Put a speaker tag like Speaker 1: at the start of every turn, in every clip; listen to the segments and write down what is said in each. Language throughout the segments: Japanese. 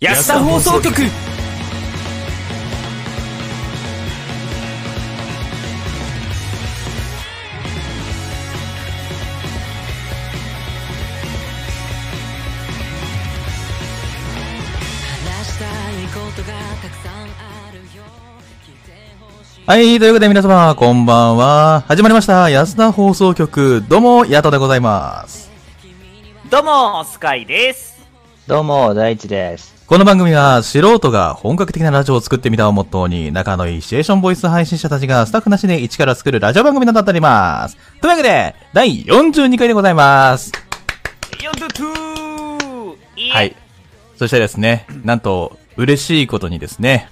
Speaker 1: 安田放送局
Speaker 2: はい、ということで皆様、こんばんは。始まりました。安田放送局。どうも、ヤトでございます。
Speaker 1: どうも、スカイです。
Speaker 3: どうも、大地です。
Speaker 2: この番組は、素人が本格的なラジオを作ってみたをモットーに、仲のいいシチュエーションボイス配信者たちがスタッフなしで一から作るラジオ番組となっております。というわけで、第42回でございます。
Speaker 1: ヨンドゥトゥー
Speaker 2: はい。。そしてですね、なんと、嬉しいことにですね、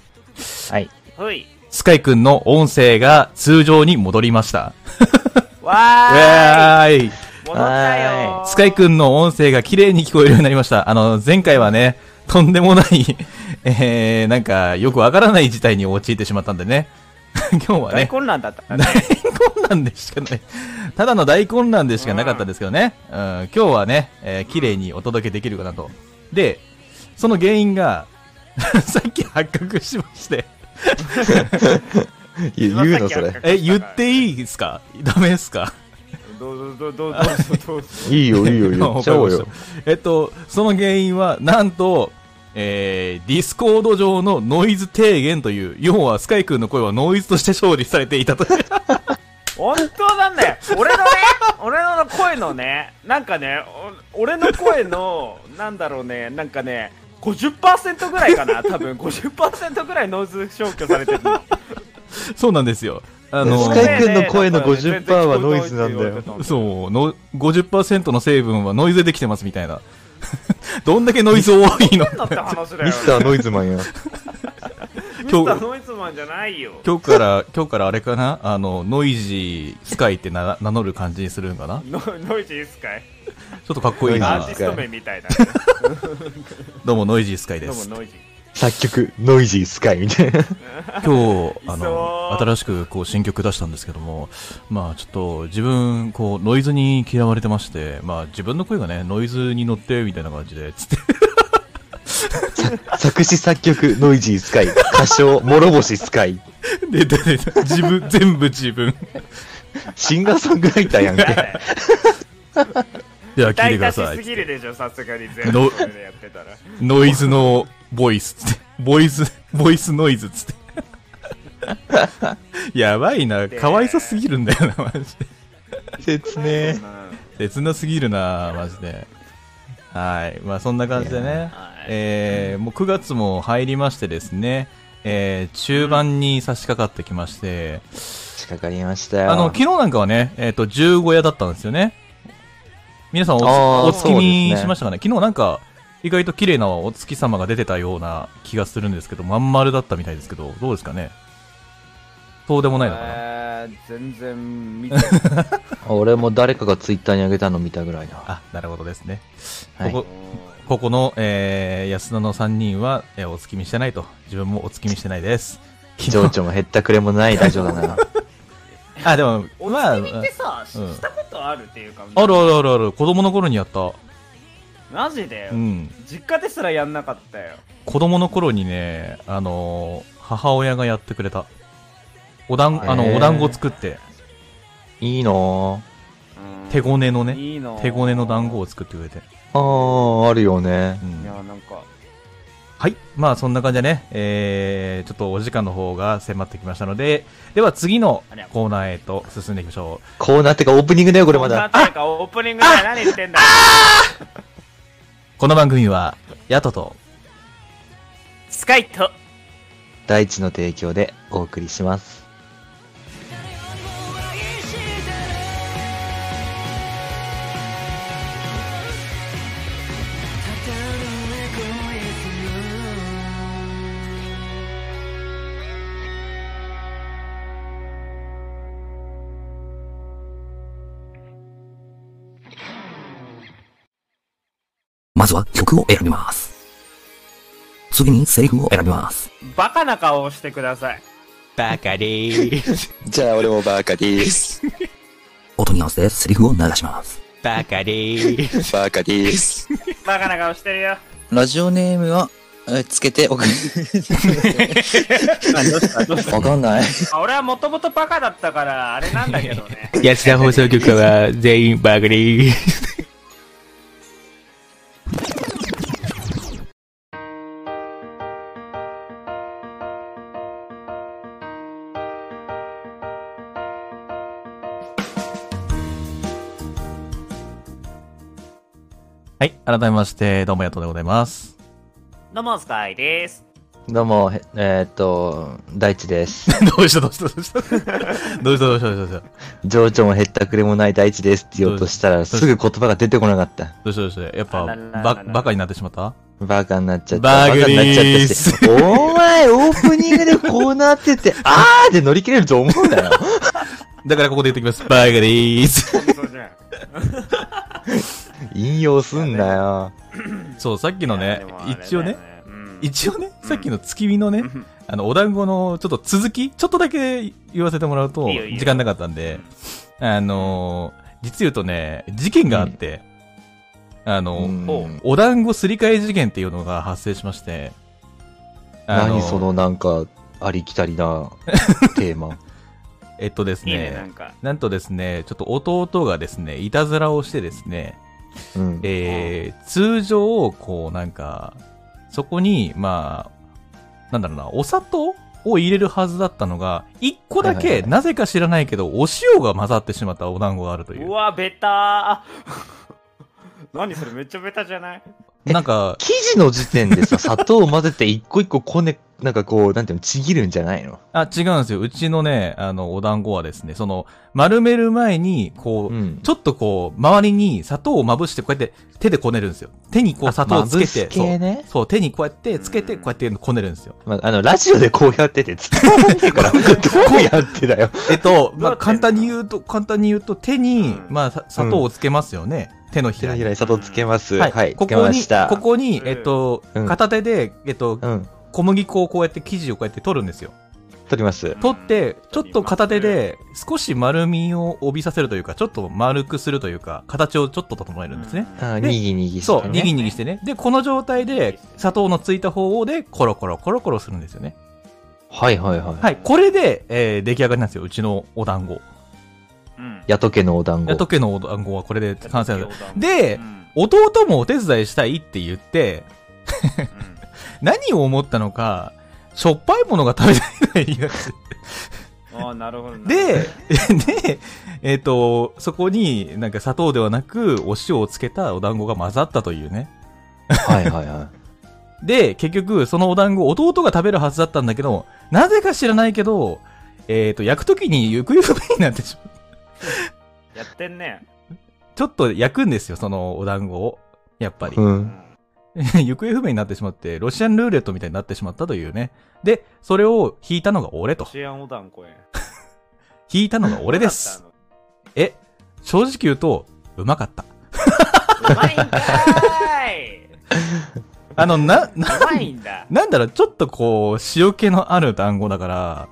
Speaker 3: はい。
Speaker 1: ほい。
Speaker 2: スカイくんの音声が通常に戻りました。ウ
Speaker 1: わーい。
Speaker 2: ェーイ
Speaker 1: 戻ったよー。
Speaker 2: スカイくんの音声が綺麗に聞こえるようになりました。あの、前回はね、とんでもない、 えー、なんか、よくわからない事態に陥ってしまったんでね。 今日は
Speaker 1: 大
Speaker 2: ね、
Speaker 1: 混乱だった
Speaker 2: 大
Speaker 1: ね。
Speaker 2: 混乱でしかない。ただの大混乱でしかなかったですけどね。うん、今日はね、えー綺麗にお届けできるかなと。で、その原因が、 さっき発覚しまして。
Speaker 3: 言
Speaker 1: 言うのそれ
Speaker 2: え、言っていいですかダメですか
Speaker 1: どうぞどうぞどうぞどうぞ。
Speaker 3: いいよ、いいよ、言っちゃおう
Speaker 2: わ
Speaker 3: よ
Speaker 2: かり。ましたえっと、その原因は、なんと、えー、ディスコード上のノイズ低減という、要はスカイ君の声はノイズとして勝利されていたという。
Speaker 1: 本当なんだよ。俺のね、俺の声のね、なんかね、お俺の声の、なんだろうね、なんかね、50%ぐらいかな、多分50%ぐらいノイズ消去されてるの。
Speaker 2: そうなんですよ。あの、
Speaker 3: スカイ君の声の
Speaker 1: なんかね
Speaker 3: 50%はノイズなんだよ
Speaker 1: 全然聞こえないって言われてたん
Speaker 2: そう、の50%の成分はノイズでできてますみたいな。 どんだけノイズ多いの
Speaker 1: なんだって話だよ。
Speaker 3: ミスターノイズマンや。
Speaker 1: ミスターノイズマンじゃないよ。
Speaker 2: 今日から、今日からあれかなあの、ノイジースカイってな名乗る感じにするんかなち
Speaker 1: ノノイジースカイ
Speaker 2: ょっとかっこいい
Speaker 1: ア
Speaker 2: な
Speaker 1: ー
Speaker 3: ノ
Speaker 1: テ
Speaker 3: イジ
Speaker 1: ィス
Speaker 3: ー
Speaker 1: ト名みたいだね。
Speaker 2: どうもノイジースカイで
Speaker 1: どう
Speaker 2: す
Speaker 1: も。ノイジ
Speaker 3: 作曲、ノイジースカイみたいな。
Speaker 2: 今日、あ
Speaker 1: いそ
Speaker 2: の、
Speaker 1: う
Speaker 2: 新しくこう新曲出したんですけども、まあちょっと自分、こう、ノイズに嫌われてまして、まあ自分の声がね、ノイズに乗って、みたいな感じで、つって、
Speaker 3: 作詞作曲、ノイジースカイ。歌唱、諸星スカイ。
Speaker 2: で、で、で、自分、全部自分。
Speaker 3: シンガーソングライターやん
Speaker 1: ー。や
Speaker 3: け。
Speaker 1: だよ
Speaker 2: では、聞いてく
Speaker 1: 歌
Speaker 2: だ
Speaker 1: い足
Speaker 2: さ
Speaker 1: しす
Speaker 2: い。
Speaker 1: ぎるでしょ、さすがに 全
Speaker 2: ノ
Speaker 1: 部それでやってたら。
Speaker 2: ノイズのボイス、つって、ボイス、ボイスノイズ、つ って。やばいな、かわいさすぎるんだよな、マジで。
Speaker 3: 説明。
Speaker 2: 切なすぎるな、マジで。はい。まあ、そんな感じでね。えーもう9月も入りましてですね、えー中盤に差し掛かってきまして、
Speaker 3: 仕掛かりましたよ。
Speaker 2: あの、昨日なんかはね、えっ、と、15夜だったんですよね。皆さんおつ
Speaker 3: あー
Speaker 2: お月
Speaker 3: そうです
Speaker 2: 見
Speaker 3: ね
Speaker 2: しましたかね昨日なんか、意外と綺麗なお月様が出てたような気がするんですけど、まん丸だったみたいですけど、どうですかねそうでもないのかな、
Speaker 1: えー全然見てない
Speaker 3: 俺も誰かがツイッターに上げたの見たぐらいだ。
Speaker 2: あ、なるほどですね。
Speaker 3: はい
Speaker 2: ここ、ここの、えー安田の3人は、えーお月見してないと。自分もお月見してないです。昨
Speaker 3: 情
Speaker 2: 日、
Speaker 3: 緒も減ったくれもないラジオだな。
Speaker 2: あ、でも、
Speaker 1: お
Speaker 2: まあ、
Speaker 1: 月 見ってさ、し
Speaker 2: うん
Speaker 1: したことあるっていうか、
Speaker 2: あるあるあるある。子供の頃にやった。
Speaker 1: マジで
Speaker 2: うん。
Speaker 1: 実家ですらやんなかったよ。
Speaker 2: 子供の頃にね、あのー母親がやってくれた。おだん、あ
Speaker 3: へ
Speaker 2: の、
Speaker 3: ー
Speaker 2: お団子作って、
Speaker 3: いいの
Speaker 1: うん
Speaker 2: 手ごねのね、
Speaker 1: いいの
Speaker 2: 手ごねの団子を作ってくれて。
Speaker 3: あー、あるよね
Speaker 2: う。
Speaker 1: い
Speaker 2: ん
Speaker 1: や、なんか、
Speaker 2: はい。まあ、そんな感じでね、えー、ちょっとお時間の方が迫ってきましたので、では次のコーナーへと進んでいきましょ
Speaker 3: コーナーってかオープニングだよ、これま
Speaker 1: こんな
Speaker 3: だ。
Speaker 1: っていうかオープニングで何言ってんだよ
Speaker 2: う。この番組は、ヤトと、
Speaker 1: スカイと
Speaker 3: 大地の提供でお送りします。
Speaker 4: まずは曲を選びます。次にセリフを選びます。
Speaker 1: バカな顔をしてください。
Speaker 2: バカでーす。
Speaker 3: じゃあ俺もバーカです。
Speaker 4: 音に合わせてセリフを流します。
Speaker 2: バカでーす。
Speaker 3: バーカです。
Speaker 1: バカな顔してるよ。
Speaker 5: ラジオネームは、えつけておく。 わかんない。
Speaker 1: あ俺はもともとバカだったから、あれなんだけどね。
Speaker 6: 安田放送局は全員バグリー。
Speaker 2: はい、改めまして、どうもやっとうでございます。
Speaker 1: どうも、スカイです。
Speaker 5: どうも、へえーっと、大地です。
Speaker 2: どうしたどうしたどうしたどうしたどうしたどうしたどうした
Speaker 5: 情緒もへったくれもない大地ですって言おうとしたら、すぐ言葉が出てこなかった。
Speaker 2: どうしたどうしたやっぱ
Speaker 1: あらららら
Speaker 2: ババカになってしまった
Speaker 5: バカになっちゃった。
Speaker 2: バグリー
Speaker 5: カになっちゃったし。お前、オープニングでこうなっ てて、あーで乗り切れると思うなよ。
Speaker 2: だからここで言ってきます。バグリーズ
Speaker 5: 引用すんなよ。
Speaker 2: そう、さっきのね、一応ね、
Speaker 1: うん、
Speaker 2: 一応ね、
Speaker 1: うん
Speaker 2: さっきの月見のね、
Speaker 1: うん
Speaker 2: あの、お団子のちょっと続き、ちょっとだけ言わせてもらうと
Speaker 1: いいよいい、よ
Speaker 2: 時間なかったんで、あのー、実言うとね、事件があって、あの、
Speaker 5: うん
Speaker 2: お団子すり替え事件っていうのが発生しまして、あ
Speaker 5: 何そのなんか、ありきたり なテーマ。
Speaker 2: えっとです
Speaker 1: いい
Speaker 2: ね
Speaker 1: ね、なんか。
Speaker 2: なんとですね、ちょっと弟がですね、いたずらをしてですね、
Speaker 5: うん。
Speaker 2: えー、通常、こうなんか、そこに、まあ、なんだろうな、お砂糖を入れるはずだったのが、一個だ
Speaker 5: はいはい
Speaker 2: け、
Speaker 5: はい
Speaker 2: なぜか知らないけど、お塩が混ざってしまったお団子があるというう。
Speaker 1: わ、ベター。何それ、めっちゃベタじゃない
Speaker 2: なんか、
Speaker 5: 生地の時点で さ、砂糖を混ぜて一個一個こね、なんかこう、なんていうの、ちぎるんじゃないの
Speaker 2: あ、違うんですよ。うちのね、あの、お団子はですね、その、丸める前に、こう、
Speaker 5: ん。
Speaker 2: ちょっとこう、周りに砂糖をまぶして、こうやって手でこねるんですよ。手にこう砂糖をつけて
Speaker 5: まぶ、す
Speaker 2: そ
Speaker 5: 系
Speaker 2: う、
Speaker 5: ね。
Speaker 2: そう手にこうやってつけて、こうやってこねるんですよ。
Speaker 5: まあ、あの、ラジオでこうやってて 伝わんねえから、どうやってだよ。
Speaker 2: えっと、
Speaker 1: どう
Speaker 2: ま
Speaker 1: や
Speaker 2: あ、
Speaker 1: ってん
Speaker 2: 簡
Speaker 1: の
Speaker 2: 単に言うと、簡単に言うと、手に、
Speaker 1: うん
Speaker 2: まあ、さ砂糖をつけますよね。手のひ
Speaker 5: ひ
Speaker 2: ら
Speaker 5: ら
Speaker 2: に
Speaker 5: ひ。らに砂糖つけます。
Speaker 2: は
Speaker 5: はいい、
Speaker 2: こ
Speaker 5: つけ
Speaker 2: こ
Speaker 5: ま
Speaker 2: に
Speaker 5: した。、
Speaker 2: ここに
Speaker 1: う、ん
Speaker 2: えっと、
Speaker 5: うん
Speaker 2: 片手で、えっと、
Speaker 5: うん、
Speaker 2: 小麦粉をこうやって生地をこうやって取るんですよ。
Speaker 5: 取ります。
Speaker 2: 取って、ちょっと片手で、少し丸みを帯びさせるというか、ちょっと丸くするというか、形をちょっと整えるんですね。
Speaker 5: あー
Speaker 2: で
Speaker 5: にぎにぎして、
Speaker 2: そう、に
Speaker 5: ね。
Speaker 2: ぎにぎしてね。で、この状態で、砂糖のついた方で、コロコロコロコロするんですよね。
Speaker 5: はいはいはい。
Speaker 2: はい、これで、えー出来上がりなんですよ、うちのお団子。
Speaker 1: うん。
Speaker 5: やとけのお団子。
Speaker 2: やっとけのお団子はこれで完成なんです。で
Speaker 1: うん、
Speaker 2: 弟もお手伝いしたいって言って、
Speaker 1: うん
Speaker 2: 何を思ったのか、しょっぱいものが食べたいな言い出して
Speaker 1: ああ、なるほど。、
Speaker 2: で、で、えっ、と、そこになんか砂糖ではなくお塩をつけたお団子が混ざったというね。
Speaker 5: はいはいは
Speaker 2: で、結局そのお団子弟が食べるはずだったんだけど、なぜか知らないけど、えっ、と、焼くときに行方不明になってしまう。
Speaker 1: やってんね。
Speaker 2: ちょっと焼くんですよ、そのお団子を。やっぱり
Speaker 5: い。。 う。
Speaker 1: うんん
Speaker 2: 行方不明になってしまって、ロシアンルーレットみたいになってしまったというね。で、それを引いたのが俺と。
Speaker 1: シアンおだんこや。
Speaker 2: 引いたのが俺です。え、正直言うと、うまかった。
Speaker 1: うまいんかーい
Speaker 2: あの、な、な、
Speaker 1: うまいんだ。
Speaker 2: なんだろう、ちょっとこう、塩気のある団子だから、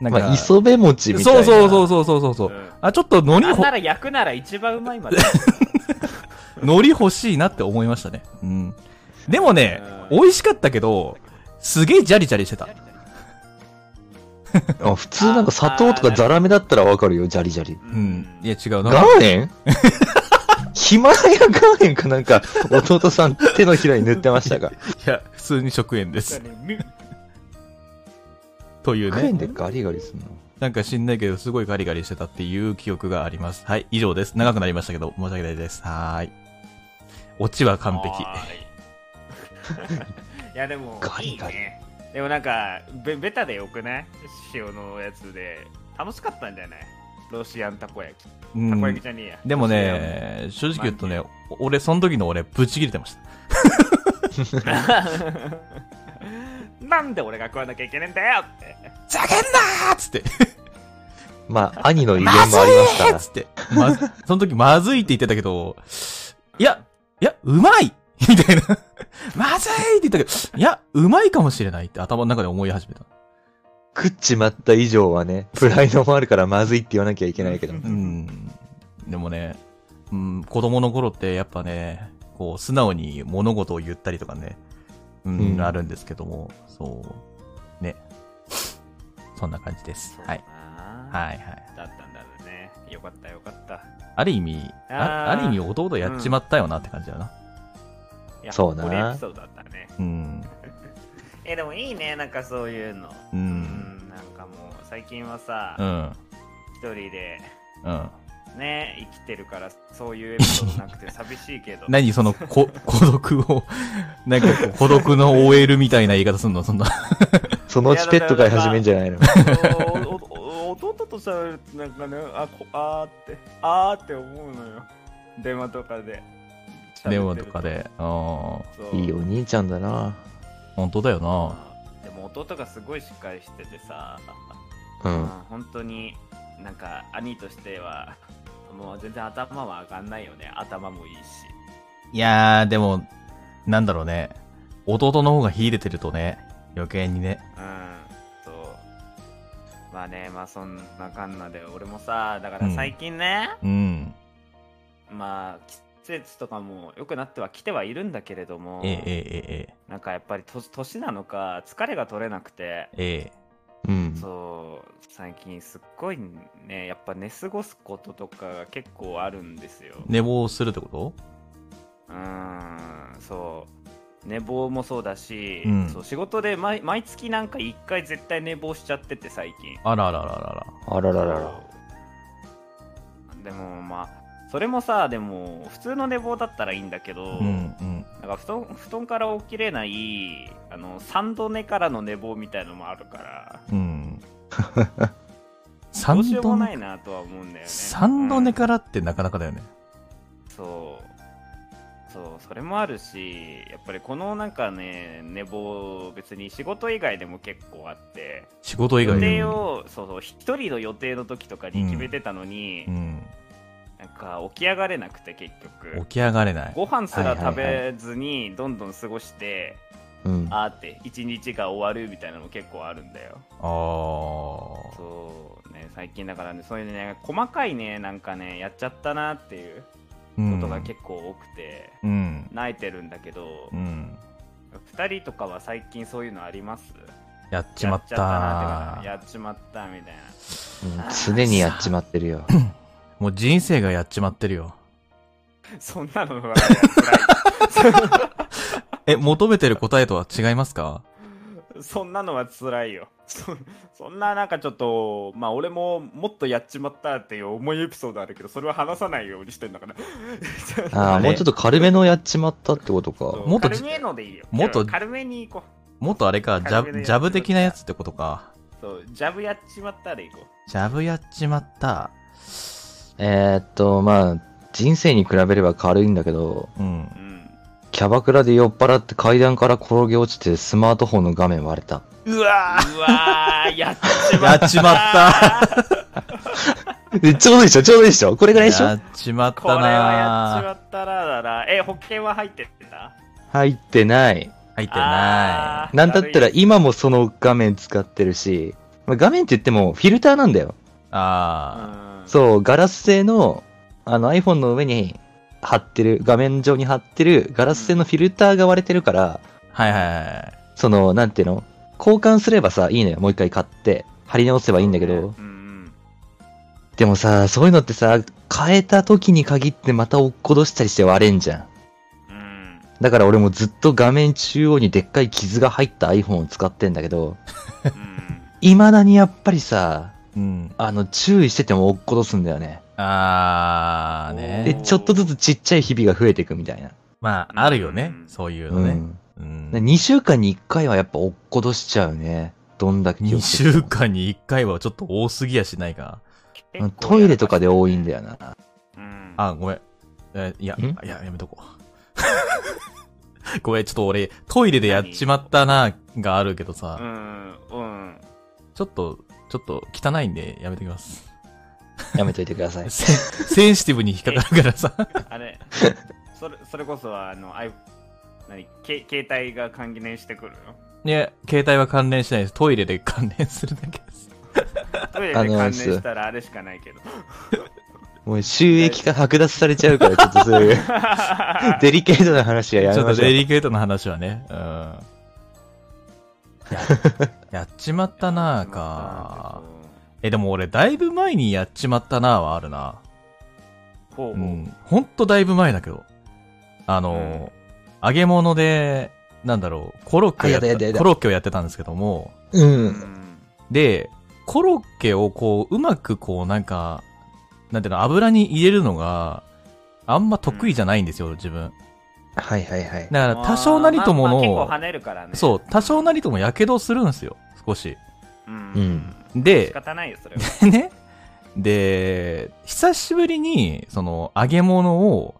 Speaker 2: なんか、
Speaker 5: まあ、磯辺餅みたい
Speaker 2: そう
Speaker 5: な。
Speaker 2: そうそうそうそうそうそうう。
Speaker 1: ん
Speaker 2: あ、ちょっと海苔
Speaker 1: なん
Speaker 2: ほ
Speaker 1: な、ら焼くなら一番うまいまで。
Speaker 2: 海苔欲しいなって思いましたね。うん。でもね、
Speaker 1: うん
Speaker 2: 美味しかったけど、すげえジャリジャリしてた。
Speaker 5: あ普通なんか砂糖とかザラメだったらわかるよ、ジャリジャリ。
Speaker 1: う
Speaker 2: うん。いや、違うな。
Speaker 5: 岩塩 ヒマラヤ岩塩かなんか、弟さん手のひらに塗ってま したが。
Speaker 2: いや、普通に食塩です。
Speaker 1: み
Speaker 2: という
Speaker 5: 岩
Speaker 2: ね
Speaker 5: 塩。でガリガリするの。
Speaker 2: なんか知んないけど、すごいガリガリしてたっていう記憶があります。はい、以上です。長くなりましたけど、申し訳ないです。はーい。オチは完璧。
Speaker 1: はーい いやでも
Speaker 5: ガリガリ
Speaker 1: いいねでもなんかベベタでよくない塩のやつで楽しかったんじゃないロシアンたこ焼き
Speaker 2: う
Speaker 1: たこ焼き
Speaker 2: ん。
Speaker 1: じゃねえや、
Speaker 2: でもね、正直言うとね、俺、その時の俺、ブチ切れてました。
Speaker 1: ロシアン なんで俺が食わなきゃいけねえんだよって
Speaker 2: ざけんなーっつって、
Speaker 5: まあ、兄の威厳もありますか
Speaker 2: えっつって。まず、その時、まずいって言ってたけど、いや、いや、うまいみたいな。 まずいって言ったけど、いや、うまいかもしれないって頭の中で思い始めた。
Speaker 5: ら、食っちまった以上はね、プライドもあるからまずいって言わなきゃいけないけど。
Speaker 2: うん。でもね、うん、子供の頃ってやっぱね、こう、素直に物事を言ったりとかね、うん、
Speaker 6: うん
Speaker 2: あるんですけども、そう。ね。そんな感じです。はい。
Speaker 1: は
Speaker 2: はいはい。
Speaker 1: い。だったんだね。よかったよかった。
Speaker 2: ある意味、あ
Speaker 1: あ
Speaker 2: あ
Speaker 1: ー
Speaker 2: る意味、弟やっちまったよなって感じだな。
Speaker 1: いや
Speaker 5: そうな
Speaker 1: これエピソードだったね。
Speaker 2: うん。
Speaker 1: え、でもいいね、なんかそういうの。
Speaker 2: う。
Speaker 1: うんん、なんかもう最近はさ
Speaker 2: う、ん。
Speaker 1: 一人で
Speaker 2: うん。
Speaker 1: ね、生きてるから、そういうエピソードなくて寂しい けど。
Speaker 2: 何その、こ、孤独を、 なんかこう、孤独の OL みたいな言い方すんのそんな。
Speaker 5: そのうちペット飼い始めんじゃないの
Speaker 1: おおお弟と喋るとなんかねあこあーってあーって思うのよ電話とかで
Speaker 2: 電話とかで。ああ、
Speaker 1: そう
Speaker 5: いいお兄ちゃんだな
Speaker 2: 本当だよな。
Speaker 1: でも弟がすごいしっかりしててさ、
Speaker 5: うん
Speaker 1: まあ本当になんか兄としてはもう全然頭は上がんないよね頭もいいし
Speaker 2: いやー、でも、なんだろうね。弟の方が秀でてるとね、余計にね。
Speaker 1: うんそうまあねまあそんなかんなで俺もさだから最近ね、
Speaker 2: うん。
Speaker 1: まあ季節とかも良くなっては来てはいるんだけれども
Speaker 2: えええ
Speaker 1: なんかやっぱりと年なのか疲れが取れなくて、
Speaker 2: えええええ
Speaker 5: うん
Speaker 1: そう最近すっごいねやっぱ寝過ごすこととかが結構あるんですよ。
Speaker 2: 寝坊するってこと
Speaker 1: うーんそう寝坊もそうだし、
Speaker 2: うん
Speaker 1: そう仕事で毎毎月なんか1回絶対寝坊しちゃってて最近。
Speaker 2: あらあらあらあら。
Speaker 5: あらららら
Speaker 1: そうでもまあそれもさでも普通の寝坊だったらいいんだけど、
Speaker 2: うんうん。
Speaker 1: なんか布団布団から起きれないあの3度寝からの寝坊みたいのもあるから。
Speaker 2: うん。
Speaker 1: どう
Speaker 2: 三
Speaker 1: しよう
Speaker 2: 度
Speaker 1: も
Speaker 2: 寝
Speaker 1: ないなとは思うんだよね。
Speaker 2: 三度寝
Speaker 1: ら、
Speaker 2: からってなかなかだよね。
Speaker 1: そう。そう、それもあるし、やっぱりこのなんかね、寝坊、別に仕事以外でも結構あって、
Speaker 2: 仕事以
Speaker 1: 予
Speaker 2: 外
Speaker 1: 定
Speaker 2: で。
Speaker 1: を、そうそう、一人の予定の時とかに決めてたのに、
Speaker 2: うん。
Speaker 1: なんか起き上がれなくて結局
Speaker 2: 起。き上がれない。
Speaker 1: ご飯すら
Speaker 5: はいはい
Speaker 1: 食
Speaker 5: は
Speaker 1: べずにどんどん過ごして、
Speaker 5: うん
Speaker 1: あーって一日が終わるみたいなのも結構あるんだよ。
Speaker 2: あー。
Speaker 1: そうね、最近だからね、そういうね、細かいね、なんかね、やっちゃったなっていう
Speaker 2: う
Speaker 1: ことが
Speaker 2: ん。
Speaker 1: 結構多くて、
Speaker 2: うん。
Speaker 1: 泣いてるんだけど
Speaker 2: う、ん。
Speaker 1: 2人とかは最近そういうのあります
Speaker 2: やっちまったー
Speaker 1: やっちゃったなってかやっちまったみたいな。
Speaker 5: うん常にやっちまってるよ
Speaker 2: もう人生がやっちまってるよ。
Speaker 1: そんなのはや辛
Speaker 2: え、求めてる答えとは違いますか
Speaker 1: い。 そんなのは辛いよ。そそんななんかちょっと、まあ俺ももっとやっちまったっていう重いエピソードあるけど、それは話さないようにしてんだから。
Speaker 5: ああもうちょっと軽めのやっちまったってことか
Speaker 2: もっと
Speaker 1: 軽めのでいいよ。
Speaker 2: もっと
Speaker 1: 軽めに行こ
Speaker 2: もっとあれか、ジ
Speaker 1: 軽め
Speaker 2: ャ
Speaker 1: で
Speaker 2: ジャブ的なやつってことか。
Speaker 1: う。そう、ジャブやっちまったで行こう。
Speaker 2: ジャブやっちまった。
Speaker 5: えーっとまあ人生に比べれば軽いんだけど
Speaker 2: うん
Speaker 1: う。ん。
Speaker 5: キャバクラで酔っ払って階段から転げ落ちてスマートフォンの画面割れた
Speaker 2: うわ
Speaker 1: うわー、やっちま
Speaker 2: や
Speaker 1: っ
Speaker 2: っちまった
Speaker 1: た。
Speaker 5: え ちょうどいいでしょちょうどいいでしょこれぐらいでし
Speaker 2: や
Speaker 5: ょ
Speaker 2: っちまっ
Speaker 1: こ
Speaker 2: た
Speaker 1: れはやっ
Speaker 2: な
Speaker 1: ちまったらだな。え、保険は入ってんだ
Speaker 5: 入ってない
Speaker 2: 入ってな
Speaker 5: なんだったら
Speaker 1: い。
Speaker 5: 今もその画面使ってるし、まあ画面って言ってもフィルターなんだよ。
Speaker 2: い。あ
Speaker 5: そう、ガラス製の、あの iPhone の上に貼ってる、画面上に貼ってるガラス製のフィルターが割れてるから、
Speaker 2: ー。はいはいはい。
Speaker 5: その、なんていうの交換すればさ、いいのよ。もう一回買って、貼り直せばいいんだけど。
Speaker 1: うんうん。
Speaker 5: でもさ、そういうのってさ、変えた時に限ってまた落っことしたりして割れんじゃん。
Speaker 1: うん。
Speaker 5: だから俺もずっと画面中央にでっかい傷が入った iPhone を使ってんだけど、
Speaker 1: うん
Speaker 5: 未だにやっぱりさ、
Speaker 2: うん。
Speaker 5: あの、注意してても落っことすんだよね。
Speaker 2: あー
Speaker 1: え
Speaker 5: で、
Speaker 2: ね。
Speaker 5: ちょっとずつちっちゃい日々が増えていくみたいな。
Speaker 2: まあ、あるよね
Speaker 1: う。ん
Speaker 2: そういう
Speaker 5: う
Speaker 2: のね。
Speaker 5: ん。
Speaker 2: うん。
Speaker 5: 2週間に1回はやっぱ落っことしちゃうね。どんだけ気を
Speaker 2: 2
Speaker 5: つけても
Speaker 2: 週間に1回はちょっと多すぎやしないか。
Speaker 5: うんトイレとかで多いんだよな。
Speaker 1: うん。
Speaker 2: あ、ごめん。えいや、
Speaker 5: ん
Speaker 2: いや、やめとこう。 ごめん、ちょっと俺、トイレでやっちまったな、があるけどさ。
Speaker 1: うん。うん。
Speaker 2: ちょっと、ちょっと汚いんでやめてきます。。
Speaker 5: やめといてください
Speaker 2: センセンシティブに引っかかるからさ。
Speaker 1: あ れ、それ、それこそは、あの、あい、何、け携帯が還元してくるよ。
Speaker 2: いや、携帯は関連しないです。トイレで関連するだけです。
Speaker 1: トイレで
Speaker 5: あ
Speaker 1: 還
Speaker 5: の
Speaker 1: 元したらあれしかないけ ど。
Speaker 5: もう収益化剥奪されちゃう から、ちょっとそういうデリケートな話はや
Speaker 2: ち
Speaker 5: め
Speaker 2: ょっ
Speaker 5: ま
Speaker 2: と
Speaker 5: しょ
Speaker 2: デ
Speaker 5: う。
Speaker 2: リケートな話はね。うん。 やっちまったなぁか。え、でも俺、だいぶ前にやっちまったなぁはあるな。
Speaker 1: ほうほう、
Speaker 2: うん。ほんとだいぶ前だけど。あのー、揚げ物で、なんだろう、コロッケをやっ
Speaker 5: あやだやだや
Speaker 2: た
Speaker 5: だ
Speaker 2: コロッケをやってたんですけども、
Speaker 5: う。
Speaker 1: うんん
Speaker 2: で、コロッケをこう、うまくこう、なんか、なんていうの、油に入れるのが、あんま得意じゃないんですよ、自分。
Speaker 5: はいはいはい。
Speaker 2: だから、多少なりとも
Speaker 1: まあま
Speaker 2: の、
Speaker 1: あ結構跳ねるからね。
Speaker 2: そう、多少なりとも火傷するんですよ、少し。
Speaker 1: うん。
Speaker 2: で
Speaker 1: 仕、方ないよ、それは。
Speaker 2: ね。で、久しぶりに、その、揚げ物を、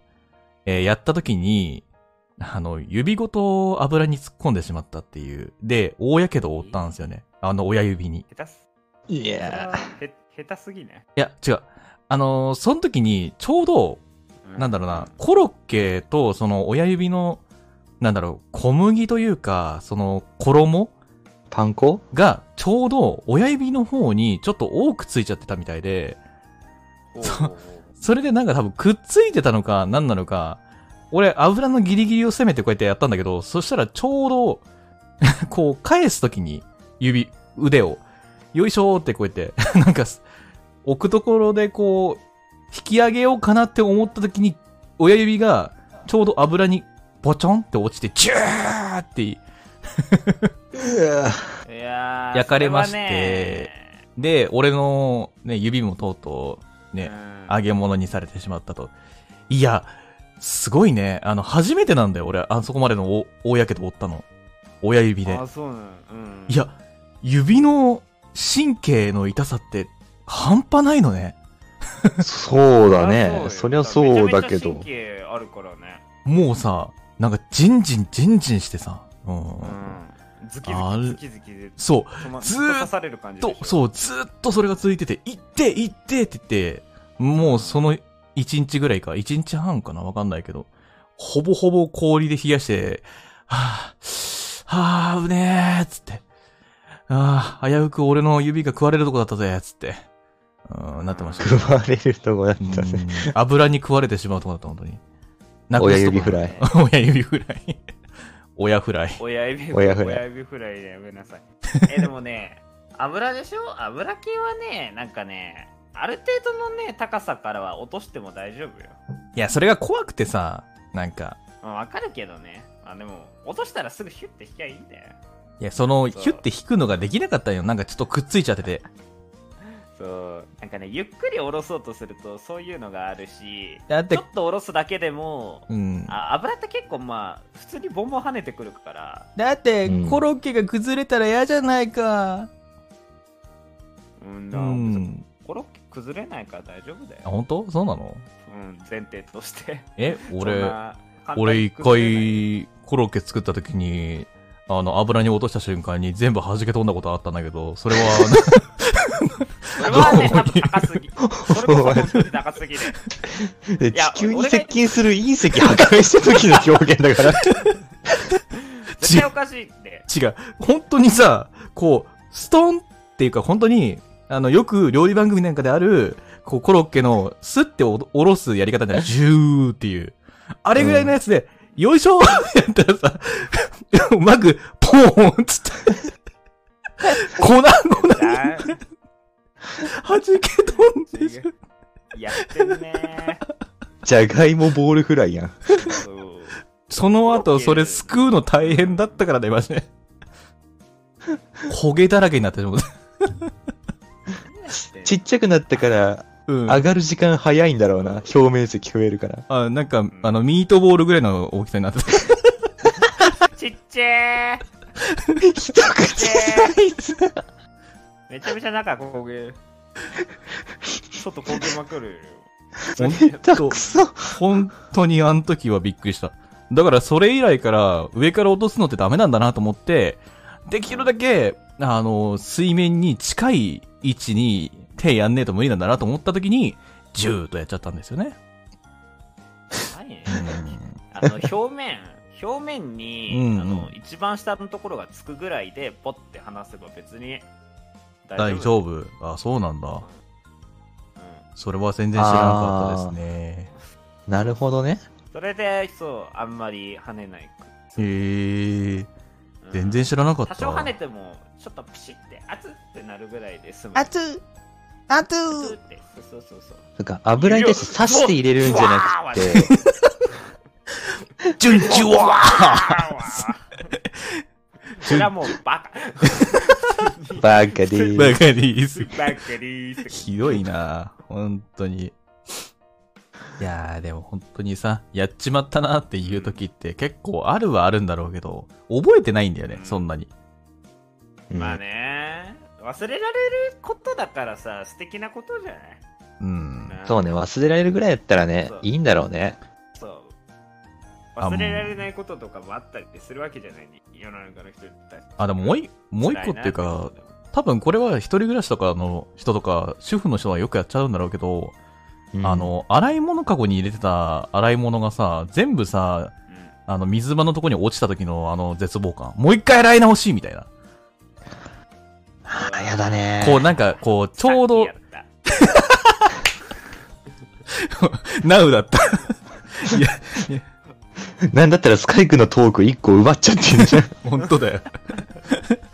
Speaker 2: えーやった時に、あの、指ごと油に突っ込んでしまったっていう。で、大やけどを負ったんですよね。あの、親指 に。い
Speaker 1: 下手す。
Speaker 5: い
Speaker 1: それ
Speaker 5: や
Speaker 1: はへ下手すぎね。
Speaker 2: や、違う。あのーその時に、ちょうど、なんだろうな、コロッケと、その、親指の、なんだろう、小麦というか、その、衣
Speaker 5: ーパン粉
Speaker 2: が、ちょうど、親指の方に、ちょっと多くついちゃってたみたいで、
Speaker 1: ほう
Speaker 2: そ
Speaker 1: ほうほ
Speaker 2: それでなんか多分くっついてたのか何なのか、俺油のギリギリを攻めてこうやってやったんだけど、そしたらちょうど、 こう返すときに指、腕を、よいしょーってこうやって、 なんかす置くところでこう、引き上げようかなって思ったときに、親指がちょうど油にポチョンって落ちて、チューって、
Speaker 1: ういや ー
Speaker 2: 焼かれまして
Speaker 1: そはね
Speaker 2: で、俺のね、指もとうとう、ね、
Speaker 1: うん
Speaker 2: 揚げ物にされてしまったと。いや、すごいね。あの、初めてなんだよ、俺。あそこまでのお大やけど負ったの。親指で
Speaker 1: あ、。そうなの。うん。
Speaker 2: い、や、指の神経の痛さって半端ないのね。
Speaker 3: そうだ
Speaker 1: あ
Speaker 3: ね。
Speaker 1: よ
Speaker 3: そりゃそうだけ
Speaker 1: めちゃめちゃ神
Speaker 3: ど。
Speaker 1: 経あるからね。
Speaker 2: もうさ、なんか、ジンジン、ジンジンしてさ。うん。
Speaker 1: うん。ズキ
Speaker 2: ある
Speaker 1: ズキズキズキで、
Speaker 2: そ
Speaker 1: 止ま
Speaker 2: ず
Speaker 1: ず
Speaker 2: ーっ
Speaker 1: っ
Speaker 2: と
Speaker 1: と刺される感
Speaker 2: う、
Speaker 1: じで
Speaker 2: と
Speaker 1: し、ょ。
Speaker 2: そう、ずーっとそれが続いてて、行って、行ってって言って、もうその1日ぐらいか、1日半かな、わかんないけど、ほぼほぼ氷で冷やして、はぁ、はぁ、危ねえ、つって。ああ、危うく俺の指が食われるとこだったぜ、つって。うん、なってました けど。
Speaker 5: 食われるとこだっ
Speaker 2: うん
Speaker 5: たね。
Speaker 2: 油に食われてしまうとこだった、本当に。なく
Speaker 5: 親
Speaker 2: すとこ
Speaker 5: 指フライ。
Speaker 2: 親指フライ。 親フライ。
Speaker 1: 親指
Speaker 5: 親フライ
Speaker 1: 親指フライでやめなさい。 え、でもね、油でしょ油系はね、なんかね、ある程度のね、高さからは落としても大丈夫よ。
Speaker 2: いや、それが怖くてさ、なんか、
Speaker 1: まあわかるけどね。まあでも、落としたらすぐヒュッて引きゃいいんだよ。
Speaker 2: いや、その、
Speaker 1: そう
Speaker 2: ヒュッて引くのができなかったんよ。なんかちょっとくっついちゃってて。
Speaker 1: そう。なんかね、ゆっくり下ろそうとすると、そういうのがあるし、
Speaker 2: だっ
Speaker 1: ち
Speaker 2: て
Speaker 1: ょっ、と下ろすだけでも、
Speaker 2: うん。
Speaker 1: あ油って結構まあ、普通にボンボン跳ねてくるから、
Speaker 2: だって
Speaker 5: うん
Speaker 2: ロッケが崩れたら嫌じゃないか。
Speaker 1: う
Speaker 2: う
Speaker 1: ん、な別に
Speaker 2: ん。
Speaker 1: コロッケ崩れないから大丈夫だ
Speaker 2: あ、
Speaker 1: よ。
Speaker 2: 本当？そうなの
Speaker 1: うん、前提として。
Speaker 2: え、
Speaker 1: そん
Speaker 2: 俺、
Speaker 1: な簡単に
Speaker 2: 俺一
Speaker 1: 崩れない
Speaker 2: 回、コロッケ作った時に、あの、油に落とした瞬間に全部弾け飛んだことあったんだけど、それは、
Speaker 1: それは
Speaker 2: ど
Speaker 1: ね、
Speaker 2: う
Speaker 1: 多分高すぎ。それこそ本当に高すぎる。
Speaker 5: で
Speaker 1: いや
Speaker 5: 地球に
Speaker 1: 俺が
Speaker 5: 接近する隕石破壊した時の表現だから。
Speaker 1: 絶対おかしいって。
Speaker 2: 違う。本当にさ、こう、ストンっていうか、本当に、あの、よく料理番組なんかである、こう、コロッケの、スッておおろすやり方じ ゃない、ジューっていう。あれぐらいのやつで、よいしょー ってやったらさ、うまく、ポーンっつって、粉、粉、弾
Speaker 1: あー
Speaker 2: け飛んでしまう
Speaker 1: やってるね。
Speaker 5: じゃがいもボールフライやん。
Speaker 1: そう
Speaker 2: その後、それすくうの大変だったからね、マジで。焦げだらけになってしまう。
Speaker 5: ちっちゃくなったから、
Speaker 2: うん。
Speaker 5: 上がる時間早いんだろうな。表面積増えるから。
Speaker 2: あ、なんか、あの、ミートボールぐらいの大きさになってた。
Speaker 1: ちっちゃー。
Speaker 5: 一口サイズ。
Speaker 1: めちゃめちゃ中焦げ。外焦げまくるよ。
Speaker 2: 本
Speaker 5: た
Speaker 2: 当
Speaker 5: く、そ。
Speaker 2: 本当にあの時はびっくりした。だからそれ以来から上から落とすのってダメなんだなと思って、できるだけ、あの、水面に近い位置に手やんねえと無理なんだなと思った時に、ジューッとやっちゃったんですよね。
Speaker 1: 何
Speaker 2: うん
Speaker 1: あの、表面。表面に、
Speaker 2: うんうん
Speaker 1: あの一番下のところがつくぐらいでポッて離せば別に
Speaker 2: 大丈夫。あ、そうなんだ。
Speaker 1: うん
Speaker 2: それは全然知らなかったですね。
Speaker 5: なるほどね。
Speaker 1: それで、そう、あんまり跳ねない。
Speaker 2: へえ。
Speaker 1: うん
Speaker 2: 全然知らなかった
Speaker 1: 多少跳ねてもちょっとプシって熱ってなるぐらいで済む
Speaker 7: 熱熱
Speaker 1: 熱ってそうそうそう
Speaker 5: なんか油に対して刺して入れるんじゃなくて、
Speaker 2: ジュンジュワ
Speaker 1: それはもうバカ
Speaker 5: バカでー
Speaker 2: バカリーズ
Speaker 1: バカリーって
Speaker 2: ひどいな本当に。いやー、でも本当にさ、やっちまったなっていう時って結構あるはあるんだろうけど、覚えてないんだよね、そんなに。
Speaker 1: まあね忘れられることだからさ素敵なことじゃ
Speaker 2: うん。
Speaker 1: ない
Speaker 5: そうね、忘れられるぐらいだったらね
Speaker 1: そう、
Speaker 5: いいんだろうね。
Speaker 1: そう
Speaker 2: あ
Speaker 1: 忘れられないこととかもあったりするわけじゃない、世の中の人たち
Speaker 2: あ、でももうい、もう一個っていうか、多分これは一人暮らしとかの人とか、主婦の人はよくやっちゃうんだろうけど、
Speaker 5: うん
Speaker 2: あ、の、洗い物かごに入れてた洗い物がさ、全部さ、あの、水場のとこに落ちた時のあの絶望感。もう一回洗い直しみたいな。
Speaker 5: あ、やだねー。
Speaker 2: こうなんか、こう、ちょうど
Speaker 1: さっ、きやっ
Speaker 2: ナウだった。
Speaker 5: なんだったらスカイクのトーク1個奪っちゃって んじゃん。
Speaker 2: 本当だよ。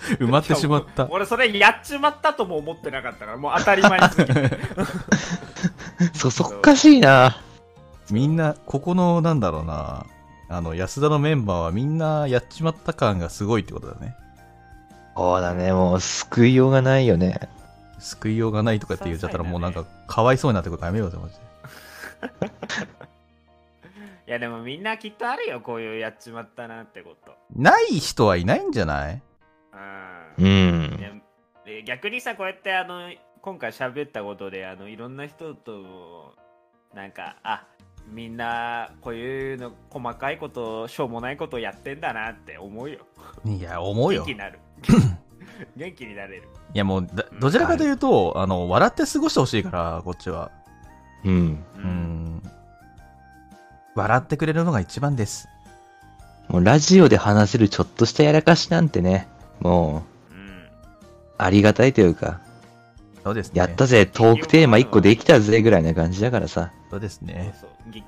Speaker 2: 埋まってしまった。
Speaker 1: 俺それやっちまったとも思ってなかったからもう当たり 前にすぎて
Speaker 5: そそっかしいな。
Speaker 2: みんな、ここの、なんだろうな、あの、安田のメンバーはみんなやっちまった感がすごいってことだね。
Speaker 5: そうだね、もう救いようがないよね。
Speaker 2: 救いようがないとかって言っちゃったらもうなんか、かわいそうになってことやめようぜ、マジで。
Speaker 1: いやでもみんなきっとあるよこういうやっちまったなってこと
Speaker 2: ない人はいないんじゃない
Speaker 1: うん
Speaker 5: うん。
Speaker 1: いや逆にさこうやってあの今回喋ったことであのいろんな人となんかあみんなこういうの細かいことしょうもないことやってんだなって思うよ
Speaker 2: いや、思う
Speaker 1: 元
Speaker 2: よ。
Speaker 1: 気
Speaker 2: い
Speaker 1: にな る元気になれる
Speaker 2: や、もうだ、どちらかというと、あの、笑って過ごしてほしいから、こっちは。
Speaker 5: うん。
Speaker 1: う
Speaker 2: う、ん。笑ってくれるのが一番です。
Speaker 5: もうラジオで話せるちょっとしたやらかしなんてね、も
Speaker 1: うん
Speaker 5: う、ありがたいというか、
Speaker 2: そうですね。
Speaker 5: やったぜ、トークテーマ1個できたぜ、ぐらいな感じだからさ。
Speaker 2: そうですね。
Speaker 1: そうそうげ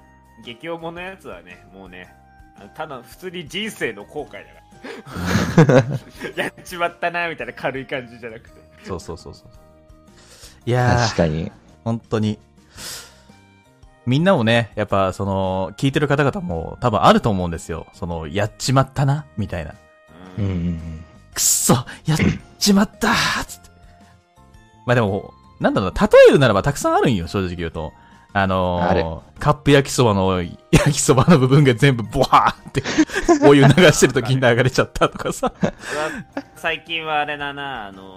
Speaker 1: 激おものやつはねもうねあのただ普通に人生の後悔だから やっちまったなみたいな軽い感じじゃなくて
Speaker 2: そうそうそうそう。いやー
Speaker 5: 確。かに。
Speaker 2: 本当に。みんなもね、やっぱその、聞いてる方々も多分あると思うんですよ。その、やっちまったな、みたいな。
Speaker 1: う
Speaker 5: う
Speaker 1: ん
Speaker 5: うんんうん。
Speaker 2: くっそやっちまったーつって。まあでも、なんだろうな、例えるならばたくさんあるんよ、正直言うと。あ
Speaker 5: あ
Speaker 2: の
Speaker 5: る
Speaker 2: ー、カップ焼きそばの、焼きそばの部分が全部ボワーって、お湯流してる時に流れちゃったとかさ。
Speaker 1: うわ最近はあれだなあの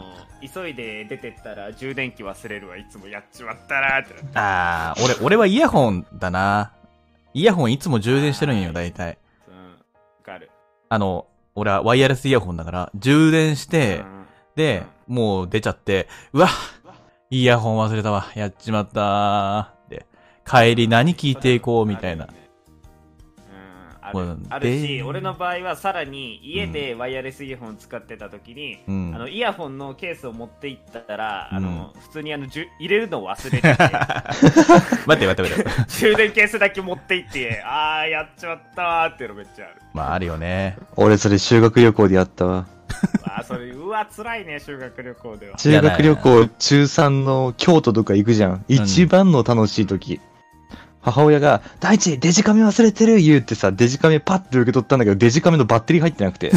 Speaker 1: 急いで出てったら充電器忘れるはいつもやっちまったなってなって
Speaker 2: あー、俺、俺はイヤホンだな。イヤホンいつも充電してるんよ、大体。
Speaker 1: うんわかる
Speaker 2: あの、俺はワイヤレスイヤホンだから、充電して
Speaker 1: う、ん
Speaker 2: で、もう出ちゃって、うわイヤホン忘れたわ、やっちまったーって、帰り何聞いていこうみたいな
Speaker 1: ある。よね
Speaker 2: こ
Speaker 1: うん、ある
Speaker 2: れ
Speaker 1: あるし
Speaker 2: で
Speaker 1: 俺の場合はさらに家でワイヤレスイヤホン使ってた時に、
Speaker 2: うん
Speaker 1: あのイヤホンのケースを持っていったら、あの普通にあのじゅ入れるのを忘 れてて
Speaker 2: 待って待って待 って。
Speaker 1: 充電ケースだけ持っていってああやっちまったわーっていうのめっちゃある
Speaker 2: まああるよね。
Speaker 5: 俺それ修学旅行でやったわ。
Speaker 1: あーそれうわ辛いね修学旅行では
Speaker 5: 修学旅行中3の京都とか行くじゃん。一番の楽しい時。母親が、大地、デジカメ忘れてる言うってさ、デジカメパッて受け取ったんだけど、デジカメのバッテリー入ってなくて。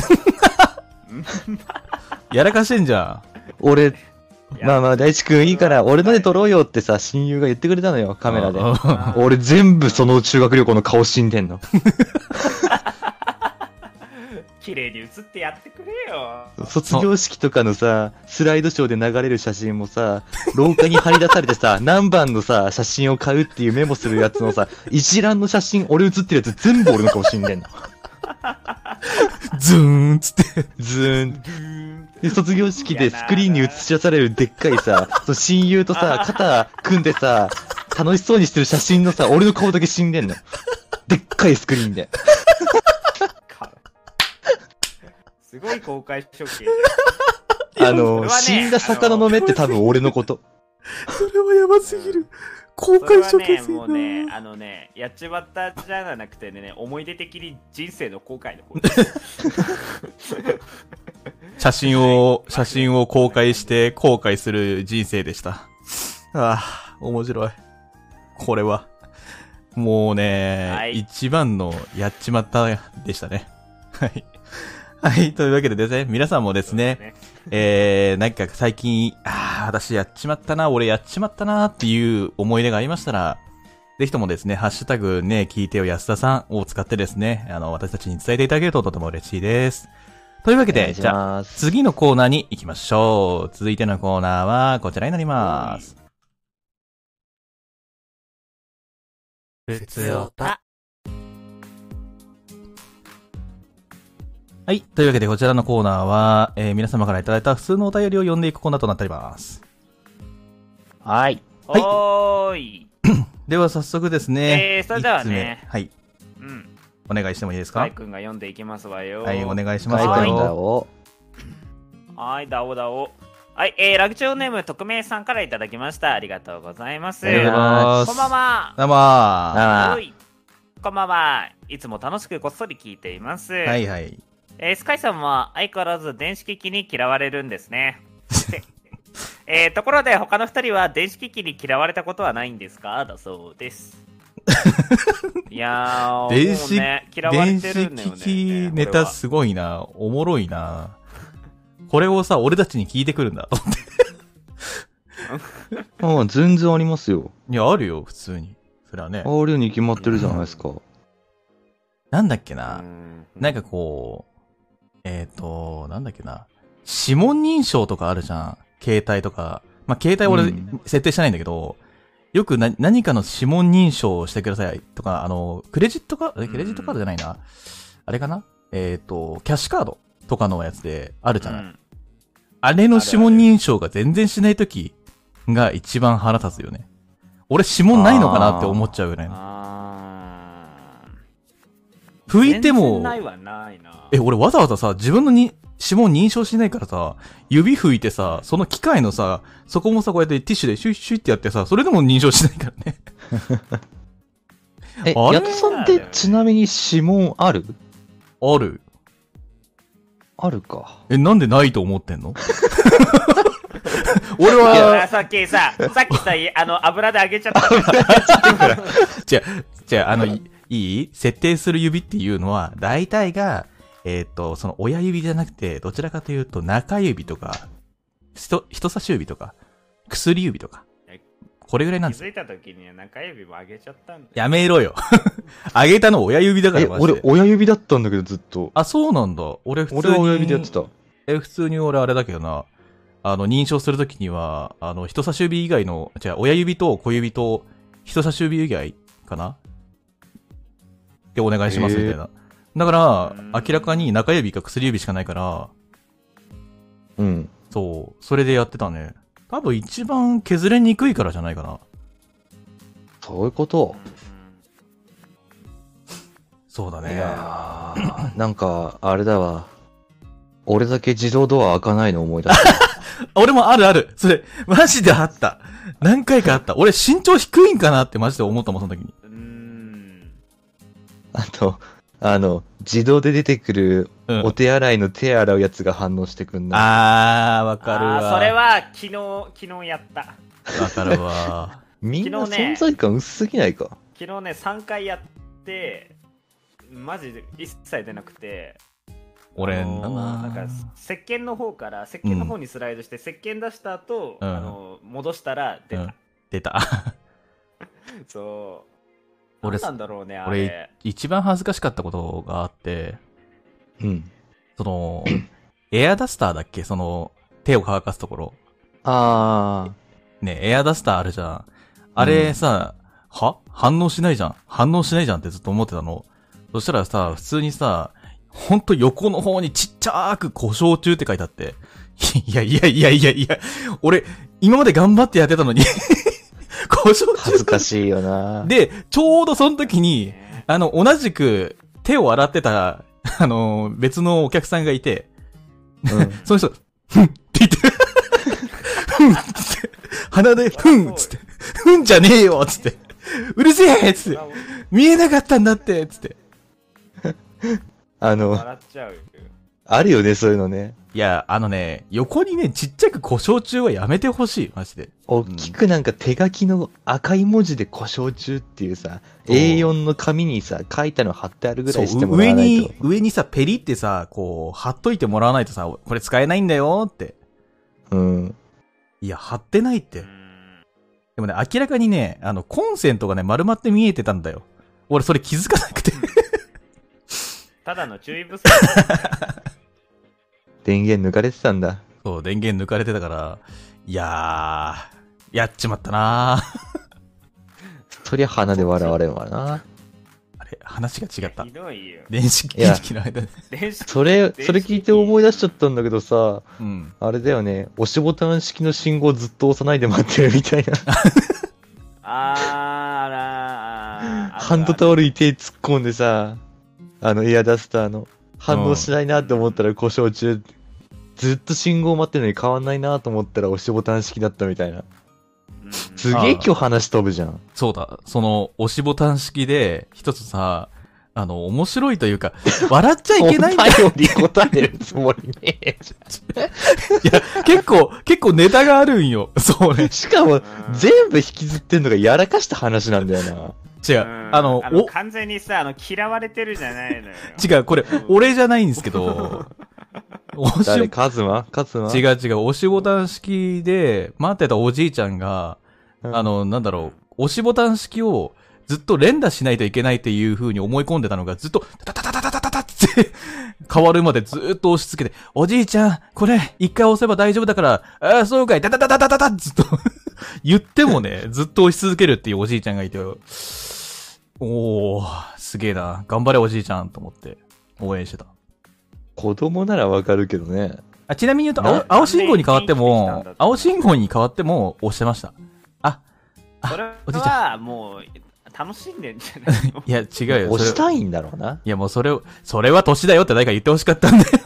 Speaker 2: やらかしてんじゃ
Speaker 5: 俺、
Speaker 1: や
Speaker 5: まあまあ、大地君いいから、俺ので撮ろうよってさ、親友が言ってくれたのよ、
Speaker 2: ん。
Speaker 5: カメラ で。
Speaker 2: あ
Speaker 1: あー
Speaker 5: 俺全部その修学旅行の顔死んでんの。
Speaker 1: 綺麗に写ってやってくれよ
Speaker 5: 卒業式とかのさ、スライドショーで流れる写真もさ、廊下に張り出されて さ、何番のさ、写真を買うっていうメモするやつのさ、一覧の写真、俺写ってるやつ全部俺の顔死んでんの。
Speaker 2: ズーンっつって。
Speaker 5: ずーん。で、卒業式でスクリーンに映し出されるでっかいさ、その親友とさ、肩組んでさ、楽しそうにしてる写真のさ、俺の顔だけ死んでんの。でっかいスクリーンで。
Speaker 1: かすごい公開処刑
Speaker 5: あ
Speaker 1: それは
Speaker 5: の、
Speaker 1: ね
Speaker 5: 死んだ魚の目って多分俺のこと。
Speaker 2: それはやばすぎる。
Speaker 1: 公開処刑もうね、あのね、やっちまったじゃなくてね、思い出的に人生の後悔の方です。
Speaker 2: 写真を、写真を公開して後悔する人生でした。ああ、面白い。これは。もうね、
Speaker 1: はい
Speaker 2: 一番のやっちまったでしたね。はい。はい、というわけでですね、皆さんもですね、えー、なんか最近、ああ、私やっちまったな、俺やっちまったなっていう思い出がありましたら、ぜひともですね、ハッシュタグね、聞いてよ安田さんを使ってですね、あの、私たちに伝えていただけるととても嬉しいです。というわけ
Speaker 5: お願
Speaker 2: で、
Speaker 5: いし
Speaker 2: じゃあ、
Speaker 5: ます
Speaker 2: 次のコーナーに行きましょう。続いてのコーナーはこちらになります。
Speaker 6: 普通をた。
Speaker 2: はい。というわけで、こちらのコーナーは、えー皆様からいただいた普通のお便りを読んでいくコーナーとなっております。
Speaker 5: はい。
Speaker 2: はい
Speaker 1: おーい。
Speaker 2: では、早速ですね。
Speaker 1: えーそれではね
Speaker 2: 一つ目はい。
Speaker 1: うん。
Speaker 2: お願いしてもいいです
Speaker 1: 大
Speaker 2: か
Speaker 1: イ君が読んでいきますわよ。
Speaker 2: はい、お願いします
Speaker 5: 海
Speaker 2: よ。
Speaker 5: 外だを。
Speaker 1: はい、だおだお。はい、えー、ラグチオネーム、匿名さんからいただきました。ありがとうございます。
Speaker 5: ありがとうございます
Speaker 1: こんばんは。
Speaker 2: どうもは
Speaker 5: あ
Speaker 1: おいこんばんは。いつも楽しくこっそり聞いています。はい
Speaker 2: はい。
Speaker 1: えースカイさんは相変わらず電子機器に嫌われるんで すね。えーところで他の2人は電子機器に嫌われたことはないんですかだそうです。いやー、
Speaker 2: 電子
Speaker 1: もうね、嫌われ
Speaker 2: 電
Speaker 1: てる
Speaker 2: 子
Speaker 1: んだよね。
Speaker 2: 機器ネ
Speaker 1: これ
Speaker 2: タ
Speaker 1: は
Speaker 2: すごいな。おもろいな。これをさ、俺たちに聞いてくるんだ。
Speaker 5: うん、全然ありますよ。
Speaker 2: いや、あるよ、普通に。それはね。
Speaker 5: あるに決まってるじゃないですか。
Speaker 2: なんだっけ
Speaker 1: う
Speaker 2: な。
Speaker 1: ん
Speaker 2: なんかこう、えっ、と、なんだっけな。指紋認証とかあるじゃん。携帯とか。まあ、携帯
Speaker 5: う
Speaker 2: 俺
Speaker 5: ん、
Speaker 2: 設定してないんだけど、よくな、何かの指紋認証をしてくださいとか、あの、クレジットカード、えクレジットカードじゃないな。あれかなえっ、と、キャッシュカードとかのやつであるじゃない。
Speaker 1: うん
Speaker 2: あれの指紋認証が全然しないときが一番腹立つよね。俺指紋ないのかなって思っちゃうぐらいの。
Speaker 1: あー
Speaker 2: 拭いて
Speaker 1: 全然
Speaker 2: も、
Speaker 1: ないはないな。
Speaker 2: え、俺わざわざさ、自分のに指紋認証しないからさ、指拭いてさ、その機械のさ、そこもさ、こうやってティッシュでシュッシュッってやってさ、それでも認証しないからね。
Speaker 5: え、
Speaker 2: あれ
Speaker 5: やつさんってちなみに指紋ある
Speaker 2: ある。
Speaker 5: あるか。
Speaker 2: え、なんでないと思ってんの 俺
Speaker 1: いや
Speaker 2: は、
Speaker 1: さっきさ、さっきさ、あの、油で揚げちゃったから。
Speaker 2: じゃあ、じゃあ、あの、いいい設定する指っていうのは、大体が、えっ、と、その親指じゃなくて、どちらかというと中指とか、人、人差し指とか、薬指とか
Speaker 1: え。
Speaker 2: これぐらいなん
Speaker 1: 気
Speaker 2: ですよ。
Speaker 1: づいた時には中指も揚げちゃったんだよ。
Speaker 2: やめろよ。 あげたの親指だから
Speaker 5: え、
Speaker 2: マジで
Speaker 5: 俺、親指だったんだけど、ずっと。
Speaker 2: あ、そうなんだ。俺普通に。
Speaker 5: 俺は親指でやってた。
Speaker 2: え、普通に俺あれだけどな。あの、認証するときには、あの、人差し指以外の、違う、親指と小指と人差し指以外かなってお願いしますみたいな。だか
Speaker 1: うん
Speaker 2: ら、明らかに中指か薬指しかないから、
Speaker 5: うん。
Speaker 2: そう、それでやってたね。多分一番削れにくいからじゃないかな。
Speaker 5: そういうこと。
Speaker 2: そうだ
Speaker 5: い
Speaker 2: ね。
Speaker 5: やー、 なんか、あれだわ。俺だけ自動ドア開かないの思い出 した。
Speaker 2: 俺もあるある。それ、マジであった。何回かあった。俺身長低いんかなってマジで思ったもん、その時に。
Speaker 1: うーん。
Speaker 5: あと、あの、自動で出てくる
Speaker 2: うん
Speaker 5: お手洗いの手洗うやつが反応してくんな
Speaker 2: あー、わかる
Speaker 1: あ
Speaker 2: わ。
Speaker 1: ーそれは昨日昨日やった
Speaker 2: わかる わ。
Speaker 5: い。みんな
Speaker 1: 昨日ね
Speaker 5: 存在感薄すぎないか。
Speaker 1: 昨日ね3回やってマジで一切出なくて
Speaker 2: 俺、
Speaker 1: あのー
Speaker 2: まあ
Speaker 1: なんか石鹸の方から石鹸の方にスライドして、石鹸出した後、
Speaker 2: うん
Speaker 1: あのー戻したら出た、
Speaker 2: 出 た。
Speaker 1: そう
Speaker 2: 俺
Speaker 1: 何なんだろうねあ
Speaker 2: 俺
Speaker 1: れ
Speaker 2: 一番恥ずかしかったことがあって、
Speaker 5: うん。
Speaker 2: その、エアダスターだっけその、手を乾かすところ。
Speaker 5: あ
Speaker 2: ね、エアダスターあるじゃん。あれさ、は反応しないじゃん。反応しないじゃんってずっと思ってたの。そしたらさ、普通にさ、ほんと横の方にちっちゃーく故障中って書いてあって。 いやいやいやいやいや、俺、今まで頑張ってやってたのに、 故障
Speaker 5: ー、
Speaker 2: 中
Speaker 5: 恥ずかしいよ な。
Speaker 2: で、ちょうどその時に、
Speaker 1: ね
Speaker 2: あの、同じく手を洗ってた、 あの、別のお客さんがいて、
Speaker 5: うん
Speaker 2: その人、ふんって言って、ふんって言って、鼻で、ふんっつって、うんじゃねえよつって。うるせえつって。見えなかったんだってつって。
Speaker 5: あの、
Speaker 1: 笑っちゃうよ。
Speaker 5: あるよね、そういうのね。
Speaker 2: いや、あのね、横にね、ちっちゃく故障中はやめてほしい。マジで。
Speaker 5: 大きくなんか手書きの赤い文字で故障中っていうさ、A4 の紙にさ、書いたの貼ってあるぐらいしてもら
Speaker 2: 上
Speaker 5: わないと
Speaker 2: に。、上にさ、ペリってさ、こう、貼っといてもらわないとさ、これ使えないんだよって。
Speaker 5: うん。
Speaker 2: いや、貼ってないっ
Speaker 1: う
Speaker 2: て。
Speaker 1: ん
Speaker 2: でもね、明らかにね、あの、コンセントがね、丸まって見えてたんだよ。俺、それ気づかなくて。
Speaker 1: ただの注意不足だね。
Speaker 5: 電源抜かれてたんだ。
Speaker 2: そう、電源抜かれてたから、いやー、やっちまったなー。
Speaker 5: そりゃ鼻で笑われるわな。
Speaker 2: あれ、話が違った
Speaker 1: ひ。どいよ。
Speaker 2: 電子機器の間で。
Speaker 1: 電子
Speaker 5: それ、それ聞いて思い出しちゃったんだけどさ、
Speaker 2: うん。
Speaker 5: あれだよね、押しボタン式の信号ずっと押さないで待ってるみたい
Speaker 1: あ
Speaker 5: な。
Speaker 1: ーらーあー。
Speaker 5: ハンドタオルに手突っ込んでさ、あのエアダスターの、反応しないなって思ったら故障中、ずっと信号待ってるのに変わんないなと思ったら押しボタン式だったみたいな。
Speaker 1: うん
Speaker 5: すげえ今日話飛ぶじゃん。
Speaker 2: そうだ、その、押しボタン式で、一つさ、あの、面白いというか、笑っちゃいけないんだよ。
Speaker 5: お便り答えるつもりねえじ
Speaker 2: いや、結構、結構ネタがあるんよ。そう
Speaker 5: ゃ
Speaker 2: ね
Speaker 5: ん。。 しか
Speaker 1: う
Speaker 5: も、
Speaker 1: ん
Speaker 5: 全部引きずってんのがやらかした話なんだよな。
Speaker 2: 違う。
Speaker 1: うん
Speaker 2: あの、お、
Speaker 1: 完全にさ、あの、嫌われてるじゃないのよ。
Speaker 2: 違う、これ、俺じゃないんですけど、押し
Speaker 5: 誰カズマカズマ
Speaker 2: 違う違う、押しボタン式で待ってたおじいちゃんが、
Speaker 5: うん
Speaker 2: あの、なんだろう、押しボタン式をずっと連打しないといけないっていう風に思い込んでたのが、ずっと、タタタタタタタタって変わるまでずっと押し付けて、おじいちゃん、これ、一回押せば大丈夫だから、ああ、そうかい、タタタタタタタずっと、言ってもね、ずっと押し続けるっていうおじいちゃんがいて、おー、すげえな、頑張れおじいちゃんと思って、応援してた。
Speaker 5: 子供ならわかるけどね。
Speaker 2: あちなみに言うと
Speaker 1: な
Speaker 2: 青、青信号に変わって
Speaker 1: なんで生きてきたんだ
Speaker 2: も
Speaker 1: っ、て
Speaker 2: 青信号に変わっても押してました。
Speaker 1: それ
Speaker 2: おじいち
Speaker 1: は、もう、楽しんでんじゃないの
Speaker 2: いや、違うよ。
Speaker 5: 押し
Speaker 2: それ
Speaker 5: たいんだろうな。
Speaker 2: いや、もうそれを、それは年だよって誰か言ってほしかったんだよ。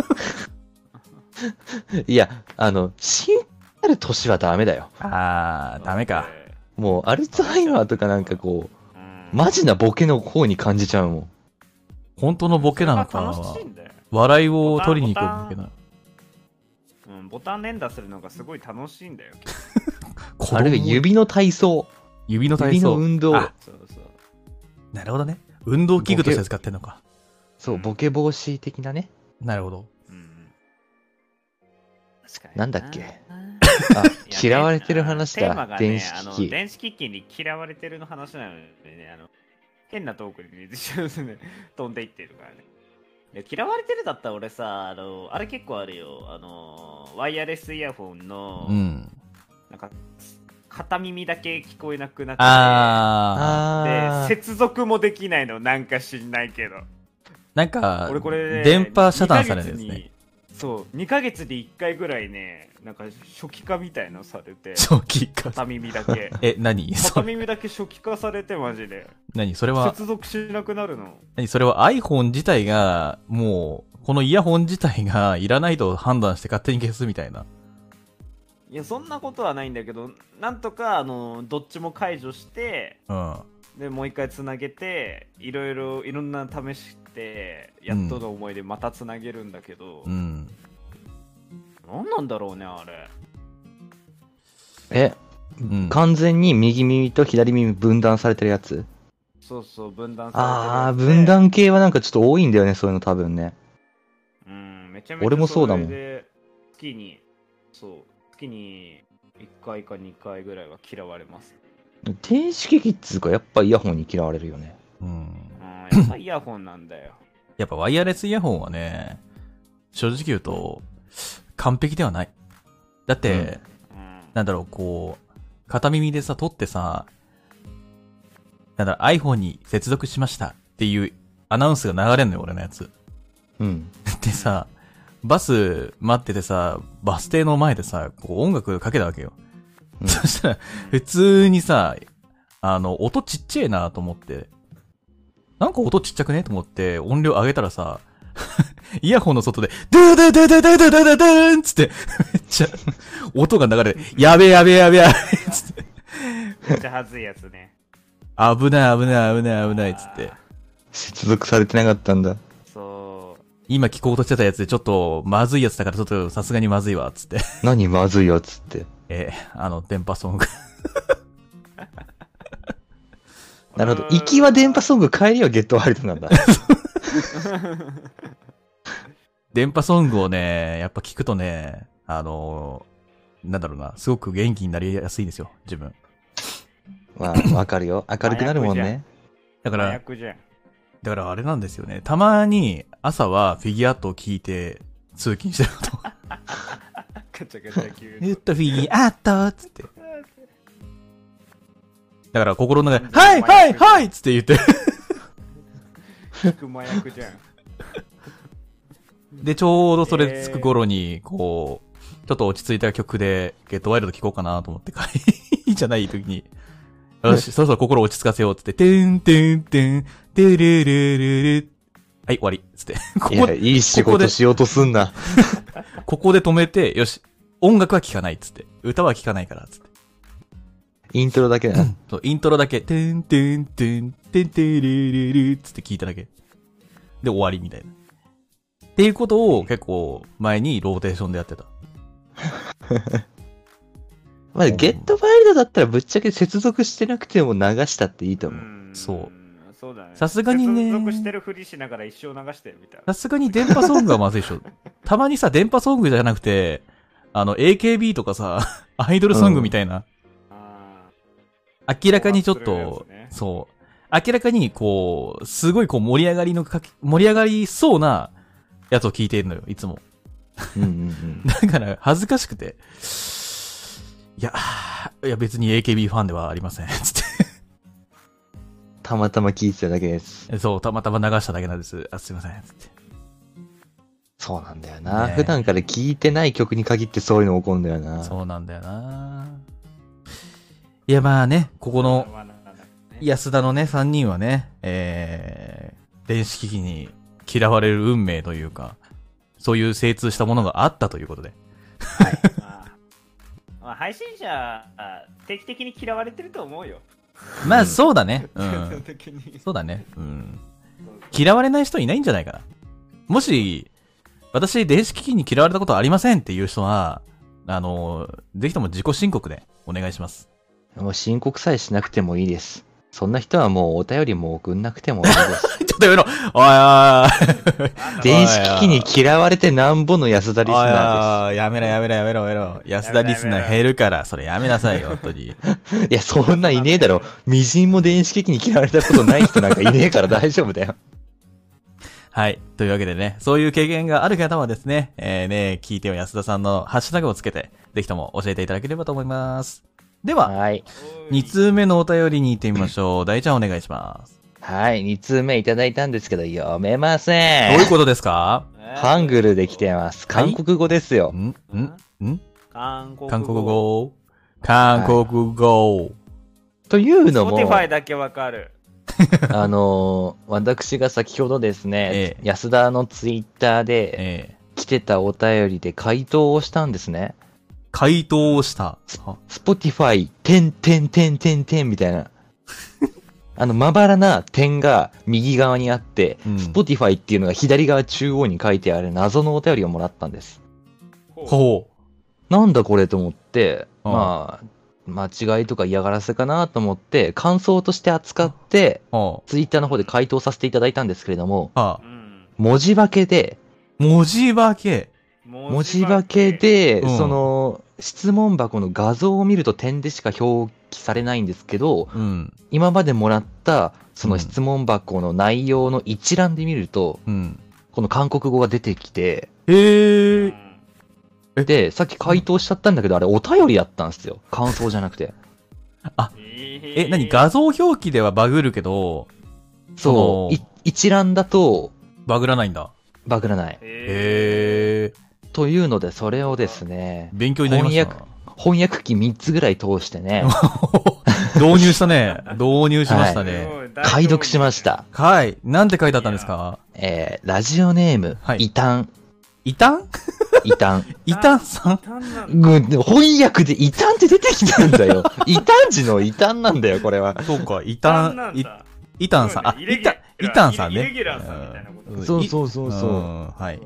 Speaker 5: いや、あの、死んある年はダメだよ。
Speaker 2: あ ー、ダメか。。
Speaker 5: もう、アルツハイマーとかなんかこ
Speaker 1: うん
Speaker 5: う、マジなボケの方に感じちゃうもん。
Speaker 2: 本当のボケなの
Speaker 1: それが
Speaker 2: か
Speaker 1: 楽しい、んだよ。
Speaker 2: 笑いを取りに行くボケなの。
Speaker 1: うん、ボタン連打するのがすごい楽しいんだよ。
Speaker 2: 子供
Speaker 5: あれが指の体操。
Speaker 2: 指の体
Speaker 5: 指の
Speaker 2: 操。
Speaker 5: 運動。
Speaker 2: あ
Speaker 1: そうそう。
Speaker 2: なるほどね。運動器具として使ってんのか。
Speaker 5: そう、ボケ防止的な ね。
Speaker 2: なるほど。
Speaker 1: うん確かに
Speaker 5: なんだっけあ
Speaker 1: いや
Speaker 5: 嫌われてる話
Speaker 1: テーマ
Speaker 5: だ。
Speaker 1: がね
Speaker 5: 電子
Speaker 1: あの
Speaker 5: 機器。
Speaker 1: 電子機器に嫌われてるの話なのでね、あの変なトークにね、ね 飛んでいってるからね。いや嫌われてるだったら俺さ、あの、あれ結構あるよ。あの、ワイヤレスイヤホンの、
Speaker 2: うん。
Speaker 1: なんか、片耳だけ聞こえなくなっ
Speaker 2: あー。
Speaker 1: て、
Speaker 5: あ
Speaker 1: で、接続もできないの、なんか知んないけど。
Speaker 2: なんか
Speaker 1: 俺これ、ね、、
Speaker 2: 電波遮断されるんですね。
Speaker 1: 2ヶ月にそう2ヶ月に1回ぐらいねなんか初期化みたいのさ れて
Speaker 2: 初期化。
Speaker 1: 片耳だけ
Speaker 2: え、何
Speaker 1: 片
Speaker 2: そ
Speaker 1: 耳だけ初期化されてマジで
Speaker 2: 何それは、
Speaker 1: 接続しなくなるの
Speaker 2: 何それは iPhone 自体が、もう、このイヤホン自体がいらないと判断して勝手に消すみたいな。
Speaker 1: いやそんなことはないんだけどなんとかあのどっちも解除して
Speaker 2: うん。
Speaker 1: でもう一回つなげていろいろいろんな試してやっとの思いでまたつなげるんだけど、
Speaker 2: うん。
Speaker 1: なん、何なんだろうねあれ
Speaker 5: ーえ、
Speaker 2: うん、
Speaker 5: 完全に右耳と左耳分断されてるやつ。
Speaker 1: そうそう分断されてる
Speaker 5: あー、分断系はなんかちょっと多いんだよね、そういうの多分ね。
Speaker 1: うん、めちゃめちゃ
Speaker 5: 俺もそうだもん
Speaker 1: れで月に、そう、月に1回か2回ぐらいは嫌われます。
Speaker 5: 電子機器っつうか、やっぱイヤホンに嫌われるよね。
Speaker 2: うん
Speaker 1: うん、やっぱイヤホンなんだよ。
Speaker 2: やっぱワイヤレスイヤホンはね、正直言うと、完璧ではない。だって、
Speaker 5: うん
Speaker 1: うん、
Speaker 2: なんだろう、こう、片耳でさ、撮ってさ、なんだろう、iPhone に接続しましたっていうアナウンスが流れんのよ、俺のやつ。
Speaker 5: うん。
Speaker 2: でさ、バス待っててさ、バス停の前でさ、こう音楽かけたわけよ。
Speaker 5: うん
Speaker 2: そしたら、普通にさ、あの、音ちっちゃいなと思って、なんか音ちっちゃくねと思って、音量上げたらさ、 イヤホンの外で、ドゥドゥドゥドゥドゥドゥドゥドゥーンつって、めっちゃ、音が流れて、やべえやべえやべえやべえつって、
Speaker 1: めっちゃ恥ずいやつね。
Speaker 2: 危ない危ない危ない危ないっつって。
Speaker 5: 所属されてなかったんだ。
Speaker 1: そ
Speaker 2: 今聞こうとしてたやつでちょっとまずいやつだからちょっとさすがにまずいわ、つって。
Speaker 5: 何まずいやつって。
Speaker 2: えー、あの、電波ソング。
Speaker 1: う。
Speaker 5: なるほど。行きは電波ソング、帰りはゲットワイルドなんだ。
Speaker 2: 電波ソングをね、やっぱ聞くとね、あのーなんだろうな、すごく元気になりやすいんですよ、自分。
Speaker 5: まあ、わかるよ。明るくな るもんね。
Speaker 2: だか
Speaker 1: 麻
Speaker 2: ら、
Speaker 1: 薬じゃん。
Speaker 2: だからあれなんですよね。たまに朝はフィギュアートを聞いて通勤してる と。
Speaker 1: ガチャガチャ急
Speaker 2: えっ
Speaker 1: に。
Speaker 2: と、フィギュアートっつって。だから心の中で、はいはいはいっつって言って。
Speaker 1: 聞く麻薬じゃん。。
Speaker 2: で、ちょうどそれつく頃に、こう、ちょっと落ち着いた曲で、ゲットワイルド聴こうかなと思って、帰りじゃない時に、よし、そろそろ心を落ち着かせようっつって、てんてんてん、てるるるる。はい、終わり。つって。こ
Speaker 5: いや、
Speaker 2: こ、
Speaker 5: いい仕
Speaker 2: ここで
Speaker 5: 事しようとすんな。
Speaker 2: ここで止めて、よし、音楽は聴かない。つって。歌は聴かないから。つって。
Speaker 5: イントロだけだ。
Speaker 2: そうイントロだけ、てんてんてん、てんてるるる。つって聞いただけ。で、終わりみたいな。っていうことを結構前にローテーションでやってた。
Speaker 5: まあ、ゲットワイルドだったらぶっちゃけ接続してなくても流したっていいと思う。
Speaker 2: そう
Speaker 1: そうだね。
Speaker 2: さすがにね
Speaker 1: 接続してるふりしながら一生流してみたいな。
Speaker 2: さすがに電波ソングはまずい でしょ。たまにさ、電波ソングじゃなくて、あの、AKB とかさ、 アイドルソングみたいな、
Speaker 1: あ
Speaker 2: 明らかにちょっ
Speaker 1: そうなん
Speaker 2: と、
Speaker 1: ですね
Speaker 2: そう、明らかにこう、すごいこう盛り上がりのかけ、盛り上がりそうなやつを聞いているのよ、いつも。
Speaker 5: うんうんうん。
Speaker 2: だから、恥ずかしくて。いや、いや別に AKB ファンではありません。つって
Speaker 5: たまたま聞いてただけです。
Speaker 2: そう、たまたま流しただけなんです。あすいません。つって。
Speaker 5: そうなんだよな。
Speaker 2: ねえ
Speaker 5: 普段から聞いてない曲に限ってそういうの起こるんだよな。
Speaker 2: そうなんだよな。いや、まあね、ここの
Speaker 1: ー、まあなんだね
Speaker 2: 安田のね、3人はね、えー、電子機器に嫌われる運命というか、そういう精通したものがあったということで。
Speaker 1: まあまあ、配信者、あ定期的に嫌われてると思うよ。
Speaker 2: まあ、そうだね。う
Speaker 1: 定期
Speaker 2: ん。
Speaker 1: 的に。
Speaker 2: そうだね。うん。嫌われない人いないんじゃないかな。もし、私、電子機器に嫌われたことありませんっていう人は、あの、ぜひとも自己申告でお願いします。
Speaker 5: もう申告さえしなくてもいいです。そんな人はもうお便りも送んなくてもいいです。
Speaker 2: ちょっとやめろおいおい
Speaker 5: 電子機器に嫌われてなんぼの安田リス
Speaker 2: おい
Speaker 5: ナー
Speaker 2: おいやめろやめろやめろやめろ。安田リスナー減るから、それやめなさいよ、本当に。
Speaker 5: です。いや、そんなんいねえだろ。微塵も電子機器に嫌われたことない人なんかいねえから大丈夫だよ。
Speaker 2: はい。というわけでね、そういう経験がある方はですね、えー、ね、聞いてよ安田さんのハッシュタグをつけて、ぜひとも教えていただければと思います。で は、
Speaker 5: はい。
Speaker 2: 2通目のお便りに行ってみましょう。大ちゃんお願いします。
Speaker 5: はい。2通目いただいたんですけど、読めませ
Speaker 2: どうんい。うことですか
Speaker 5: ハングルで来てます。
Speaker 2: はい
Speaker 5: 韓国語ですよ
Speaker 2: ん。んん
Speaker 1: 韓国
Speaker 2: 韓国。語韓国語、
Speaker 5: というのも、
Speaker 1: Spotify だけわかる。
Speaker 5: あのー私が先ほどです
Speaker 2: え
Speaker 5: ね
Speaker 2: え、
Speaker 5: 安田のツイッターで
Speaker 2: えー、
Speaker 5: 来てたお便りで回答をしたんですね。
Speaker 2: 回答した。あ
Speaker 5: Spotify、点点点点点みた いな。あの、まばらな点が右側にあって、
Speaker 2: うん
Speaker 5: Spotify っていうのが左側中央に書いてある謎のお便りをもらったんです。
Speaker 2: ほう。
Speaker 5: なんだこれと思って、
Speaker 2: うん
Speaker 5: まあ、間違いとか嫌がらせかなと思って、感想として扱って、
Speaker 2: は
Speaker 5: ツイッターの方で回答させていただいたんですけれども、
Speaker 2: あ。はあ
Speaker 1: う。ん。
Speaker 5: 文字化けで、
Speaker 2: 文字化け。
Speaker 1: 文
Speaker 5: 文字化け。で、
Speaker 2: うん
Speaker 5: その、質問箱の画像を見ると点でしか表記されないんですけど、
Speaker 2: うん。
Speaker 5: 今までもらった、そ
Speaker 2: うん
Speaker 5: の質問箱の内容の一覧で見ると、
Speaker 2: うん。
Speaker 5: この韓国語が出てきて、
Speaker 2: へ
Speaker 1: う
Speaker 2: え。
Speaker 1: ん
Speaker 5: で、さっき回答しちゃったんだけど、あれお便りだったんですよ。感想じゃ なくて。
Speaker 2: え、
Speaker 1: え
Speaker 2: 何画像表記ではバグるけど、
Speaker 5: そう。い一覧だと、
Speaker 2: バグらないんだ。
Speaker 5: バグらない。
Speaker 2: へ
Speaker 1: え
Speaker 2: え。
Speaker 5: というので、それをですね、
Speaker 2: 勉強になりましたな。
Speaker 5: 翻訳機3つぐらい通し てね、
Speaker 2: 導入したね。導入しました
Speaker 1: ー
Speaker 2: ね。
Speaker 5: 解読しまし。た。
Speaker 2: はい。なんて書いてあったんですか
Speaker 5: えー、ラジオネーム、
Speaker 2: はい
Speaker 5: 異端、
Speaker 2: 異端
Speaker 5: 異端。
Speaker 2: 異端さん
Speaker 1: 単な
Speaker 5: うん、でも翻訳で異端って出てきたん だよ。異端児の異端なんだよ、これは。
Speaker 2: そうか、異
Speaker 1: 単な
Speaker 2: 端
Speaker 1: ん、
Speaker 2: い
Speaker 1: だ。
Speaker 2: 異端さん。あ、
Speaker 1: そうねイレ
Speaker 2: 異
Speaker 1: ギュラ
Speaker 2: 端
Speaker 1: ー、
Speaker 2: 異端さんね。
Speaker 1: イレギュラーさんみたいなこと
Speaker 2: ん
Speaker 5: そうそうそうそう。
Speaker 2: んはい。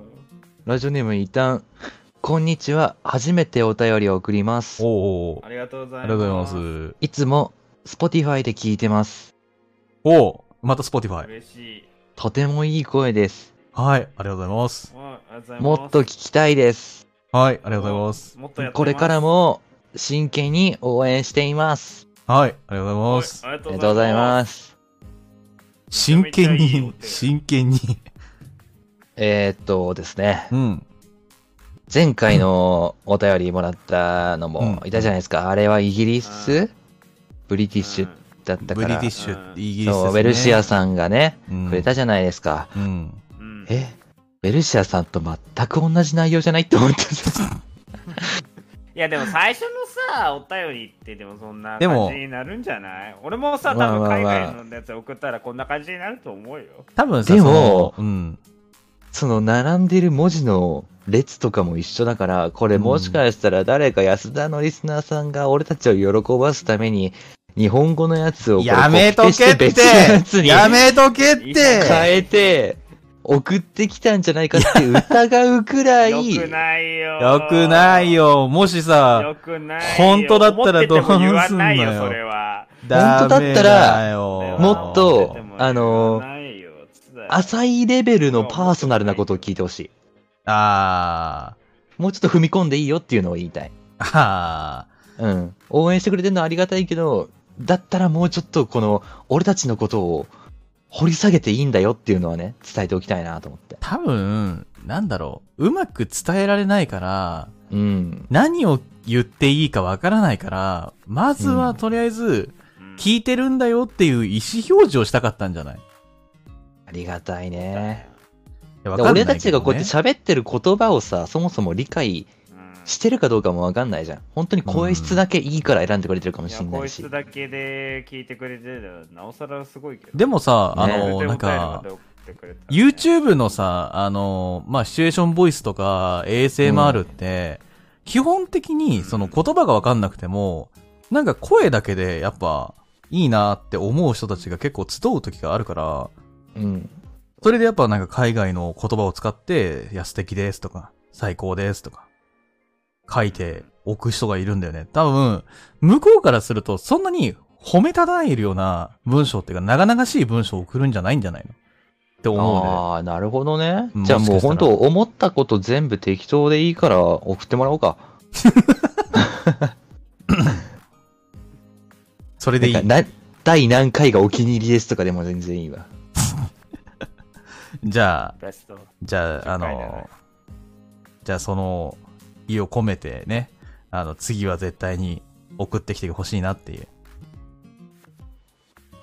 Speaker 5: ラジオネーム異端。こんにちは。初めてお便りを送りま
Speaker 2: お
Speaker 5: す。
Speaker 2: おお
Speaker 1: ありがとうござ
Speaker 2: あ
Speaker 1: います。
Speaker 2: りがとうございます。
Speaker 5: いつも Spotify で聞いてます。
Speaker 2: おおまた Spotify。
Speaker 1: 嬉しい。
Speaker 5: とてもいい声です。
Speaker 2: はい、ありがとうございます。
Speaker 1: おありがとうございます
Speaker 5: もっと聞きたいです。
Speaker 2: はい、ありがとうございます。
Speaker 1: もっとやってます
Speaker 5: これからも真剣に応援しています。
Speaker 2: はい、ありがとうござい
Speaker 1: は
Speaker 2: ま
Speaker 1: い
Speaker 2: す。
Speaker 1: あり
Speaker 5: ありがとうござい
Speaker 1: す。
Speaker 5: ます。
Speaker 2: 真剣
Speaker 1: めちゃめちゃいいお
Speaker 2: に、
Speaker 1: 手
Speaker 2: 真剣に。
Speaker 5: えー、っとですね、
Speaker 2: うん。
Speaker 5: 前回のお便りもらったのも
Speaker 2: うん
Speaker 5: いたじゃないですか。あれはイギリスブリティッシュだった
Speaker 2: ブリ
Speaker 5: か
Speaker 2: テ
Speaker 5: ら
Speaker 2: ィッ、シュってイギリスです、ね。
Speaker 5: そう、ウェルシアさんがね、
Speaker 2: うん。
Speaker 5: くれたじゃないですか。
Speaker 2: うん。
Speaker 1: うん。うん
Speaker 5: え、ウェルシアさんと全く同じ内容じゃないって思って
Speaker 1: いやでも最初のさ、お便りってでもそんな
Speaker 2: でも
Speaker 1: 感じになるんじゃない俺もさ、
Speaker 5: まあ
Speaker 1: 多分
Speaker 5: まあ
Speaker 1: 海
Speaker 5: まあ
Speaker 1: 外のやつ送ったらこんな感じになると思うよ。
Speaker 2: 多分さ、
Speaker 5: で
Speaker 2: その
Speaker 5: も
Speaker 2: うん。
Speaker 5: その並んでる文字の列とかも一緒だから、これもしかしたら誰か安田のリスナーさんが俺たちを喜ばすために、日本語のやつをこれ
Speaker 2: やめと
Speaker 5: コピペ
Speaker 2: け
Speaker 5: し
Speaker 2: って
Speaker 5: 別のやつに
Speaker 2: やめとけっ
Speaker 1: いい
Speaker 2: て
Speaker 5: 変えて、送ってきたんじゃないかって疑うくらい、
Speaker 1: よくないよ。
Speaker 2: よくない。よ。もしさ、
Speaker 1: よくないよ。
Speaker 2: 本当だったらどうすんのよ
Speaker 1: 思ってても言わないよ、それは。
Speaker 2: ダ
Speaker 5: 本当
Speaker 2: メ
Speaker 5: だったら
Speaker 2: だよ。
Speaker 5: もっとあの
Speaker 1: 朝
Speaker 5: 浅いレベルのパーソナルなことを聞いてほしい。
Speaker 2: あ
Speaker 5: もうちょっと踏み込んでいいよっていうのを言いたい。
Speaker 2: ー。は
Speaker 5: うん。応援してくれてるのはありがたいけど、だったらもうちょっとこの、俺たちのことを掘り下げていいんだよっていうのはね、伝えておきたいなと思って。
Speaker 2: 多分、なんだろう。うまく伝えられないから、
Speaker 5: うん。
Speaker 2: 何を言っていいかわからないから、まずはとりあえず、聞いてるんだよっていう意思表示をしたかったんじゃないい
Speaker 5: ありがたいね。
Speaker 2: やわ
Speaker 5: で
Speaker 2: かんないけどね
Speaker 5: 俺たちがこうやって喋ってる言葉をさ、そもそも理解してるかどうかもわかんないじゃん。本当に声質だけいいから選んでくれてるかも
Speaker 1: い
Speaker 5: し
Speaker 1: や
Speaker 5: んな
Speaker 1: こ
Speaker 5: い
Speaker 1: い
Speaker 5: し。
Speaker 1: つだけで聞いてくれてるのはなおさらすごいけど。
Speaker 2: でもさ、あ
Speaker 5: ね
Speaker 2: の、
Speaker 1: で
Speaker 2: な
Speaker 1: も
Speaker 2: んか、
Speaker 1: お便りまで送ってくれたらね
Speaker 2: YouTube のさ、あの、まあ、シチュエーションボイスとか ASMR って、基本的にその言葉がわかんなくても、なんか声だけでやっぱいいなって思う人たちが結構集う時があるから、
Speaker 5: うん。
Speaker 2: それでやっぱなんか海外の言葉を使って、いや素敵ですとか、最高ですとか、書いておく人がいるんだよね。多分、向こうからするとそんなに褒めたたえるような文章っていうか、長々しい文章を送るんじゃないんじゃないのって思うね。
Speaker 5: ああ、なるほどね
Speaker 2: う。ん
Speaker 5: じゃあ
Speaker 2: もし
Speaker 5: も
Speaker 2: か
Speaker 5: う
Speaker 2: したら
Speaker 5: 本当思ったこと全部適当でいいから送ってもらおうか。
Speaker 2: それでいい
Speaker 5: なん。かな第何回がお気に入りですとかでも全然いいわ。
Speaker 2: じゃあ、
Speaker 1: ベスト。
Speaker 2: じゃあ、あ
Speaker 1: 10回だね
Speaker 2: の、じゃあその意を込めてね、あの、次は絶対に送ってきてほしいなっていう。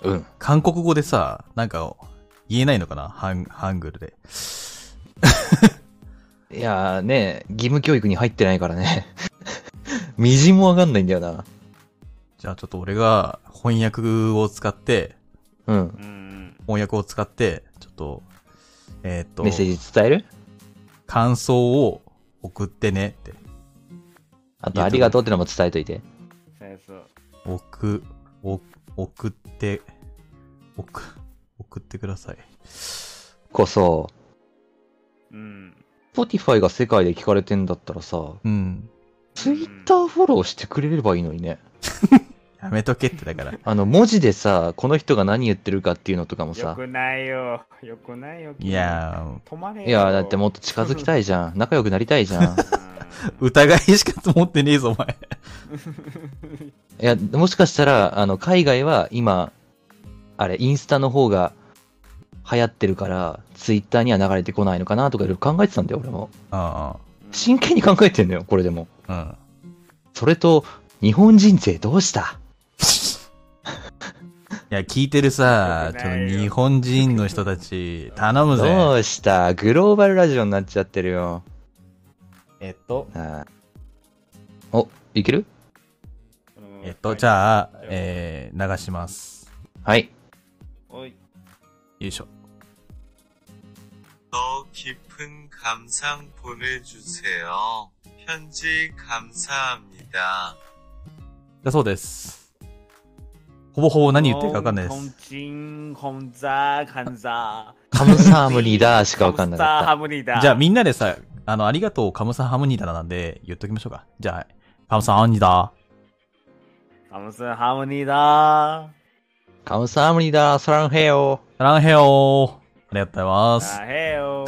Speaker 5: うん。
Speaker 2: 韓国語でさ、なんか言えないのかなハンハングルで。
Speaker 5: いやーね、義務教育に入ってないからね。 みじんもわかんないんだよな。
Speaker 2: じゃあちょっと俺が翻訳を使って、
Speaker 5: うん。
Speaker 1: うん。
Speaker 2: 翻訳を使って、ちょっと、えーっと
Speaker 5: メッ、セージ伝える
Speaker 2: 感想を送ってねって。
Speaker 5: あと、ありがとうってのも伝えといて。
Speaker 1: そうそう。
Speaker 2: 送、お送って、送、送ってください。
Speaker 5: こそ、
Speaker 1: うん。
Speaker 5: Spotify が世界で聞かれてんだったらさ、
Speaker 2: うん。
Speaker 5: Twitter フォローしてくれればいいのにね。
Speaker 2: やめとけってだから。
Speaker 5: あの、文字でさ、この人が何言ってるかっていうのとかも
Speaker 1: よ
Speaker 5: さ、
Speaker 1: くないよ。よくないよ。
Speaker 2: いやー、
Speaker 1: 止まれよ。
Speaker 5: いやー、だってもっと近づきたいじゃん。仲良くなりたいじ ゃん。
Speaker 2: 疑いしか持ってねえぞ、お前。
Speaker 5: いや、もしかしたら、あの、海外は今、あれ、インスタの方が流行ってるから、ツイッターには流れてこないのかなとかいろいろ考えてたんだよ、俺も。
Speaker 2: あ
Speaker 5: 真剣に考えてんのよ、これでも。
Speaker 2: あ、うん。
Speaker 5: それと、日本人勢どうした
Speaker 2: いや、聞いてるさ
Speaker 1: よ、く
Speaker 2: ちょ
Speaker 1: ないよ
Speaker 2: っと日本人の人たち、頼む
Speaker 5: ど
Speaker 2: ぜ。
Speaker 5: うしたグローバルラジオになっちゃってるよ。
Speaker 2: えっと、
Speaker 5: ああお、いける
Speaker 1: うん
Speaker 2: えっと、じゃあ、えー、流します。
Speaker 5: はい。
Speaker 1: おい
Speaker 2: よいしょ。
Speaker 7: 더 깊은 감상 보내주세요. 편지 감사합니다.
Speaker 2: だそうです。ほぼほぼ何言ってるか分かんないで
Speaker 1: コン
Speaker 2: す。
Speaker 1: チン、コンザー、カンザー。
Speaker 5: カムサームニーだーしかわかんな
Speaker 1: カムサー
Speaker 5: か
Speaker 1: ハ
Speaker 5: っ
Speaker 1: ムニダ。
Speaker 2: じゃあみんなでさ、あの、ありがとう、カムサハムニダなんで言っときましょうか。じゃあ、カムサハムニダ。
Speaker 1: カムサーハムニダ。
Speaker 5: た。カムサームニーだー、サランヘヨ
Speaker 2: ランヘヨー。ありがとうございます。
Speaker 1: あへよ。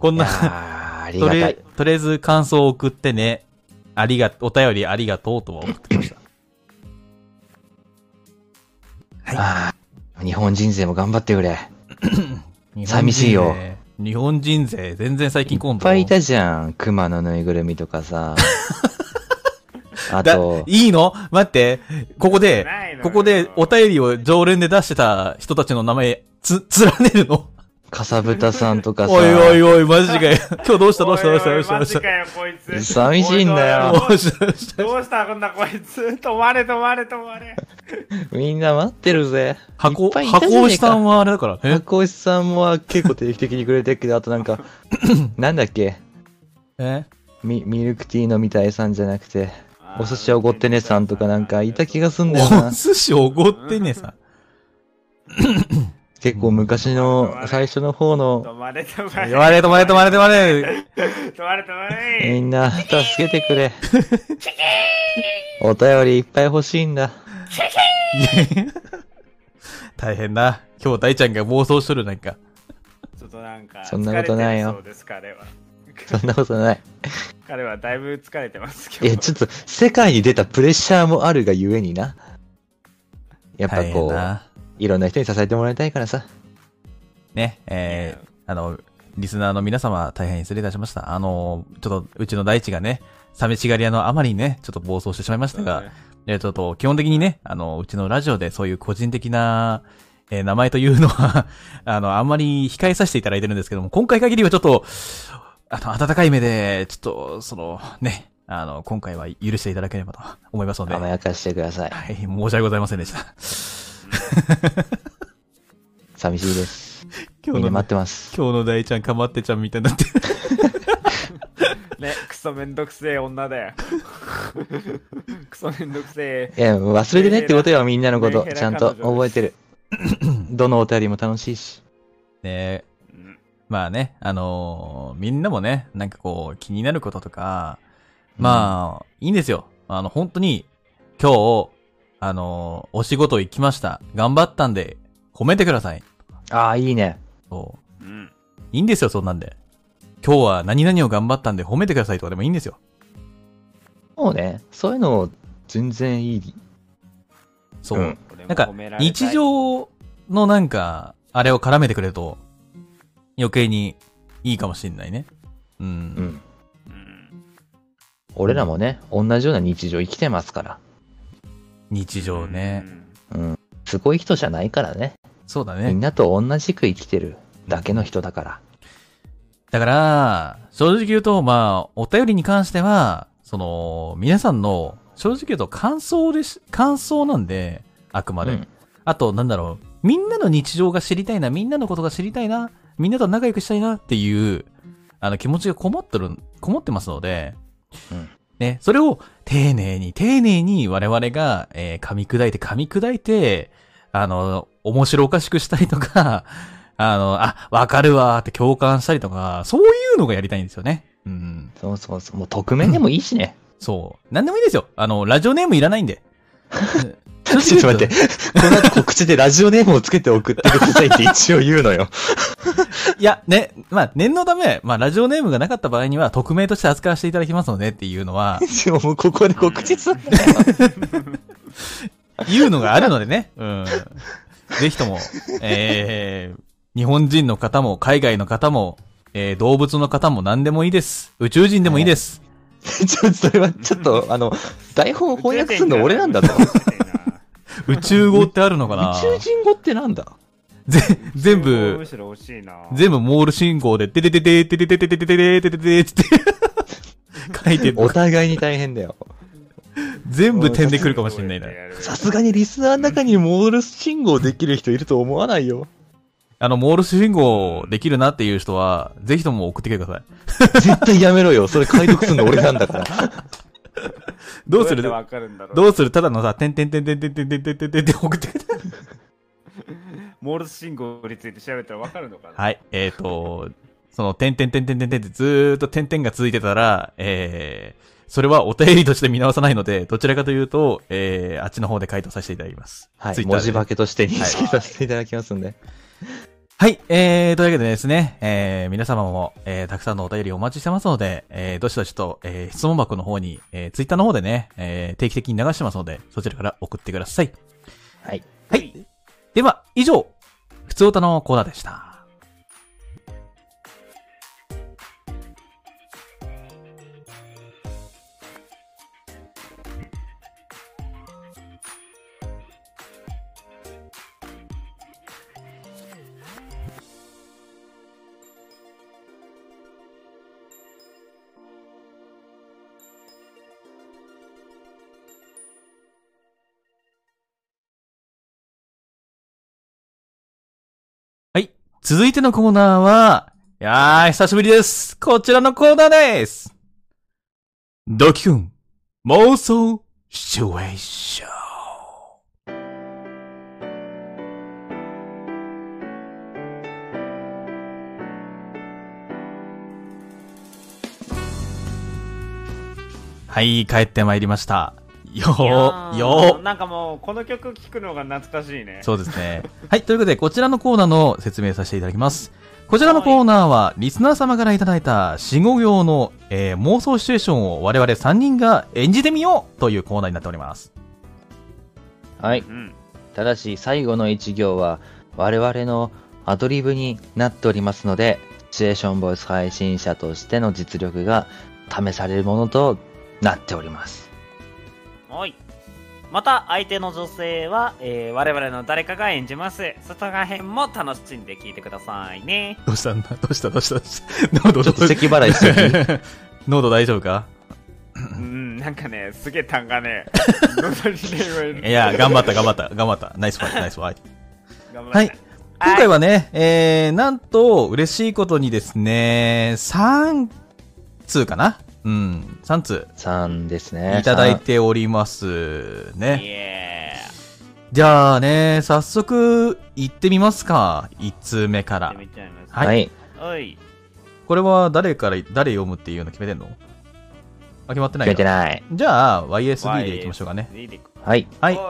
Speaker 2: こん
Speaker 5: ー。
Speaker 2: な、
Speaker 5: あー、ありが
Speaker 2: とり
Speaker 5: た
Speaker 2: あ
Speaker 5: い。
Speaker 2: とりあえず感想を送ってね。ありが、お便りありがとうとは送ってきました。
Speaker 5: あー日本人勢も頑張ってくれ。い 寂しいよ
Speaker 2: 日本人勢。日本人勢、全然最近今
Speaker 5: っ
Speaker 2: 度。
Speaker 5: ぱいいたじゃん。熊のぬいぐるみとかさ。あ
Speaker 2: だ
Speaker 5: と、
Speaker 2: いいの待って、ここで
Speaker 1: ないの、よ
Speaker 2: ここでお便りを常連で出してた人たちの名前、つ、連ねるの
Speaker 5: かさぶたさんとかさ。
Speaker 2: おいおいおい、マジか よ。今日どうしたどうしたどうしたど
Speaker 1: おいお
Speaker 2: う
Speaker 1: い
Speaker 2: したどう
Speaker 1: マ
Speaker 2: し
Speaker 1: ジ
Speaker 2: た
Speaker 1: かよ、こいつ。
Speaker 5: 寂しいんだよ
Speaker 2: どうしたどうした
Speaker 1: どうしたこんなこいつ。止まれ、止まれ、止まれ。
Speaker 5: みんな待ってるぜ。い
Speaker 2: 箱、
Speaker 5: っぱいいたじゃねえ
Speaker 2: 箱
Speaker 5: か
Speaker 2: 押しさんはあれだから。え
Speaker 5: 箱石さんも結構定期的にくれ てるけど、あとなんか、 なんだっけ
Speaker 2: え
Speaker 5: ミミルクティー飲みたいさんじゃなくて、お寿司おごってねさんとかなんかいた気がすんだよ
Speaker 2: お
Speaker 5: な。
Speaker 2: 寿司おごってねえさ。
Speaker 5: 結構昔の最初の方 の
Speaker 1: 止まれ、止まれ。
Speaker 2: 止まれ止まれ止まれ止まれ。
Speaker 1: 止まれ、止ま
Speaker 5: み
Speaker 1: れ。
Speaker 5: んな助けて くれ。お便りいっぱい欲しいんだ。
Speaker 2: 大変だ。今日大ちゃんが暴走しとるなんか。
Speaker 1: ちょっとなんか、
Speaker 5: そんなことないよ
Speaker 1: 疲れてるそうです、彼は。
Speaker 5: そんなことない。
Speaker 1: 彼はだいぶ疲れてますけ
Speaker 5: い
Speaker 1: ど。
Speaker 5: や、ちょっと世界に出たプレッシャーもあるがゆえにな。やっぱ
Speaker 2: 大変
Speaker 5: こう、
Speaker 2: だ。
Speaker 5: いろんな人に支えてもらいたいからさ。
Speaker 2: ね、えーあの、リスナーの皆様、大変失礼いたしました。あの、ちょっと、うちの大地がね、寂しがり屋のあまりにね、ちょっと暴走してしまいましたが、えーちょっと、基本的にね、あの、うちのラジオでそういう個人的な、えー名前というのは、 あの、あんまり控えさせていただいてるんですけども、今回限りはちょっと、あの、温かい目で、ちょっと、その、ね、あの、今回は許していただければと思いますので、
Speaker 5: 甘
Speaker 2: はい、
Speaker 5: やかしてください。
Speaker 2: 申し訳ございませんでした。
Speaker 5: 寂し いです。
Speaker 2: 今
Speaker 5: みん
Speaker 2: 日
Speaker 5: な
Speaker 2: の
Speaker 5: 待っ、てます。
Speaker 2: 今日の大ちゃん、かまってちゃんみたいになってる
Speaker 1: ね、クソめんどくせえ 女だよ。クソめんどくせ
Speaker 5: いや、忘れてないってことよ、みんなのこ
Speaker 1: メ
Speaker 5: と。
Speaker 1: ンヘラ
Speaker 5: ちゃんと
Speaker 1: 彼女
Speaker 5: 覚えてる。 どのお便りも楽しいし。
Speaker 2: ね
Speaker 1: うん
Speaker 2: まあね、あのーみんなもね、なんかこう、気になることとか、まあ、いいんですよ。あの、本当に、今日、あのーお仕事行きました。頑張ったんで、褒めてください。
Speaker 5: ああ、いいね。
Speaker 2: そ
Speaker 1: え。うん。
Speaker 2: う。いいんですよ、そんなんで。今日は何々を頑張ったんで褒めてくださいとかでもいいんですよ。
Speaker 5: もうね、そういうの、全然いい。
Speaker 2: そう。
Speaker 5: うん
Speaker 1: 俺も
Speaker 2: なんか
Speaker 1: 褒めら、れたい
Speaker 2: 日常のなんか、あれを絡めてくれると、余計にいいかもしんないね。う。
Speaker 5: うんん。
Speaker 1: うん
Speaker 5: 俺らもね、同じような日常生きてますから。
Speaker 2: 日常ね。
Speaker 1: うん
Speaker 5: うん。すごい人じゃないからね。
Speaker 2: そうだね。
Speaker 5: みんなと同じく生きてるだけの人だから。
Speaker 2: だから、正直言うと、まあ、お便りに関しては、その、皆さんの、正直言うと感想でし、感想なんで、あくまで。
Speaker 5: うん
Speaker 2: あと、なんだろう、みんなの日常が知りたいな、みんなのことが知りたいな、みんなと仲良くしたいなっていう、あの、気持ちがこもってる、こもってますので、
Speaker 5: うん
Speaker 2: ね、それを丁寧に、丁寧に我々が、えー噛み砕いて、噛み砕いて、あの、面白おかしくしたりとか、あの、あ、わかるわーって共感したりとか、そういうのがやりたいんですよね。うん。
Speaker 5: そうそうそう。もう匿名でもいいしね。
Speaker 2: そう。なんでもいいですよ。あの、ラジオネームいらないんで。ち
Speaker 5: ちょっと待って。。 この後告知でラジオネームをつけて送ってくださいって一応言うのよ。
Speaker 2: いや、ね、まあ、念のため、まあ、ラジオネームがなかった場合には、匿名として扱わせていただきますのでっていうのは、
Speaker 5: でももうここで告知すんなよ。
Speaker 2: いうのがあるのでね。うん。ぜひとも、えー、日本人の方も、海外の方も、えー、動物の方も何でもいいです。宇宙人でもいいです。
Speaker 5: ちょ、それは、ちょっと、あの、台本翻訳すんの俺な んだぞ。
Speaker 1: 宇宙人
Speaker 2: 宇
Speaker 1: な
Speaker 2: 宙語ってあるのかな
Speaker 5: 宇宙人語ってなんだ
Speaker 2: ぜ全部
Speaker 1: む、しろ欲しいな。
Speaker 2: 全部モール信号で、てててててててててててててててて書いて、
Speaker 5: お互いに大変だよ。
Speaker 2: 全部点でくるかもしれないな。
Speaker 5: さすがにリスナーの中にモールス信号できる人いると思わないよ。
Speaker 2: あの、モールス信号できるなっていう人は、ぜひとも送ってきてください。
Speaker 5: 絶対やめろよ。それ解読するの俺なんだから。
Speaker 2: どうする
Speaker 1: どうやってわかるんだろう。
Speaker 2: どうするただのさ、てんてんてんてんてんてんてんてんてんてんてん送ってきて。
Speaker 1: モールス信号について調べたらわかるのかな
Speaker 2: はい、えっ、ー、と、その、てんてんてんてんてんてんってずーっと点々が続いてたら、えー、それはお便りとして見直さないので、どちらかというと、えー、あっちの方で回答させていただきます。
Speaker 5: はい。
Speaker 2: Twitter で
Speaker 5: 文字化けとして認識させていただきますんで。
Speaker 2: はい、えー、というわけでですね、えー、皆様も、えー、たくさんのお便りお待ちしてますので、えー、どしどしと、えー、質問箱の方に、えー、ツイッターの方でね、えー、定期的に流してますので、そちらから送ってください。
Speaker 5: はい。
Speaker 2: はい。では、以上、普通歌のコーナーでした。続いてのコーナーは、いやー、久しぶりです。こちらのコーナーです。ドキュン、妄想、シチュエーション。はい、帰ってまいりました。よ
Speaker 1: いや
Speaker 2: ー、
Speaker 1: ー
Speaker 2: よー。
Speaker 1: なんかもう、この曲聴くのが懐かしいね。
Speaker 2: そうですね。はい、ということで、こちらのコーナーの説明させていただきます。こちらのコーナーは、リスナー様からいただいた死後用の、えー妄想シチュエーションを我々3人が演じてみようというコーナーになっております。
Speaker 5: はい。
Speaker 1: うん。
Speaker 5: ただし、最後の一行は、我々のアドリブになっておりますので、シチュエーションボイス配信者としての実力が試されるものとなっております。
Speaker 6: はい。また、相手の女性は、えー我々の誰かが演じます。外側編も楽しんで聞いてくださいね。
Speaker 2: どうしたんだどうしたどうしたどうした喉
Speaker 5: ちょっと咳払いしてる。
Speaker 2: 喉大丈夫か
Speaker 1: うん、なんかね、すげえ単が ね、喉にね、言われる
Speaker 2: いや、頑張った頑張った頑張った。ナイスファイト、ナイスファイト。
Speaker 1: 頑張
Speaker 2: は
Speaker 1: っ
Speaker 2: い
Speaker 1: て。
Speaker 2: 今回はね、えー、なんと、嬉しいことにですね、3通かなうん、3通
Speaker 5: 3ですね。
Speaker 2: いただいておりますね。
Speaker 1: イエ
Speaker 2: じゃあね、早速、行ってみますか。1通目か
Speaker 1: ーイ。
Speaker 2: ら
Speaker 1: や。めちゃいます。
Speaker 5: 3。
Speaker 2: は
Speaker 5: はい。
Speaker 1: おい。
Speaker 2: これは誰から、誰読むっていうの決めてんのあ、決まってない
Speaker 5: 決
Speaker 2: か
Speaker 5: めてない。
Speaker 2: じゃあ、YSD で行きましょうかね。
Speaker 1: いいでこ
Speaker 5: はい。
Speaker 2: はい
Speaker 1: おい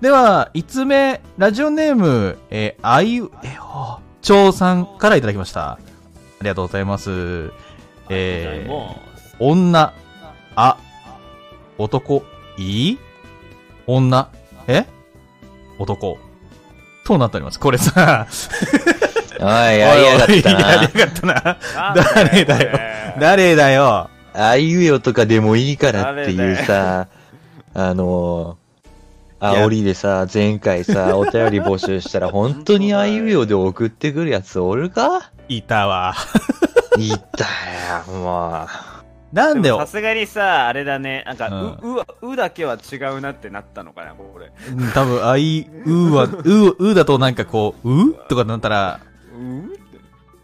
Speaker 2: では、1通目、ラジオネーム、えー、あいう、えー、蝶さんからいただきました。ありがとうございます。えー、
Speaker 1: も
Speaker 2: 女、あ、男、いい女、え男、となっております。これさ、
Speaker 5: おい、やりやがった
Speaker 2: や
Speaker 5: な。
Speaker 2: りやがったな。
Speaker 1: うなんだ
Speaker 2: 誰
Speaker 1: よ
Speaker 2: だよ
Speaker 1: これ
Speaker 2: 誰だよ。
Speaker 5: あいうよとかでもいいからっていうさ、あの
Speaker 2: い
Speaker 5: ー、
Speaker 2: や
Speaker 5: 煽りでさ、前回さ、お便り募集したら、本当にあいうよで送ってくるやつおるか
Speaker 2: いたわ。
Speaker 5: いたよ、も
Speaker 2: なんで
Speaker 1: でもさ
Speaker 2: よ。
Speaker 1: すがにさ、あれだね、なんか、
Speaker 2: う
Speaker 1: う、うは、うだけは違うなってなったのかな、これ。
Speaker 2: うん多分、あい、う は、う、うだとなんかこう、うとかなったら、
Speaker 1: うん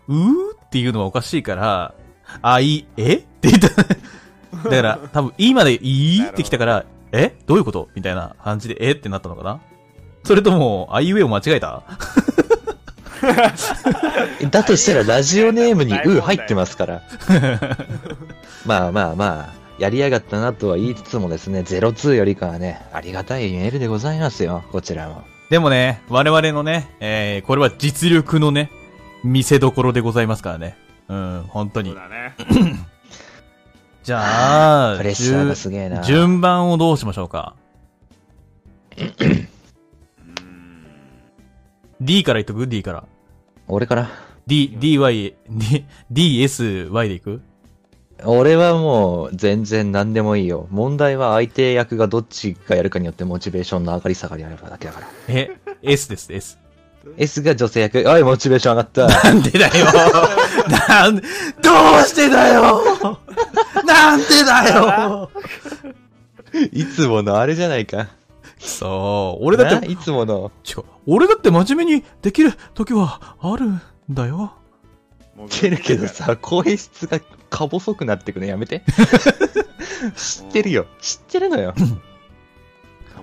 Speaker 2: うっていうのはおかしいから、あい、えって言った。だから、多分、いまでいいってきたから、えどういうことみたいな感じで、えってなったのかなそれとも、あいうえを間違えた
Speaker 5: う。だとしたら、ラジオネームにう入ってま すから。まあまあまあ、やりやがったなとは言いつつもですね、02よりかはね、ありがたいメールでございますよ、こちらも。
Speaker 2: でもね、我々のね、えー、これは実力のね、見せどころでございますからね。うん、本当
Speaker 1: そう
Speaker 2: に。
Speaker 1: だね。
Speaker 2: じゃあ、
Speaker 5: プレッシャーがすげえな。
Speaker 2: 順番をどうしましょうか D からいっとく ?D から。
Speaker 5: 俺から
Speaker 2: D、DY、D、DSY でいく
Speaker 5: 俺はもう全然何でもいいよ。問題は相手役がどっちがやるかによってモチベーションの上がり下がりあればだけだから。
Speaker 2: え、S です、S。
Speaker 5: S が女性役。おい、モチベーション上がった。
Speaker 2: なんでだよなん、どうしてだよなんでだよ
Speaker 5: いつものあれじゃないか。
Speaker 2: そう、俺だっ
Speaker 5: な
Speaker 2: て、
Speaker 5: いつもの。
Speaker 2: 違う、俺だって真面目にできる時はあるんだよ。
Speaker 1: もう
Speaker 5: いけるけどさ、声質がか細くなってくのやめて。知ってるよ。知ってるのよ。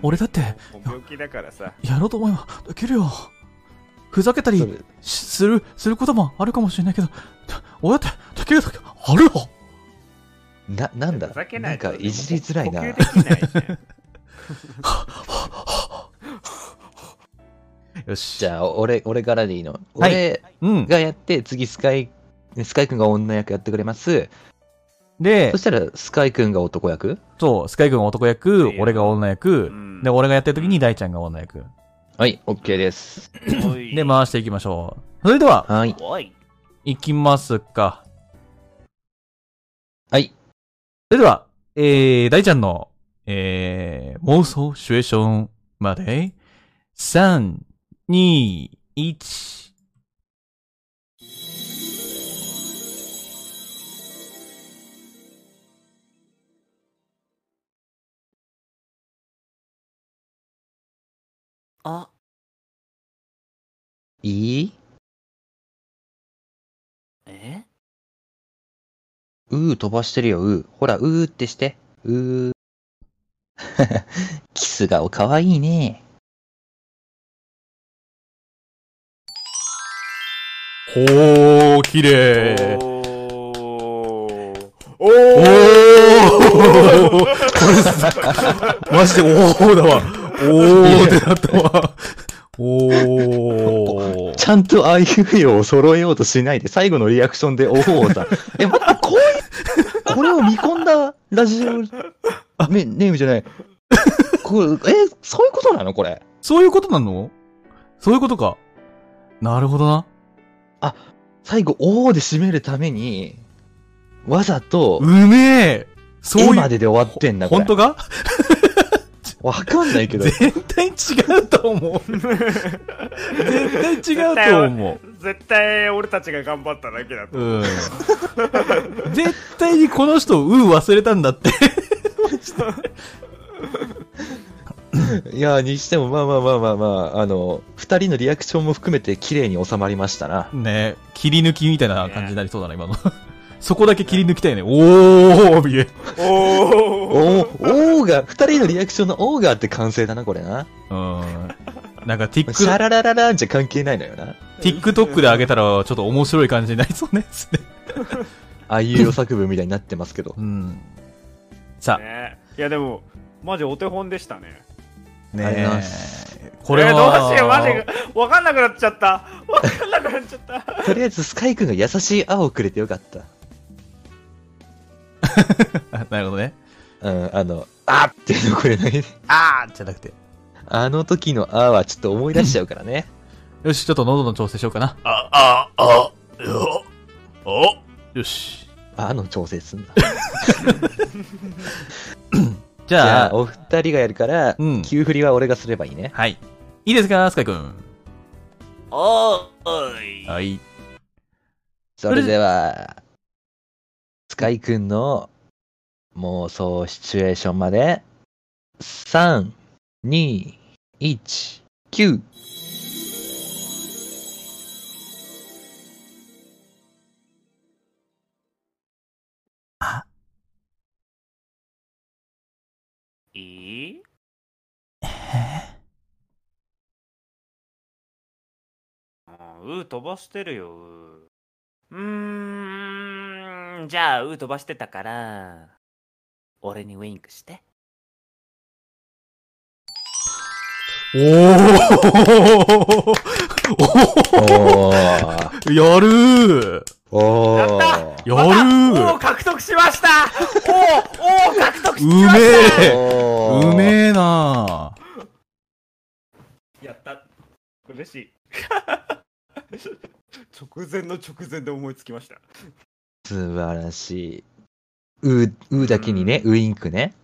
Speaker 2: 俺だって
Speaker 1: もう病気だからさ
Speaker 2: やろうと思えばできるよ。ふざけたりしする、することもあるかもしれないけど、俺だってできる時あるよ。
Speaker 5: な、なんだ
Speaker 1: ふざけな
Speaker 5: なん
Speaker 1: いと
Speaker 5: かいじりづらいな
Speaker 1: 呼。吸できないじゃん
Speaker 2: よし。
Speaker 5: じ
Speaker 2: あ、
Speaker 5: ゃあ、俺、俺からでいいの。
Speaker 2: はい
Speaker 5: 俺
Speaker 2: うん。
Speaker 5: がやって、次スカイ、スカイくんが女役やってくれます。
Speaker 2: で
Speaker 5: そ、したら、スカイくんが男役
Speaker 2: そう、スカイ君が男役、俺が女役、
Speaker 1: ん
Speaker 2: で、俺がやってる時に大ちゃんが女役。
Speaker 5: はい、OK です。
Speaker 6: おい
Speaker 2: で、回していきましょう。それでは、
Speaker 5: はい。
Speaker 6: おい
Speaker 2: いきますか。
Speaker 5: はい。
Speaker 2: それでは、えー、大ちゃんの、えー、妄想シチュエーションまで、3、2、1。
Speaker 6: あ
Speaker 5: いい
Speaker 6: え
Speaker 5: うー飛ばしてるよ、うー。ほら、うーってして。うー。 キス顔かわいいね。
Speaker 2: ほー、綺麗。
Speaker 1: おー
Speaker 2: お
Speaker 1: お
Speaker 2: ーこれ、 マジでおーだわ。おーってなったわ。おー。
Speaker 5: ちゃんとあいうえおを揃えようとしないで、最後のリアクションでおほお さ。え、待って、こういう、これを見込んだラジ オ、ね、ネームじゃない。これえ、そういうことなのこれ。
Speaker 2: そういうことなのそういうことか。なるほどな。
Speaker 5: 最後、おーで締めるために、わざと、
Speaker 2: うめえそういう。
Speaker 5: えまでで終わってんだ、こ
Speaker 2: 本
Speaker 5: れ
Speaker 2: 当。か
Speaker 5: わかんないけど。
Speaker 2: 絶対違うと思う。絶対違うと思
Speaker 1: 絶対俺たちが頑張っただけだと
Speaker 2: う。 うん。絶対にこの人、うん忘れたんだって。
Speaker 5: いやー、にしても、まあまあまあまあまあ、あの、二人のリアクションも含めて綺麗に収まりましたな。
Speaker 2: ね切り抜きみたいな感じになりそうだな、今の。そこだけ切り抜きたいね。おー、見え。
Speaker 1: お
Speaker 5: おー、おーが、二人のリアクションのおーがって完成だな、これな。
Speaker 2: うん。なんか
Speaker 5: シャ
Speaker 2: TikTok、
Speaker 5: ララララじゃ関係ないのよな。
Speaker 2: TikTok で上げたら、ちょっと面白い感じになりそうですね。
Speaker 5: あいうえお作文みたいになってますけど
Speaker 2: う。ん。さあ、
Speaker 1: ねいやでもマジお手本でしたね
Speaker 5: ありがとうございま
Speaker 2: これは、
Speaker 1: えーどうしようマジ分かんなくなっちゃった分かんなくなっちゃった
Speaker 5: とりあえず、スカイくんが優しい青をくれてよかった。
Speaker 2: あなるほどね。
Speaker 5: うん、あの、あーっていうのこれね。
Speaker 2: あーじゃなくて。
Speaker 5: あの時のあーはちょっと思い出しちゃうからね。
Speaker 2: よし、ちょっと喉の調整しようかな。
Speaker 8: あ、あ、あ、よ、お、
Speaker 2: よし。
Speaker 5: あの調整すんな。
Speaker 2: じ
Speaker 5: じ
Speaker 2: ゃ
Speaker 5: ゃあ、
Speaker 2: あ、
Speaker 5: お二人がやるから、
Speaker 2: うん
Speaker 5: 急振りは俺がすればいいね。
Speaker 2: はい。いいですか、スカイくん。
Speaker 6: おい
Speaker 2: はい。
Speaker 5: それでは、スカイくんの妄想シチュエーションまで、3、2、1、9。
Speaker 6: いいあうー飛ばしてるようーうーんじゃあうー飛ばしてたから俺にウインクして
Speaker 2: おー
Speaker 5: おー。
Speaker 2: やるー
Speaker 5: お
Speaker 1: やった
Speaker 5: ー。
Speaker 2: やる
Speaker 1: お
Speaker 2: ー
Speaker 1: お獲得しましたおお獲得し
Speaker 2: う
Speaker 1: ました
Speaker 2: めえ
Speaker 5: おー
Speaker 2: うめえなー
Speaker 1: やった嬉しい直前の直前で思いつきました
Speaker 5: 素晴らしい。う、うだけにね、ウインクね。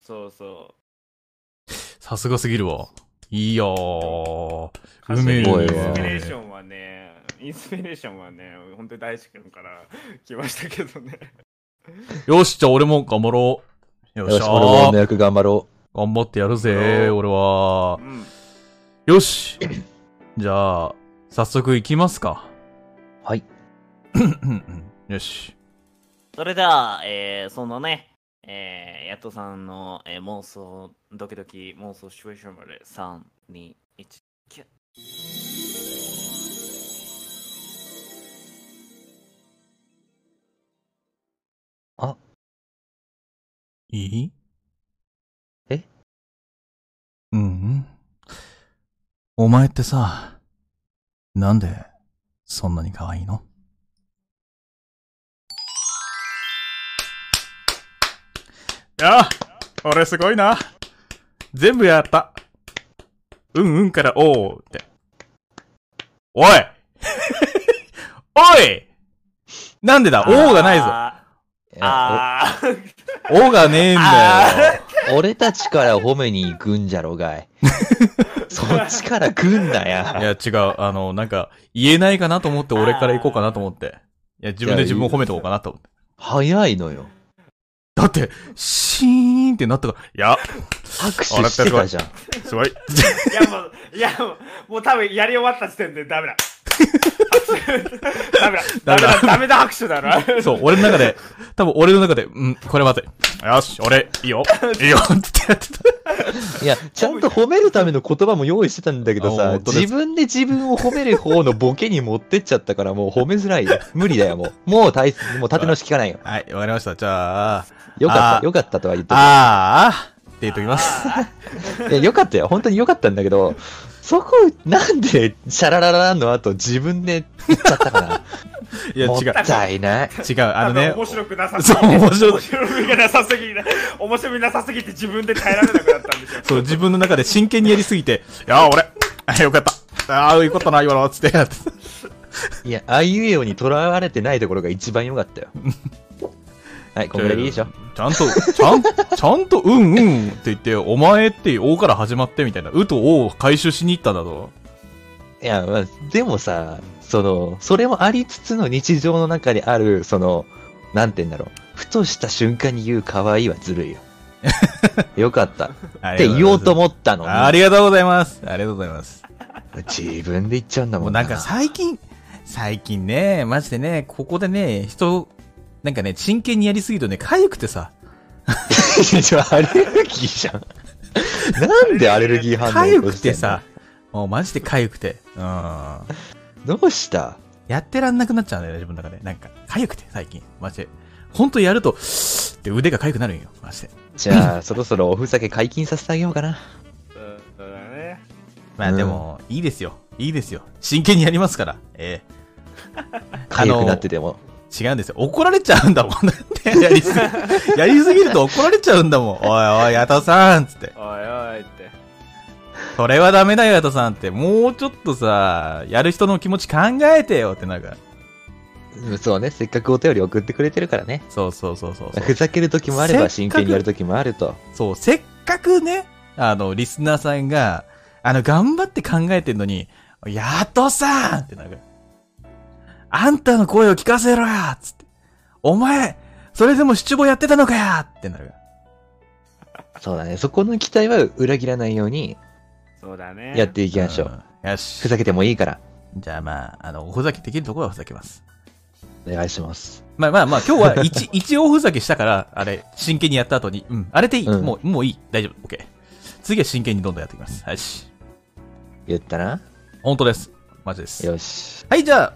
Speaker 1: そうそ
Speaker 2: さすがすぎるわ。いいよー。
Speaker 1: う
Speaker 2: うめえ
Speaker 1: 歌詞
Speaker 5: お
Speaker 1: にイ
Speaker 5: いお
Speaker 1: ン
Speaker 5: いおい
Speaker 1: スピレーションはねインスピレーションはね本当に大志くんから来ましたけどね
Speaker 2: よし、じゃあ俺も頑張ろう。よっ
Speaker 5: よ
Speaker 2: し
Speaker 5: し、
Speaker 2: ゃ
Speaker 5: 俺も
Speaker 2: ー。
Speaker 5: 女役頑張ろう。
Speaker 2: 頑張ってやるぜ、俺は
Speaker 1: う。ん。
Speaker 2: よしじゃあ、早速行きますか。
Speaker 5: はい。
Speaker 2: よし。
Speaker 6: それでは、えー、そのね、えー、やっとさんの、えー、妄想、ドキドキ妄想シチュエーションまで、3、2、1、キュッ。
Speaker 2: いい
Speaker 5: え
Speaker 2: うんうん。お前ってさ、なんで、そんなに可愛いのいやあ、俺すごいな。全部やった。うんうんからおーって。 おいおいなんでだおーがないぞ。
Speaker 6: あ
Speaker 5: い
Speaker 6: ー
Speaker 5: や
Speaker 6: あー、
Speaker 2: おーがねえんだよ。
Speaker 5: お 俺たちから褒めに行くんじゃろが い。そっちから来んないや。
Speaker 2: や、違う。あの、なんか、言えないかなと思って、俺から行こうかなと思って。いや、自分で自分を褒めておこうかなと思って。
Speaker 5: 早いのよ。
Speaker 2: だって、シーンってなったから、いや、
Speaker 5: 拍手してたじゃん。
Speaker 2: すごい。
Speaker 1: いやもう、いやもう、もう多分やり終わった時点でダ メだ。ダメだ。ダメだ。ダメだ拍手だろ。
Speaker 2: そう、俺の中で、多分俺の中で、うん、これ待て。よし、俺、いいよ。いいよ、 ってやってた。
Speaker 5: いや、ちゃんと褒めるための言葉も用意してたんだけど
Speaker 2: あ
Speaker 5: さ、
Speaker 2: 本当です
Speaker 5: 自分で自分を褒める方のボケに持ってっちゃったからもう褒め づらいよ。無理だよ、もう。もう大、もう立て直し聞かないよ。
Speaker 2: はい、わかりました。じゃあ、
Speaker 5: よかっ
Speaker 2: あー
Speaker 5: た、よかったとは言って
Speaker 2: あー、って言っときます。
Speaker 5: いや、よかったよ。本当によかったんだけど、そこ、なんで、シャララララの後自分で言っちゃったかな。
Speaker 2: いや、違う
Speaker 5: も。ったいない。
Speaker 2: 違う、あの
Speaker 1: 多
Speaker 2: ね
Speaker 1: 分、面白くなさ
Speaker 2: そう、面白い。
Speaker 1: 白みがなさすぎて、面白みなさすぎて自分で耐えられなくなったんでしょ。
Speaker 2: そう、自分の中で真剣にやりすぎて、いや、俺、 あよかった。ああ、よかったな、今の、つってやってた。
Speaker 5: いや、あいうえおにとらわれてないところが一番よか ったよ。はい、こんぐらいでいいでしょ。
Speaker 2: ちゃんと、ちゃん、 ちゃんと、うんうんって言って、お前って、おから始まってみたいな、うとおを回収しに行ったんだぞ。
Speaker 5: いや、まあ、でもさ、その、それもありつつの日常の中にある、その、なんて言うんだろう。ふとした瞬間に言う可愛いは ずるいよ。よかった。って言おうと思ったのに。
Speaker 2: ありがとうございます。ありがとうございます。
Speaker 5: 自分で言っちゃうんだ
Speaker 2: も
Speaker 5: も
Speaker 2: うんなんか最近、最近ね、マジでね、ここでね、人、なんかね、真剣にやりすぎるとね、痒くてさ、
Speaker 5: いやじゃあアレルギーじゃん。なんでアレルギー反応
Speaker 2: 痒
Speaker 5: 起こ
Speaker 2: く
Speaker 5: して
Speaker 2: て
Speaker 5: んの
Speaker 2: さ、もうマジで痒くて、うん。や
Speaker 5: どうした
Speaker 2: ってらんなくなっちゃうんだよね、自分の中で。なんか、痒くて、最近。マジで。ほんとやると、って腕が痒くなるんよ、マジで。
Speaker 5: じゃあ、そろそろおふざけ解禁させてあげようかな。
Speaker 1: そうだね。
Speaker 2: まあでも、いいですよ。いいですよ。真剣にやりますから。えあの
Speaker 5: 痒くなってても。
Speaker 2: え違うんですよ。怒られちゃうんだも ん。だってやりすぎ、やりすぎると怒られちゃうんだもん。おいおい、ヤトさんつって。
Speaker 1: おいおいって。
Speaker 2: それはダメだよ、ヤトさんって。もうちょっとさ、やる人の気持ち考えてよってなんか。
Speaker 5: うんそうね、せっかくお便り送ってくれてるからね。
Speaker 2: そうそうそうそうそう。
Speaker 5: ふざける時もあれば、
Speaker 2: せっ
Speaker 5: 真
Speaker 2: かく
Speaker 5: 剣にやる時もあると。
Speaker 2: そう、せっかくね、あの、リスナーさんが、あの、頑張って考えてんのに、やっとさんってなんか、あんたの声を聞かせろやつって。お前、それでも七五やってたのかやってなる。
Speaker 5: そうだね、そこの期待は裏切らないように
Speaker 1: そうだね。
Speaker 5: やっていきましょう。
Speaker 2: うん。よ
Speaker 5: ふ
Speaker 2: し。
Speaker 5: ざけてもいいから、
Speaker 2: じゃあまあ、あの、おふざけできるところはふざけます。
Speaker 5: お願いします。
Speaker 2: まあまあまあ、今日 は一、一応ふざけしたから、あれ、真剣にやった後に、うん、あれでいい。
Speaker 5: うん
Speaker 2: もう、もういい。大丈夫。オッケー。次は真剣にどんどんやっていきます。はいし。
Speaker 5: 言ったな
Speaker 2: 本当です。マジです。
Speaker 5: よし。
Speaker 2: はい、じゃあ、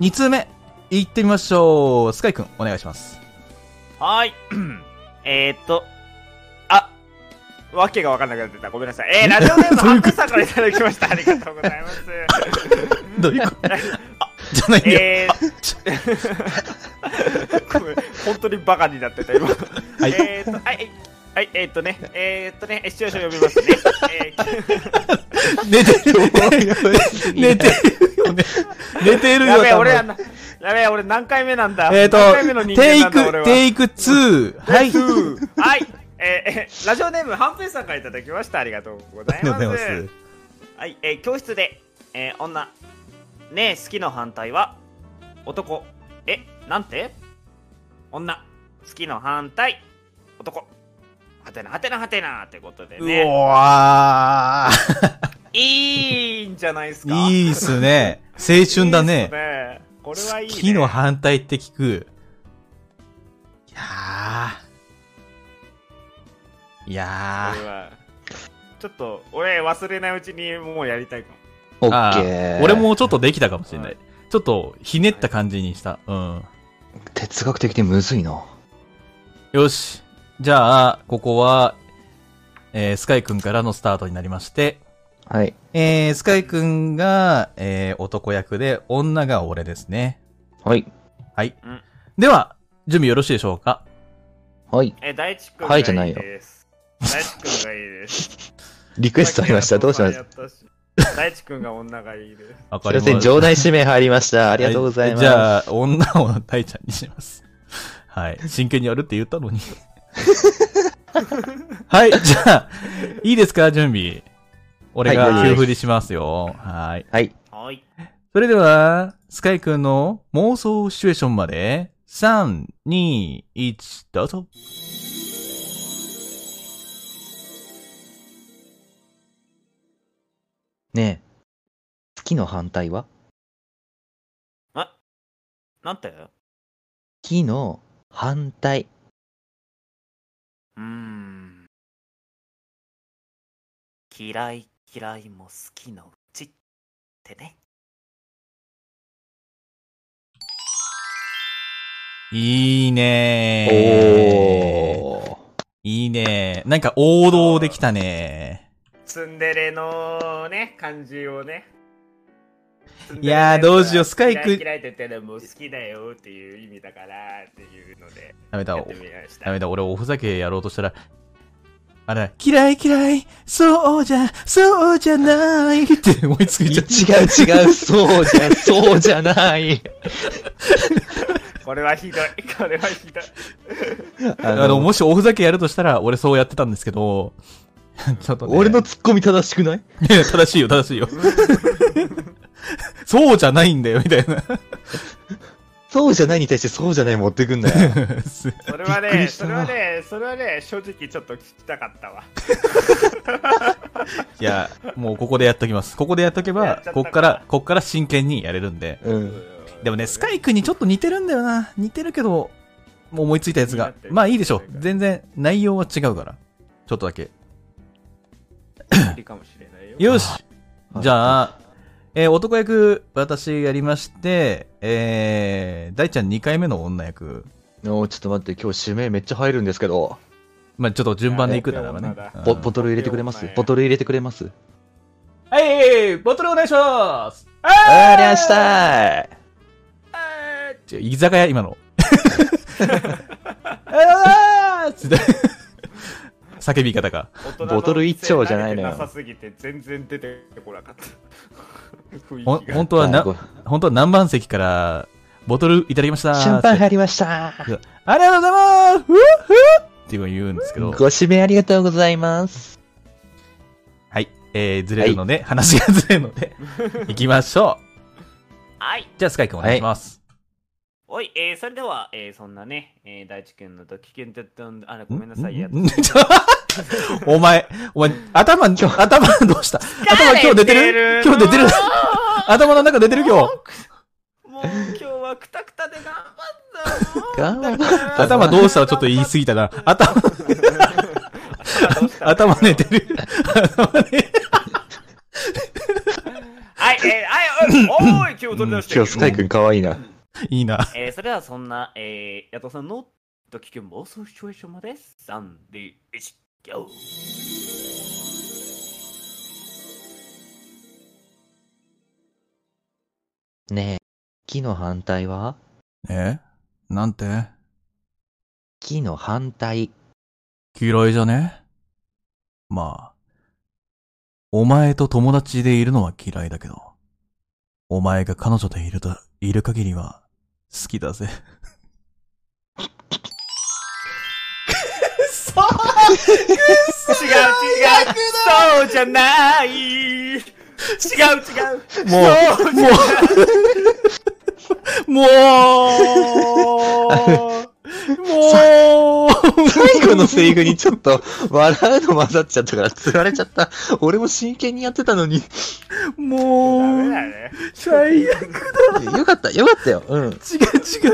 Speaker 2: 2通目、行ってみましょう。スカイくん、お願いします。
Speaker 6: はーい。えーっと、
Speaker 1: わけがわかんなくなってた。ごめんなさい。えー、ラジオネ ーム、ハッピーさんからいただきました。ありがとうございます。
Speaker 2: どういうこ とじゃないんだよ。
Speaker 1: え ー、ごめん本当にバカになってた、今。
Speaker 2: い
Speaker 1: えーっと、はい、はい、えーっとね、えーっとね、視聴者呼びますね。えー
Speaker 2: 寝てる。寝てるよね。寝てるよ。
Speaker 1: やべ
Speaker 2: 多
Speaker 1: え、
Speaker 2: 分
Speaker 1: 俺やな、やべえ、俺何回目なんだ。
Speaker 2: えっ、
Speaker 1: 何回目の
Speaker 2: と、
Speaker 1: 人
Speaker 2: テイ
Speaker 1: 間なんだ、俺
Speaker 2: ク、
Speaker 1: は。
Speaker 2: テイク2。はい。
Speaker 1: はい。えーえーラジオネーム、ハンペイさんからいただきました。ありがとうございます。はい、えー教室で、えー女、ねえ、好きの反対は、男、え、なんて女、好きの反対、男、8てなはてなはてなってことで
Speaker 2: う
Speaker 1: ね
Speaker 2: わー
Speaker 1: いいんじゃないですか
Speaker 2: いいっすね。青春だ
Speaker 1: いいっ
Speaker 2: ね
Speaker 1: す。ねこれはいい、ね、
Speaker 2: 月の反対って聞く。いやー。い
Speaker 1: こ
Speaker 2: や
Speaker 1: れはちょっと俺忘れないうちにもうやりたいかも
Speaker 5: オッ
Speaker 2: あ
Speaker 5: ケ
Speaker 2: ー。
Speaker 5: ー。
Speaker 2: 俺。もちょっとできたかもしれな。
Speaker 1: はい
Speaker 2: ちょっとひねった感じにした。うん。
Speaker 5: 哲学的でむずいな。
Speaker 2: よし。じゃあ、ここは、えースカイくんからのスタートになりまして、
Speaker 5: はい。
Speaker 2: えースカイくんが、えー男役で、女が俺ですね。
Speaker 5: はい。
Speaker 2: はい。
Speaker 1: うん
Speaker 2: では、準備よろしいでしょうか
Speaker 5: はい。
Speaker 1: え大地君
Speaker 5: は
Speaker 1: がい
Speaker 5: いじゃない
Speaker 1: い
Speaker 5: よ
Speaker 1: です大地君がいいです
Speaker 5: リクエストありました。どうします
Speaker 1: す大地君が女がいいです
Speaker 2: わか
Speaker 5: すい
Speaker 2: りまし
Speaker 5: ません、
Speaker 2: た。
Speaker 5: 場内指名入りました。ありがとうございます。
Speaker 2: じゃあ、女を大ちゃんにし ます。はい。真剣にやるって言ったのに。はい、じゃあ、いいですか準備。俺
Speaker 5: はい
Speaker 2: が
Speaker 5: はい
Speaker 2: 給付にしますよ。はい。
Speaker 5: はい。
Speaker 1: はい
Speaker 2: それでは、スカイくんの妄想シチュエーションまで、3、2、1、どうぞ。
Speaker 5: ねえ。月の反対は
Speaker 1: なんて
Speaker 5: 月の反対。
Speaker 6: うーん。嫌い嫌いも好きのうちってね。
Speaker 2: いいねー。
Speaker 5: おー。
Speaker 2: いいねー。なんか王道できたね
Speaker 1: ツンデレのね感じをね
Speaker 2: いやーどうしようスカイく
Speaker 1: 嫌い嫌いって言ってでも好きだよっていう意味だからっていうので
Speaker 2: ー。ダメだ
Speaker 1: やっ、てみまし
Speaker 2: ダ
Speaker 1: た
Speaker 2: メだ、俺おふざけやろうとしたら、あれ、嫌い嫌い、そうじゃ、そうじゃないって思いつく
Speaker 5: 違
Speaker 2: じゃっ
Speaker 5: う違う、そうじゃ、そうじゃない。
Speaker 1: これはひどい これはひどい
Speaker 5: あ
Speaker 2: た。あの、もしおふざけやるとしたら、俺そうやってたんですけど、ちょっと、ね、
Speaker 5: 俺のツッコミ正しくない
Speaker 2: いや正しいよ、正 しいよ。そうじゃないんだよ、みたいな。
Speaker 5: そうじゃないに対してそうじゃない持ってくんなよ。
Speaker 2: す
Speaker 1: それは
Speaker 5: びっく
Speaker 1: ね
Speaker 5: りし
Speaker 1: そ
Speaker 5: た
Speaker 1: れ
Speaker 5: な
Speaker 1: はねそれはね正直ちょっと聞きたかったわ
Speaker 2: いや、もうここでやっときます。ここでやっとけ
Speaker 1: やっちゃ
Speaker 2: ば
Speaker 1: った、か
Speaker 2: こっから、こっから真剣にやれるんで。
Speaker 5: うん。
Speaker 2: でもね、スカイ君にちょっと似てるんだよな。似てるけど、もう思いついたやつ
Speaker 1: 似合
Speaker 2: が
Speaker 1: って。る
Speaker 2: まあいいでしょう。全然、内容は違うから。ちょっとだけ。
Speaker 1: いいかもしれないよ
Speaker 2: よしじゃあ、えー男役、私やりまして、えー、大ちゃん2回目の女役。
Speaker 5: おちょっと待って、今日指名めっちゃ入るんですけど、
Speaker 2: まあちょっと順番でいくならば
Speaker 1: や
Speaker 2: ね
Speaker 1: べえ女。
Speaker 2: うん
Speaker 5: ボボトル入れてくれますボトル入れてくれます
Speaker 2: はい、ボトルお願いします
Speaker 5: ありゃしたい
Speaker 2: 違う居酒屋、今の。あーって叫び方か。
Speaker 1: 大人の
Speaker 5: ボトル一丁じゃないのよ
Speaker 1: 慣れてなさすぎて全然出てこなかった 雰
Speaker 2: ほん
Speaker 1: 囲気が
Speaker 2: 本当はな
Speaker 5: シ、
Speaker 2: 本当は何番席から、ボトルいただきました。
Speaker 5: ャンパン入りました
Speaker 2: ありがとうございますふうふうっていうのを言うんですけど。
Speaker 5: ご指名ありがとうございます。
Speaker 2: はい。えー、ずれるので、話がずれるの で、行きましょう。
Speaker 6: はい。
Speaker 2: じゃあ、スカイ君お願いします。
Speaker 6: おい、えー、それでは、えー、そんなね、えー、大地君のと危険だったんで、あれ、ごめんなさい、やっ
Speaker 2: んんちょ お前、お前、頭、今日、頭どうした頭今日出て
Speaker 1: 出
Speaker 2: る
Speaker 1: る
Speaker 2: 今日出て る頭の中出てる今日。
Speaker 1: もう今日はくたくたで頑張った
Speaker 5: 頑張っ
Speaker 2: 頭どうしたらちょっと言い過ぎたな。頭、頭寝てる。 頭ね
Speaker 1: はい、えー、はい、おい、おい気を取り直して。
Speaker 5: 今日スカイ君可愛いな。
Speaker 2: いいな。
Speaker 6: えー、それではそんな、えー、ヤトさんのと危険妄想シチュエーションまで、3、2、1、GO!
Speaker 5: ねえ、木の反対は
Speaker 2: えなんて
Speaker 5: 木の反対。
Speaker 2: 嫌いじゃねまあ。お前と友達でいるのは嫌いだけど。お前が彼女でいると、いる限りは、好きだぜ。
Speaker 1: 違う、違う。そうじゃない。違う、違う。
Speaker 2: もう、もう、もう、もう、
Speaker 5: 最後僕のセリフにちょっと笑うの混ざっちゃったから釣られちゃった。俺も真剣にやってたのに。
Speaker 1: ダ
Speaker 2: も
Speaker 1: メ
Speaker 2: う
Speaker 1: だ、ね。
Speaker 2: 最悪。
Speaker 5: よかった、よかったよ。うん。
Speaker 2: 違う違う違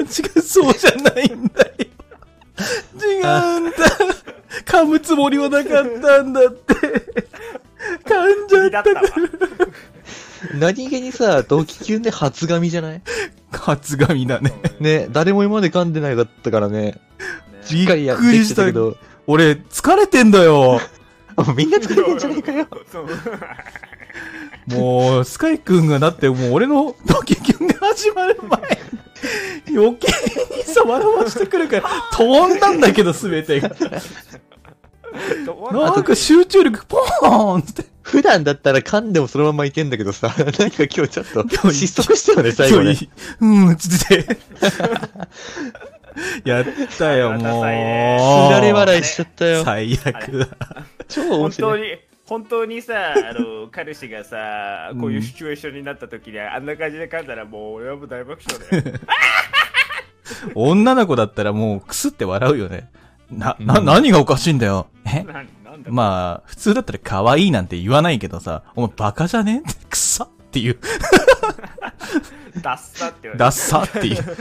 Speaker 2: う、そうじゃないんだよ。違うんだ。噛むつもりはなかったんだって。噛んじゃ
Speaker 1: 気
Speaker 2: っ
Speaker 1: だ
Speaker 2: た
Speaker 1: っ
Speaker 2: か
Speaker 1: たわ
Speaker 2: ら。。
Speaker 5: 何気にさ、同期級で初髪じゃない
Speaker 2: 初髪だね。
Speaker 5: ね、誰も今まで噛んでなかったからね。
Speaker 2: びっ
Speaker 5: 回や
Speaker 2: くりした
Speaker 5: できてけど、
Speaker 2: 俺、疲れてんだよ。
Speaker 5: あみんな疲れてん じゃないかよ。
Speaker 1: そう
Speaker 2: もう、スカイくんがだってもう俺のドキキュンが始まる前、余計にさ、笑わしてくるから、飛んだんだけど、すべてが。なんか集中力ポーンって。
Speaker 5: 普段だったら噛んでもそのままいけんだけどさ、 なんか今日ちょっ
Speaker 2: 今
Speaker 5: と
Speaker 2: 日
Speaker 5: 失速したよね、最後ね。
Speaker 2: うん、つって。やったよ、もう。
Speaker 5: すられ笑いしちゃったよ。
Speaker 2: 最悪だ。
Speaker 5: 超
Speaker 1: 本
Speaker 5: 面
Speaker 1: 当
Speaker 5: 白い。
Speaker 1: に、本当にさ、あの、彼氏がさ、こういうシチュエーションになった時に、あんな感じで噛んだら、もう俺はもう大爆笑だよ。
Speaker 2: 女の子だったらもう、くすって笑うよね。な、な、何がおかしいんだよ。え
Speaker 1: なんなんだ
Speaker 2: まあ、普通だったら可愛いなんて言わないけどさ、お前バカじゃね えくさっていう、
Speaker 1: ダッサって言われ
Speaker 2: ダッサって いう。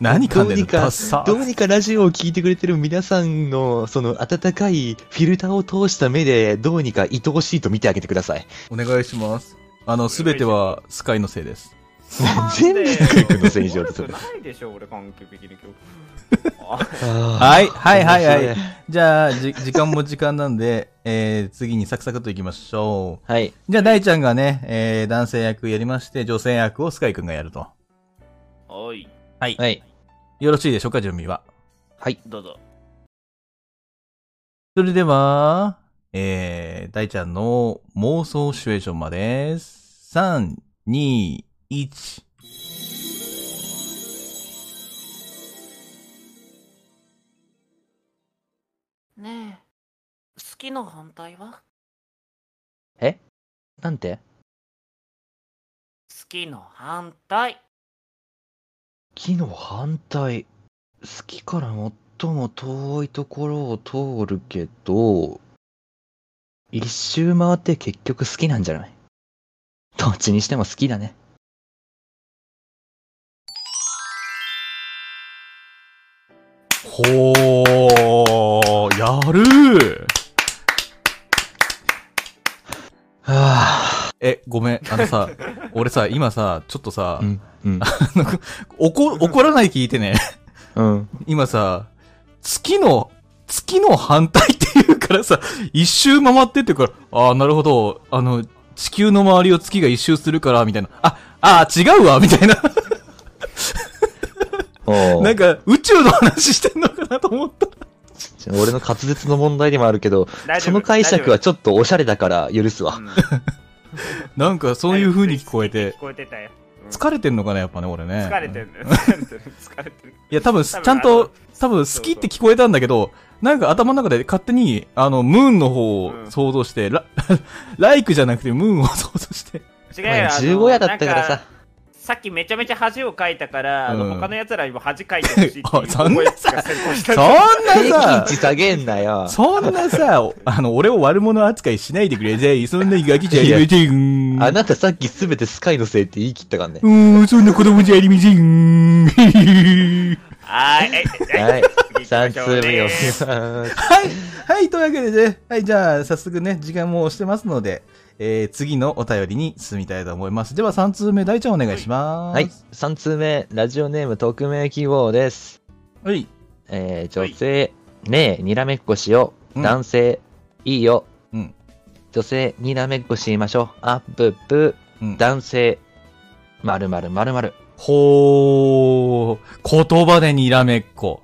Speaker 2: 何
Speaker 5: ど
Speaker 2: 噛ん
Speaker 5: う
Speaker 2: でんの
Speaker 5: に
Speaker 2: ダ
Speaker 5: か
Speaker 2: ッサ、
Speaker 5: どうにかラジオを聞いてくれてる皆さんの、その、温かいフィルターを通した目で、どうにか愛おしいと見てあげてください。
Speaker 2: お願いします。あの、すべてはスカイのせいです。
Speaker 5: 全部スカイ君のせいにしよう
Speaker 1: 悪
Speaker 5: とす
Speaker 1: く
Speaker 5: る。
Speaker 1: ないでしょ、俺、関係的に今日。
Speaker 5: は
Speaker 2: はい、はい、はい、
Speaker 5: 面白
Speaker 2: はいい。じゃあ、じ、 時間も時間なんで、えー、次にサクサクといきましょう。
Speaker 5: はい。
Speaker 2: じゃあ、大ちゃんがね、えー、男性役やりまして、女性役をスカイくんがやると。
Speaker 6: おい、
Speaker 5: はい。
Speaker 2: よろしいでしょうか、準備は。
Speaker 6: どうぞ。
Speaker 2: それでは、えー、大ちゃんの妄想シチュエーションまで、3、2、1。
Speaker 6: ねえ、好きの反対は
Speaker 5: なんて
Speaker 6: 好きの反対。
Speaker 5: 木の反対。好きから最も遠いところを通るけど、一周回って結局好きなんじゃないどっちにしても好きだね。
Speaker 2: ほー、やるー
Speaker 5: は
Speaker 2: え、ごめん、あの さ、俺さ、今さ、ちょっとさ
Speaker 5: ぁ。、ん。 うん。
Speaker 2: 怒、怒らない聞いてね。
Speaker 5: うん。
Speaker 2: 今さ、月の、月の反対っていうからさ、一周回ってって言うから、ああ、なるほど、あの、地球の周りを月が一周するから、みたいな。あ、あー違うわ、みたいな。
Speaker 5: おう
Speaker 2: なんか、宇宙の話してんのかなと思った。
Speaker 5: 俺の滑舌の問題でもあるけど、
Speaker 1: 大丈夫
Speaker 5: その解釈はちょっとおしゃれだから許すわ。
Speaker 2: なんか、そういう風に聞こえて
Speaker 1: 聞、こえてたよ。
Speaker 2: 疲れてんのかな、やっぱね、俺ね。
Speaker 1: 疲れてる。疲れてる。疲れてる。
Speaker 2: いや、多分、ち
Speaker 1: 多分
Speaker 2: ゃん
Speaker 1: あ
Speaker 2: と
Speaker 1: の、
Speaker 2: 多分、好きって聞こえたんだけど、なんか頭の中で勝手に、あの、ムーンの方を想像して、ラ、 ライクじゃなくてムーンを想像 して。
Speaker 1: 違うよ。あの
Speaker 5: 15夜だったから。
Speaker 1: なん
Speaker 5: さ。
Speaker 1: さっきめちゃめちゃ恥をかいたから、あ
Speaker 2: うん
Speaker 1: の、他の奴らにも恥かいてほしいっていう
Speaker 2: あそんなさ
Speaker 1: 思いが先行し
Speaker 2: そ
Speaker 1: た
Speaker 2: ん
Speaker 1: んだよ
Speaker 5: 平
Speaker 2: な
Speaker 5: 均値下げんなよ
Speaker 2: さ、。そんなさ、あの、俺を悪者扱いしないでくれぜ。そんなガキじゃありません。
Speaker 5: あなたさっきすべてスカイのせいって言い切ったからね。
Speaker 2: うーん、そんな子供じゃありません。
Speaker 1: はーい。えい
Speaker 5: はい。
Speaker 1: えい
Speaker 5: 3通目
Speaker 1: よ
Speaker 5: をします。
Speaker 2: はい、はい、というわけでね、はい、じゃあ、早速ね、時間も押してますので、えー、次のお便りに進みたいと思います。では、3通目、大ちゃんお願いします。
Speaker 5: はい。。3通目、ラジオネーム匿名希望です。
Speaker 2: はい。
Speaker 5: えー、女性、ねえ、にらめっこしよう。
Speaker 2: うん
Speaker 5: 男性、いいよ。
Speaker 2: うん
Speaker 5: 女性、にらめっこしましょう。アップップ。
Speaker 2: うん
Speaker 5: 男性、まるまるまるまる。
Speaker 2: ほー、言葉でにらめっこ。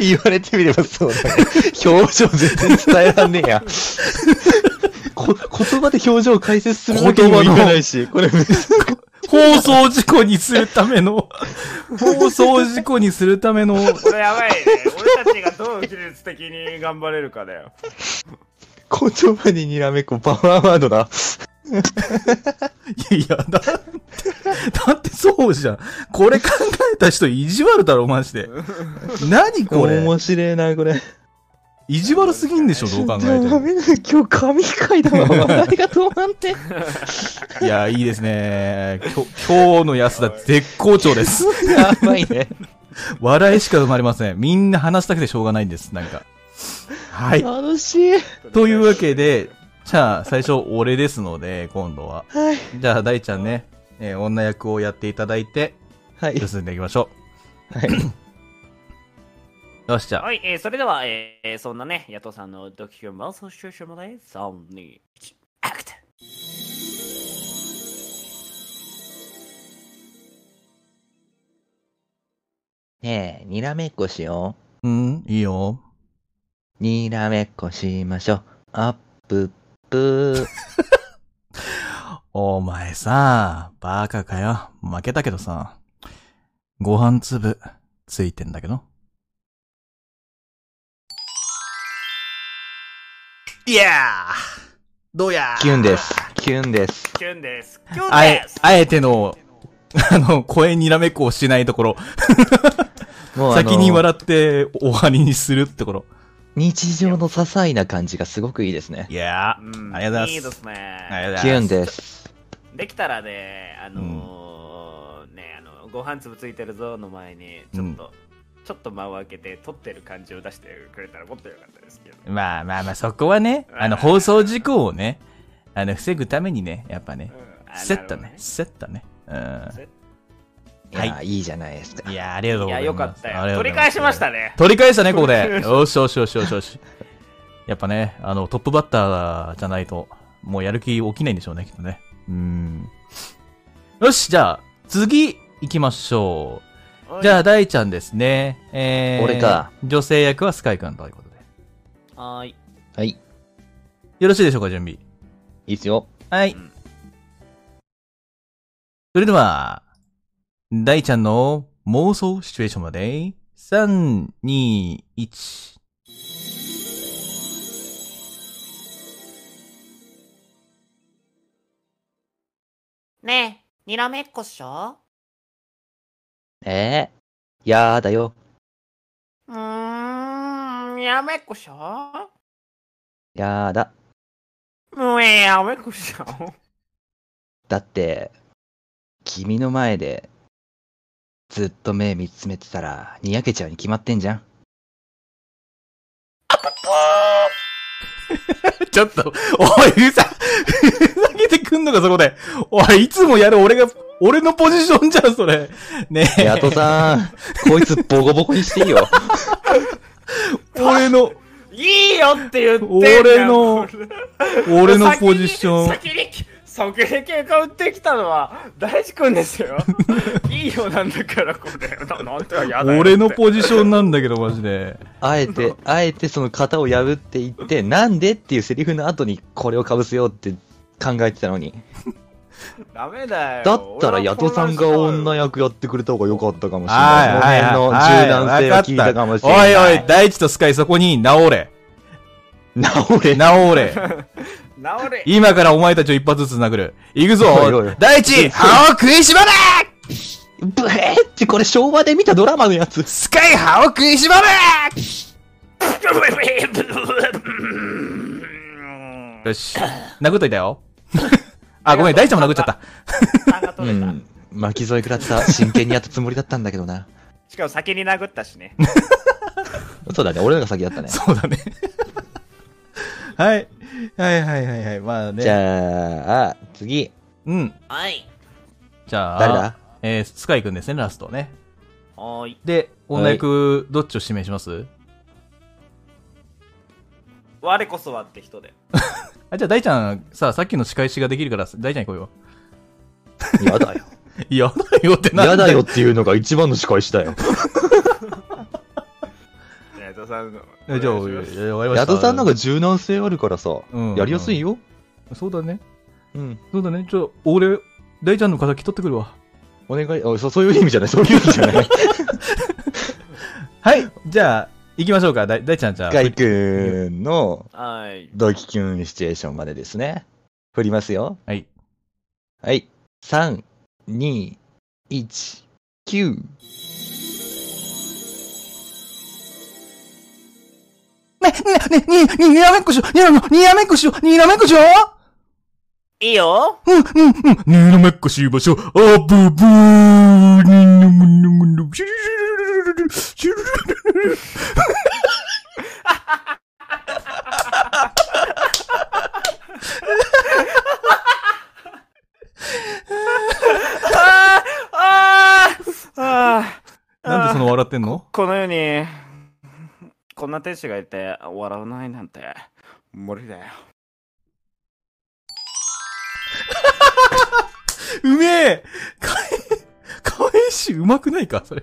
Speaker 5: 言われてみればそうだね。表情全然伝えらんねえや。こ 言葉で表情を解説するわけにもいかないし、これ、
Speaker 2: 放送事故にするため の、放送事故にするための、
Speaker 1: これやばいね。俺たちがどう技術的に頑張れるかだよ。
Speaker 5: 言葉ににらめっこパワーワードだ。
Speaker 2: いや、だって、だってそうじゃん。これ考えた人意地悪だろ、マジで。何これ。
Speaker 4: 面白いな、これ。
Speaker 2: 意地悪すぎんでしょ、どう考えて
Speaker 4: ダ
Speaker 2: も。
Speaker 4: メだ、今日神回 だわ。ありがとうなんて。
Speaker 2: いや、いいですね。きょ今日の安田、絶好調です。
Speaker 4: やばい ね。
Speaker 2: 笑いしか生まれません。みんな話したくてしょうがないんです、なんか。はい。
Speaker 4: 楽しい。
Speaker 2: というわけで、じゃあ、最初、俺ですので、今度は。
Speaker 4: はい。
Speaker 2: じゃあ、大ちゃんね、えー女役をやっていただいて、
Speaker 4: はい。
Speaker 2: 進んでいきましょう。
Speaker 4: はい。
Speaker 2: よし、じゃあ、
Speaker 1: はい、えー、それでは、えー、そんなね、野党さんのドキュメント収集まで、3、2、1、アクト
Speaker 4: ねえ、にらめっこしよ
Speaker 2: うん、いいよ。
Speaker 4: う。にらめっこしましょう。アップップ。
Speaker 2: お前さ、バカかよ。負けたけどさ、ご飯粒、ついてんだけど。いやーどうや
Speaker 4: キュンです。キュンです。
Speaker 1: キュンです。キュン
Speaker 2: あえ
Speaker 1: です、
Speaker 2: あえての、 あの、声にらめっこをしないところ、
Speaker 4: もうあの
Speaker 2: 先に笑って終わりにするってところ。
Speaker 4: 日常の些細な感じがすごくいいですね。
Speaker 2: いや
Speaker 1: うん
Speaker 2: ありがとうございます
Speaker 1: いいですね。
Speaker 2: ー、ありがと
Speaker 4: キ
Speaker 2: うござ
Speaker 4: ュ
Speaker 2: います。
Speaker 4: ンです。
Speaker 1: できたらね、あのーね、あの、ご飯粒ついてるぞの前に、ちょっと、ちょっと間を空けて、撮ってる感じを出してくれたらもっと良かったですけど。
Speaker 2: まあまあまあ、そこはね、あの、放送事故をね、あの、防ぐためにね、やっぱね
Speaker 1: う、んあ
Speaker 2: セットね、
Speaker 1: な
Speaker 2: セットね。うん。
Speaker 4: いや、いいじゃないですか。
Speaker 2: いやー、ありがと
Speaker 1: る
Speaker 2: う
Speaker 1: ほど
Speaker 2: ご
Speaker 1: ねい
Speaker 2: ざ
Speaker 1: や、
Speaker 2: います。
Speaker 1: よかった
Speaker 2: あり
Speaker 1: よ。
Speaker 2: がとうござ
Speaker 1: 取
Speaker 2: いま
Speaker 1: り
Speaker 2: す
Speaker 1: 返しましたね。
Speaker 2: 取り返したね、ここで。よしよしよしよしよし。やっぱね、あの、トップバッターじゃないと、もうやる気起きないんでしょうね、きっとね。うーん。よし、じゃあ、次、行きましょう。じゃあ、大ちゃんですね。えー、
Speaker 4: 俺か。
Speaker 2: 女性役はスカイ君ということで。
Speaker 1: はーい。
Speaker 4: はい。
Speaker 2: よろしいでしょうか、準備。
Speaker 4: いいですよ。
Speaker 2: はい。
Speaker 1: うん
Speaker 2: それでは、大ちゃんの妄想シチュエーションまで、3、2、1。
Speaker 6: ねえ、にらめっこっしょ
Speaker 4: えー、やーだよ。
Speaker 6: うーん、にらめっこっしょ
Speaker 4: やーだ。
Speaker 1: うえやめくしちゃお
Speaker 4: だって、君の前で、ずっと目見つめてたら、にやけちゃうに決まってん じゃん。
Speaker 2: ちょっと、おい、ふざ、 ふざけてくんのか、そこで。おい、いつもやる俺が、俺のポジションじゃん、それ。ねえ。
Speaker 4: やとさん、 こいつボコボコにしていいよ。
Speaker 2: 俺の、
Speaker 1: いいよって言ってんだよ
Speaker 2: 俺の、俺のポジション。
Speaker 1: 先に、先に喧嘩売ってきたのは、大地君で すよ。いいよなんだから、これ。ななんてやだよって
Speaker 2: 俺のポジションなんだけど、マジで。
Speaker 4: あえ て、あえてその型を破っていって、なんでっていうセリフの後にこれを被せようって考えてたのに。
Speaker 1: ダメだよ。
Speaker 4: だったら、ヤトさんが女
Speaker 1: や。
Speaker 4: 役やってくれた方が良かったかもしれない。この辺の柔軟性が効いたかもしれない。
Speaker 2: おいおい、大地とスカイそこに直れ。
Speaker 4: 直れ。
Speaker 2: 直れ。
Speaker 1: 治れ。
Speaker 2: 今からお前たちを一発ずつ殴る。行くぞ
Speaker 4: おいおい
Speaker 2: 大地歯を食いしばれ
Speaker 4: ブヘってこれ昭和で見たドラマのやつ。
Speaker 2: スカイ歯を食いしばれよし。殴っといたよ。あ、ごめん、大地も殴っちゃった。
Speaker 4: うん。巻き添え食らった。真剣にやったつもりだったんだけどな。
Speaker 1: しかも先に殴ったしね。
Speaker 4: そうだね。俺のが先だったね。
Speaker 2: そうだね。はい。はいはいはいはい。まあね。
Speaker 4: じゃあ、次。
Speaker 2: うん。
Speaker 6: はい。
Speaker 2: じゃあ、
Speaker 4: 誰だ
Speaker 2: えー、スカイくんですね、ラストね。
Speaker 1: はーい。
Speaker 2: で、女役、どっちを指名します
Speaker 1: 我こそはって人で。
Speaker 2: あ、じゃあ大ちゃん、さ、さっきの仕返しができるから、大ちゃんに来いよ。
Speaker 4: やだよ。
Speaker 2: 嫌だよってなん
Speaker 4: やだよ。っていうのが一番の仕返しだよ。
Speaker 1: ヤトさんの。
Speaker 2: えじゃあ、終わりました。
Speaker 4: ヤトさんの方が柔軟性あるからさ、
Speaker 2: うん
Speaker 4: やりやすいよ。
Speaker 2: そうだね。
Speaker 4: うん。
Speaker 2: そうだね。ちょ、俺、大ちゃんの仇取ってくるわ。
Speaker 4: お願いあそ、そういう意味じゃない、そういう意味じゃない。
Speaker 2: はい。じゃあ、行きましょうか。大大ちゃん、じゃあ。
Speaker 4: ガイくんの
Speaker 1: はい。
Speaker 4: ドキキュンシチュエーションまでですね。振りますよ。
Speaker 2: はい。
Speaker 4: はい。3、2、
Speaker 5: 1、9。
Speaker 2: ね、ね、ね、に、に、にらめっこしようにらめ、にらめっこしようにらめっこしよう
Speaker 6: いいよ
Speaker 2: うん、うん、うん。にらめっこしましょうあぶぶーにぬむぬむぬむシュルシュルシュルシュルシュルシュル
Speaker 1: ああああ
Speaker 2: なんでその笑ってんの
Speaker 1: この世にこんな天使がいて笑わないなんて無理だよ
Speaker 2: うめえかえ、かえし、うまくないかそれ。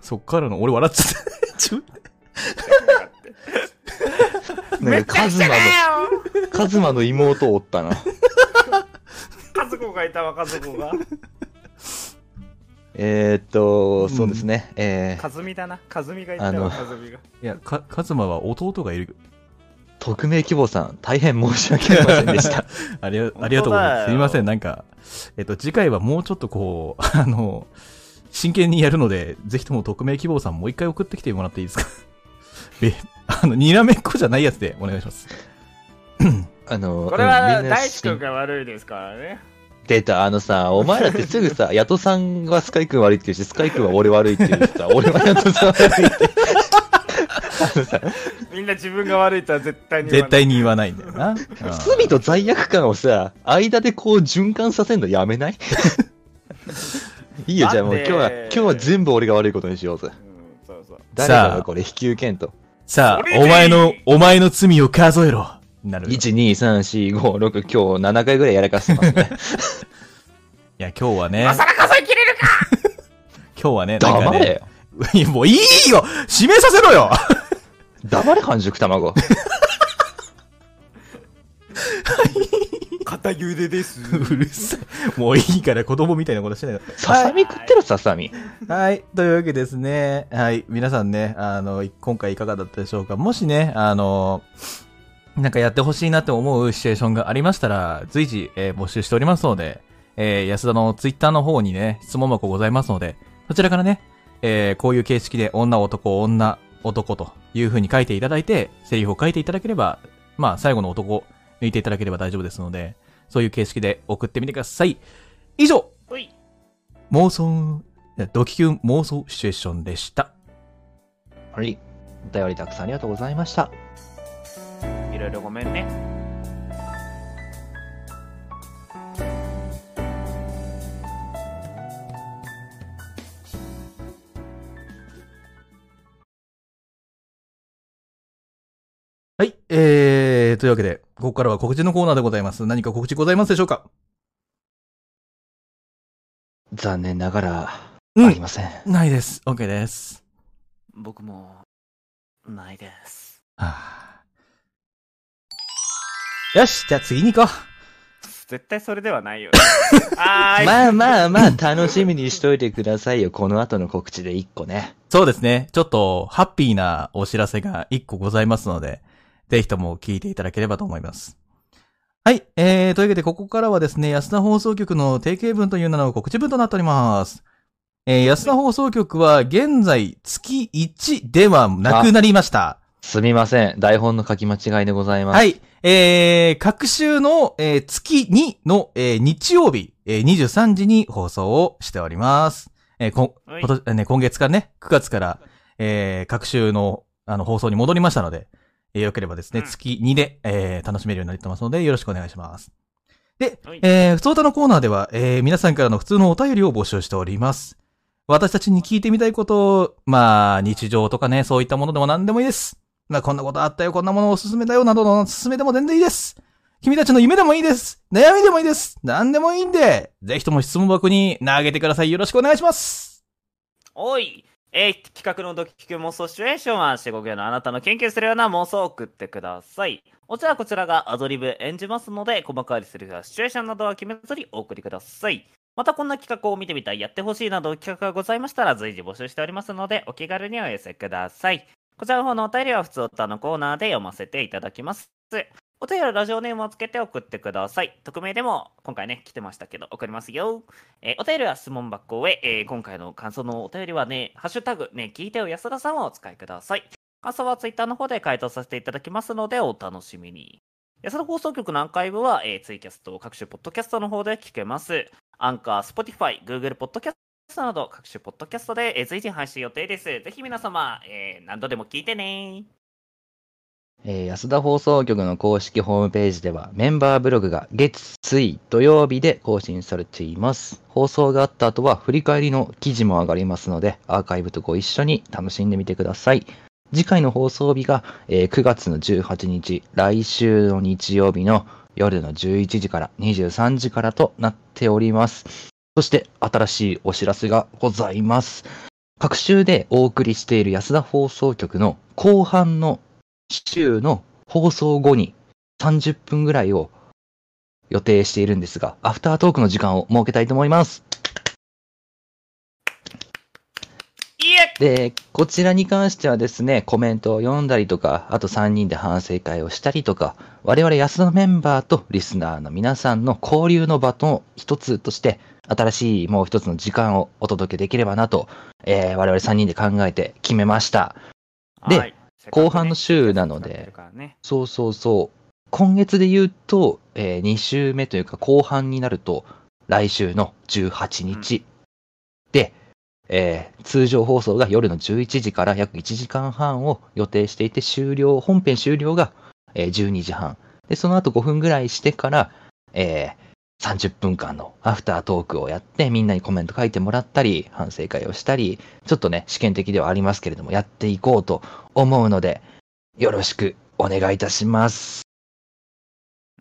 Speaker 2: そっからの、俺笑っちゃった。 ちょ
Speaker 5: なんかカズマの、カズマの妹おっ たな。
Speaker 1: 家族がいたわ家族が
Speaker 5: えーっと、そうですね。えー、
Speaker 1: 和美だな和美がい
Speaker 5: あ
Speaker 1: た
Speaker 5: の
Speaker 1: わ和美が
Speaker 2: いや、か、カズマは弟がいる。
Speaker 5: 匿名希望さん、大変申 し訳ありませんでした。
Speaker 2: ありがありがとうございます。
Speaker 1: 本当だよ
Speaker 2: すみません、なんか、えっと、次回はもうちょっとこう、あの、真剣にやるので、ぜひとも匿名希望さんもう一回送ってきてもらっていいですか え、あの、にらめっこじゃないやつでお願いします。
Speaker 5: あの、
Speaker 1: これは
Speaker 5: うんみんな
Speaker 1: 大地君が悪いですからね
Speaker 5: 出た、あのさ、お前らってす ぐさ、ヤトさんはスカイ君悪いって言うし、スカイ君は俺悪いって言うしさ、俺 はヤトさん悪いって。あのさ、
Speaker 1: みんな自分が悪いとは絶対に言
Speaker 2: 絶
Speaker 1: わない
Speaker 2: 対に言わないんだよな。うん
Speaker 5: 罪と罪悪感をさ、間でこう循環させんのやめない いいよ、じゃあもう今日は、
Speaker 1: だって
Speaker 5: 今日は全部俺が悪いことにしよう
Speaker 1: う
Speaker 5: ぜ。
Speaker 1: んそうそう
Speaker 5: 誰だろこれ引き受けんと。
Speaker 2: さ
Speaker 1: それ
Speaker 2: あ、
Speaker 1: で
Speaker 2: お前の、お前の罪を数えろ。なるほど。
Speaker 5: 1、2、3、4、5、6、今日7回ぐらいやらかしてますね。
Speaker 2: いや、今日はね、
Speaker 9: 今さら数え切れるか
Speaker 2: 今日はね、なんか
Speaker 5: 黙
Speaker 2: ね
Speaker 5: れ、
Speaker 2: いやもういいよ指名させろよ
Speaker 5: 黙れ、半熟卵。
Speaker 1: 片茹でです
Speaker 2: うるさい。もういいから子供みたいなことしてないか
Speaker 5: ささみ食ってろ、ささみ。
Speaker 2: ら。はい。というわけですね。はい。皆さんね、あの、い今回いかがだったでしょうかもしね、あの、なんかやってほしいなと思うシチュエーションがありましたら、随時、えー募集しておりますので、えー安田のツイッターの方にね、質問箱ございますので、そちらからね、えーこういう形式で女男女男という風に書いていただいて、セリフを書いていただければ、まあ最後の男抜いていただければ大丈夫ですので、そういう形式で送ってみてください。以上
Speaker 9: ほい
Speaker 2: 妄想、いやドキキュン妄想シチュエーションでした。
Speaker 5: はい。お便りたくさんありがとうございました。
Speaker 1: いろいろごめんね
Speaker 2: はい、えー、というわけで、ここからは告知のコーナーでございます。何か告知ございますでしょうか
Speaker 5: 残念ながら、
Speaker 2: うん
Speaker 5: ありません。
Speaker 2: ないです。OK です。
Speaker 6: 僕も、ないです。
Speaker 2: はあよし、じゃあ次に行こう。
Speaker 1: 絶対それではないよね あーい
Speaker 5: まあまあまあ、楽しみにしといてくださいよ。この後の告知で1個ね。
Speaker 2: そうですね。ちょっと、ハッピーなお知らせが一個ございますので、ぜひとも聞いていただければと思います。はい。えー、というわけで、ここからはですね、安田放送局の定型文という名の告知文となっております。えー、安田放送局は、現在、月1ではなくなりました。
Speaker 5: すみません。台本の書き間違いでございます。。
Speaker 2: はいい。えー、各週の、えー月2の、えー日曜日、えー23時に放送をしております。えーこん
Speaker 1: はい
Speaker 2: 今年えーね、今月からね、9月から、えー各週のあの放送に戻りましたので、えーよければですね、
Speaker 1: うん
Speaker 2: 月2で、えー楽しめるようになってますので、よろしくお願いします。で、
Speaker 1: はい
Speaker 2: えー、普通歌のコーナーでは、えー皆さんからの普通のお便りを募集しております。私たちに聞いてみたいことを、まあ、日常とかね、そういったものでも何でもいいです。まあ、こんなことあったよ、こんなものおすすめだよ、などのおすすめでも全然いいです。君たちの夢でもいいです。悩みでもいいです。何でもいいんで、ぜひとも質問箱に投げてください。よろしくお願いします。
Speaker 1: おいえい企画のドキキュン妄想シチュエーションは四五行のあなたの研究するような妄想を送ってくださいこちらはこちらがアドリブ演じますので細かいセリフやシチュエーションなどは決めずにお送りくださいまたこんな企画を見てみたいやってほしいなど企画がございましたら随時募集しておりますのでお気軽にお寄せくださいこちらの方のお便りは普通歌のコーナーで読ませていただきますお便りラジオネームをつけて送ってください。匿名でも今回ね、来てましたけど、送りますよ。えーお便りは質問箱へ、えー今回の感想のお便りはね、ハッシュタグ、ね、聞いてよ安田さんをお使いください。感想はツイッターの方で回答させていただきますので、お楽しみに。安田放送局のアーカイブは、えーツイキャスト、各種ポッドキャストの方で聞けます。アンカー、スポティファイ、グーグルポッドキャストなど、各種ポッドキャストで、えー随時配信予定です。ぜひ皆様、えー何度でも聞いてね
Speaker 4: えー安田放送局の公式ホームページではメンバーブログが月、水、土曜日で更新されています。放送があった後は振り返りの記事も上がりますのでアーカイブとご一緒に楽しんでみてください。次回の放送日が、えー9月の18日、来週の日曜日の夜の11時から23時からとなっております。そして新しいお知らせがございます。各週でお送りしている安田放送局の後半の週の放送後に30分ぐらいを予定しているんですが、アフタートークの時間を設けたいと思います。
Speaker 1: いえ
Speaker 4: で、こちらに関してはですね、コメントを読んだりとか、あと3人で反省会をしたりとか、我々安田のメンバーとリスナーの皆さんの交流の場の一つとして、新しいもう一つの時間をお届けできればなと、えー我々3人で考えて決めました。で
Speaker 1: はい
Speaker 4: 後半の週なので、
Speaker 1: せっかくね
Speaker 4: そうそうそう。今月で言うと、え2週目というか後半になると、来週の18日。で、えー通常放送が夜の11時から約1時間半を予定していて、終了、本編終了が、えー12時半。で、その後5分ぐらいしてから、えー30分間のアフタートークをやって、みんなにコメント書いてもらったり、反省会をしたり、ちょっとね、試験的ではありますけれども、やっていこうと思うので、よろしくお願いいたします。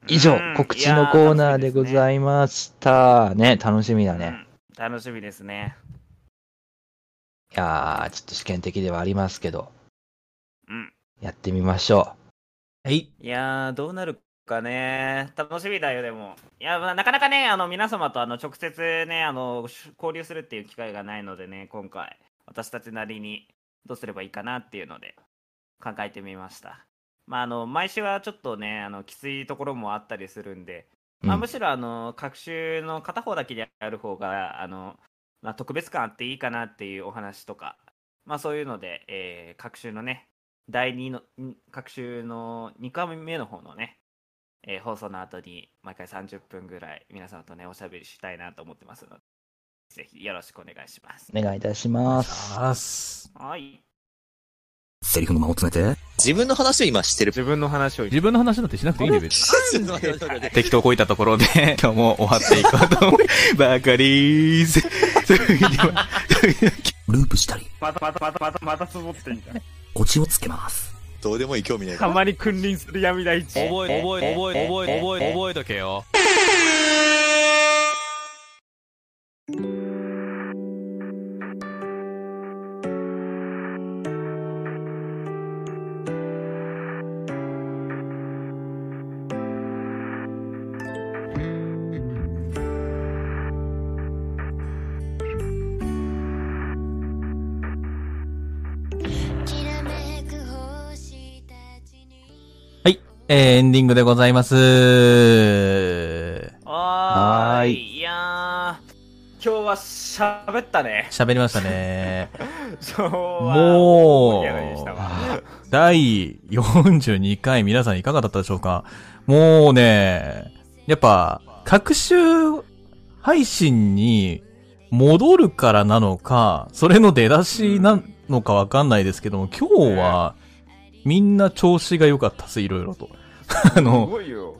Speaker 4: 以上
Speaker 1: うん、
Speaker 4: 告知のコーナーでございました。ね、楽しみだ
Speaker 1: いやー楽しみですね
Speaker 4: ね。
Speaker 1: うん楽しみですね
Speaker 4: いやー、ちょっと試験的ではありますけど、
Speaker 1: うん
Speaker 4: やってみましょ
Speaker 2: はい。
Speaker 1: いやーどうなるかね楽しみだよでもいやーまあなかなかねあの皆様とあの直接ねあのし交流するっていう機会がないのでね今回私たちなりにどうすればいいかなっていうので考えてみましたまああの毎週はちょっとねあのきついところもあったりするんで、まあ、
Speaker 4: うん
Speaker 1: むしろあの各週の片方だけでやる方があの、まあ、特別感あっていいかなっていうお話とかまあそういうので、えー各週のね第2のん各週の2回目の方のね、えー放送の後に毎回30分ぐらい皆さんとねおしゃべりしたいなと思ってますのでぜひよろしくお願いします
Speaker 4: う。お願いいたします。
Speaker 2: さあす。
Speaker 1: はい
Speaker 10: セリフの間を詰めて、
Speaker 5: 自分の話を今してる。
Speaker 11: 自分の話を言って
Speaker 2: 自分の話なんてしなくていいんだよ、別に。
Speaker 5: で
Speaker 2: 適当こいたところで、今日も終わっていこうと思い、ばかりーす。それでは
Speaker 10: ループしたり、
Speaker 11: またまたまたまたまた積もってんじゃん。
Speaker 10: オチをつけます。
Speaker 5: どうでもいい興味ないか
Speaker 11: た
Speaker 5: ら。
Speaker 11: まに君臨する闇大地。
Speaker 2: 覚え、覚え、覚え、覚え、覚え、覚えとけよ。はい。えー、エンディングでございます。
Speaker 1: は
Speaker 4: ーい
Speaker 1: いいや
Speaker 11: 今日は喋った ね。
Speaker 2: 喋りましたね。
Speaker 11: そう。
Speaker 2: も
Speaker 11: 盛り上がりでしたわ
Speaker 2: う、第42回皆さんいかがだったでしょうかもうね、やっぱ、各週配信に戻るからなのか、それの出だしなのかわかんないですけども、今日は、みんな調子が良かったです、いろいろと。あの
Speaker 11: す、ごいよ。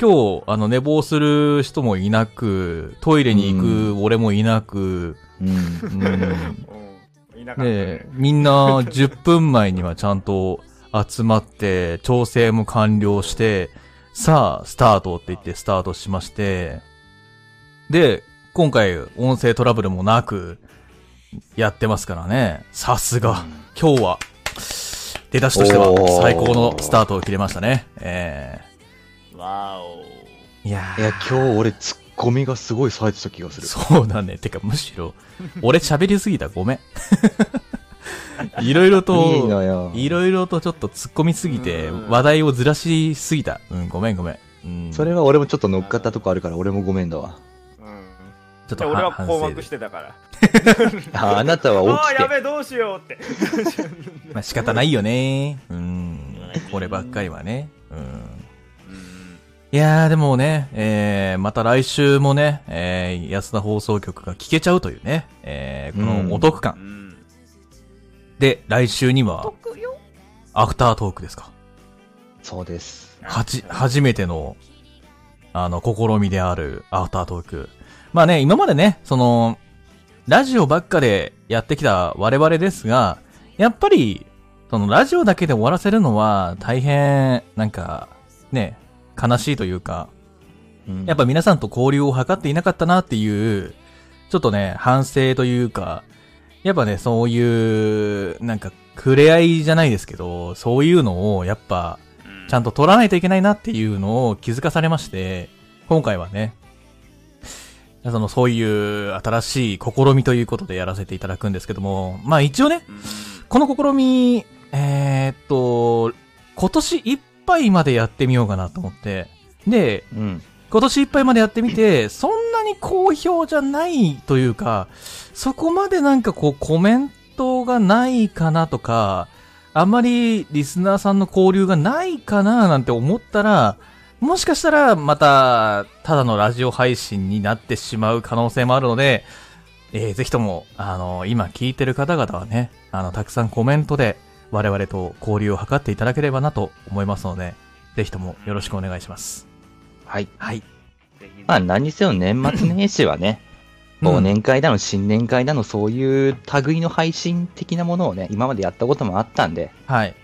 Speaker 2: 今日、あの、寝坊する人もいなく、トイレに行く俺もいなく、
Speaker 4: うん。
Speaker 2: うん
Speaker 11: うん。いなかったね。
Speaker 2: で、みんな10分前にはちゃんと集まって、調整も完了して、さあ、スタートって言ってスタートしまして、で、今回音声トラブルもなく、やってますからね。さすが。今日は、出だしとしては
Speaker 4: おー
Speaker 2: 最高のスタートを切れましたね。え
Speaker 1: ーわお
Speaker 2: ー、いや
Speaker 4: いや、今日俺ツッコミがすごい冴えてた気がする。
Speaker 2: そうだね。てか、むしろ、俺喋りすぎた。ごめん。いろいろと、
Speaker 5: いいのよ
Speaker 2: いろいろとちょっと突っ込みすぎて、話題をずらしすぎた。うん、ごめんごめん。うん、
Speaker 5: それは俺もちょっと乗っかったとこあるから俺もごめんだわ。
Speaker 2: ちょっ
Speaker 1: で
Speaker 2: と
Speaker 1: 俺は
Speaker 2: 反
Speaker 1: 困
Speaker 2: 反省
Speaker 1: 惑
Speaker 2: で
Speaker 1: してたから。
Speaker 5: ああなた
Speaker 1: ああ
Speaker 5: は起
Speaker 1: ー、
Speaker 5: き
Speaker 1: や
Speaker 5: て。
Speaker 1: べえ、どうしようって。
Speaker 2: まあ仕方ないよね。うん。こればっかりはね。うん。いやー、でもね、えー、また来週もね、えー、安田放送局が聞けちゃうというね、えー、このお得感。で、来週には、アフタートークですか。
Speaker 5: そうです。
Speaker 2: はじ、初めての、あの、試みであるアフタートーク。まあね、今までね、その、ラジオばっかでやってきた我々ですが、やっぱり、そのラジオだけで終わらせるのは大変、なんか、ね、悲しいというか、
Speaker 5: うん
Speaker 2: やっぱ皆さんと交流を図っていなかったなっていう、ちょっとね、反省というか、やっぱね、そういう、なんか、触れ合いじゃないですけど、そういうのを、やっぱ、ちゃんと取らないといけないなっていうのを気づかされまして、今回はね、その、そういう新しい試みということでやらせていただくんですけども、まあ一応ね、この試み、えーっと、今年いっぱいまでやってみようかなと思って、で、
Speaker 5: うん。
Speaker 2: 今年いっぱいまでやってみて、そんなに好評じゃないというか、そこまでなんかこうコメントがないかなとか、あまりリスナーさんの交流がないかななんて思ったら、もしかしたらまた、ただのラジオ配信になってしまう可能性もあるので、えーぜひとも、あの、今聞いてる方々はね、あの、たくさんコメントで我々と交流を図っていただければなと思いますので、ぜひともよろしくお願いします。
Speaker 5: はい。
Speaker 2: はい。
Speaker 5: まあ何にせよ年末年始はね、忘年会だの新年会だのそういう類の配信的なものをね、今までやったこともあったんで、
Speaker 2: はい。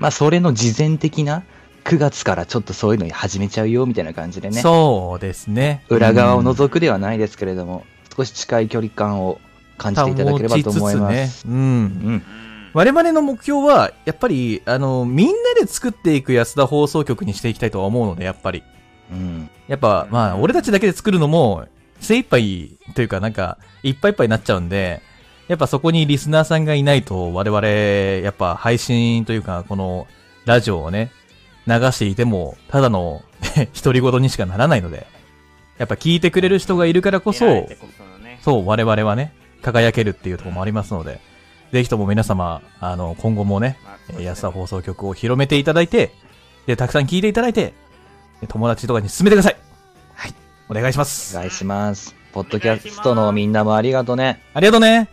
Speaker 5: まあそれの事前的な9月からちょっとそういうのに始めちゃうよみたいな感じでね、
Speaker 2: そうですね。
Speaker 5: 裏側を
Speaker 2: うん
Speaker 5: 除くではないですけれども、少し近い距離感を感じていただければと思いま
Speaker 2: 保
Speaker 5: す。
Speaker 2: ちつつね。うん。
Speaker 5: うん。
Speaker 2: 我々の目標は、やっぱり、あの、みんなで作っていく安田放送局にしていきたいとは思うので、やっぱり。
Speaker 5: うん。
Speaker 2: やっぱ、まあ、俺たちだけで作るのも、精一杯というか、なんか、いっぱいいっぱいになっちゃうんで、やっぱそこにリスナーさんがいないと、我々、やっぱ配信というか、この、ラジオをね、流していても、ただの、 独り言にしかならないので、やっぱ聞いてくれる人がいるからこそ、
Speaker 6: 見られてこそのね
Speaker 2: そう、我々はね、輝けるっていうところもありますので、ぜひとも皆様、あの、今後もね、えー安田放送局を広めていただいて、で、たくさん聞いていただいて、え友達とかに勧めてください。はい。お願いします。
Speaker 5: お願いします。ポッドキャストのみんなもありがとうね。
Speaker 2: ありがとうね。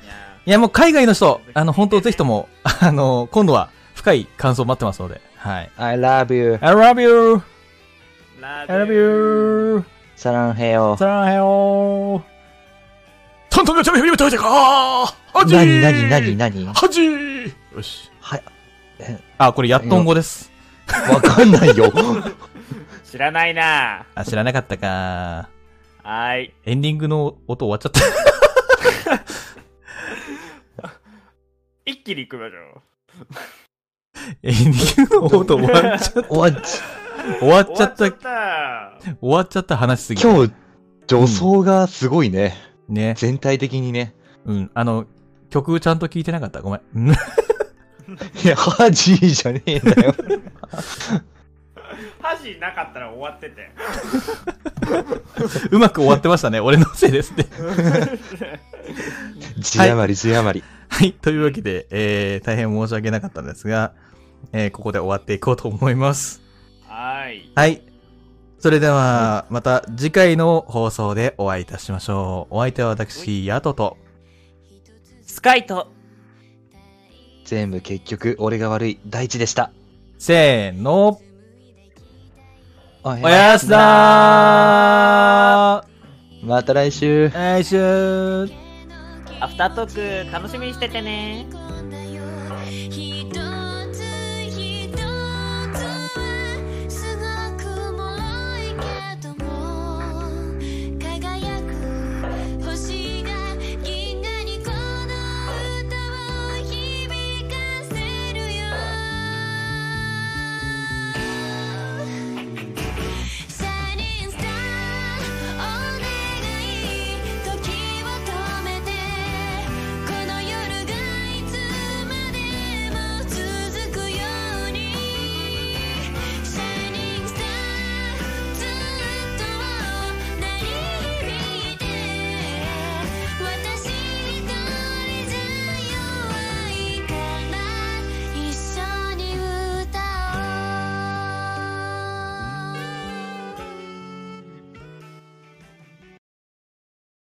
Speaker 2: いや、もう海外の人、あの、本当ぜひとも、あの、今度は深い感想待ってますので、はい。
Speaker 5: I love you.
Speaker 2: I love you!I
Speaker 1: ラ
Speaker 2: love you!
Speaker 5: サランヘヨ。
Speaker 2: さらへよ
Speaker 8: トントンがちょびふりぶっといてかはじ
Speaker 5: なになになになに
Speaker 8: はじーよし。
Speaker 2: あ、これやっとん語です。
Speaker 5: わかんない よ。
Speaker 1: 知らないな
Speaker 2: あ、知らなかったか
Speaker 1: はーい。
Speaker 2: エンディングの音終わっちゃった。
Speaker 1: 一気に行きましょ
Speaker 2: エンディングの音終わっちゃった。
Speaker 5: おわち
Speaker 2: 終わ
Speaker 1: う。
Speaker 2: っちゃった。終
Speaker 1: 終わっちゃっ
Speaker 2: わっちゃった話しすぎ。
Speaker 5: 今日、女装がすごいね。
Speaker 2: ね。
Speaker 5: 全体的にね。
Speaker 2: うん。あの、曲ちゃんと聞いてなかった。ごめん。 うん
Speaker 5: いや、ハジーじゃねえんだよ。
Speaker 1: た。箸なかったら終わってて。
Speaker 2: うまく終わってましたね。俺のせいですね。
Speaker 5: 字余り字余り。
Speaker 2: はい。というわけで、えー、大変申し訳なかったんですが、えー、ここで終わっていこうと思います。
Speaker 1: はーい。
Speaker 2: はい。それでは、また次回の放送でお会いいたしましょう。お相手は私、ヤトと。
Speaker 6: スカイと
Speaker 5: 全部結局、俺が悪い大地でした。
Speaker 2: せーの、
Speaker 5: お
Speaker 2: おやすだ
Speaker 5: また来週。
Speaker 2: ー来週
Speaker 6: アフタートーク楽しみにしててね
Speaker 9: 「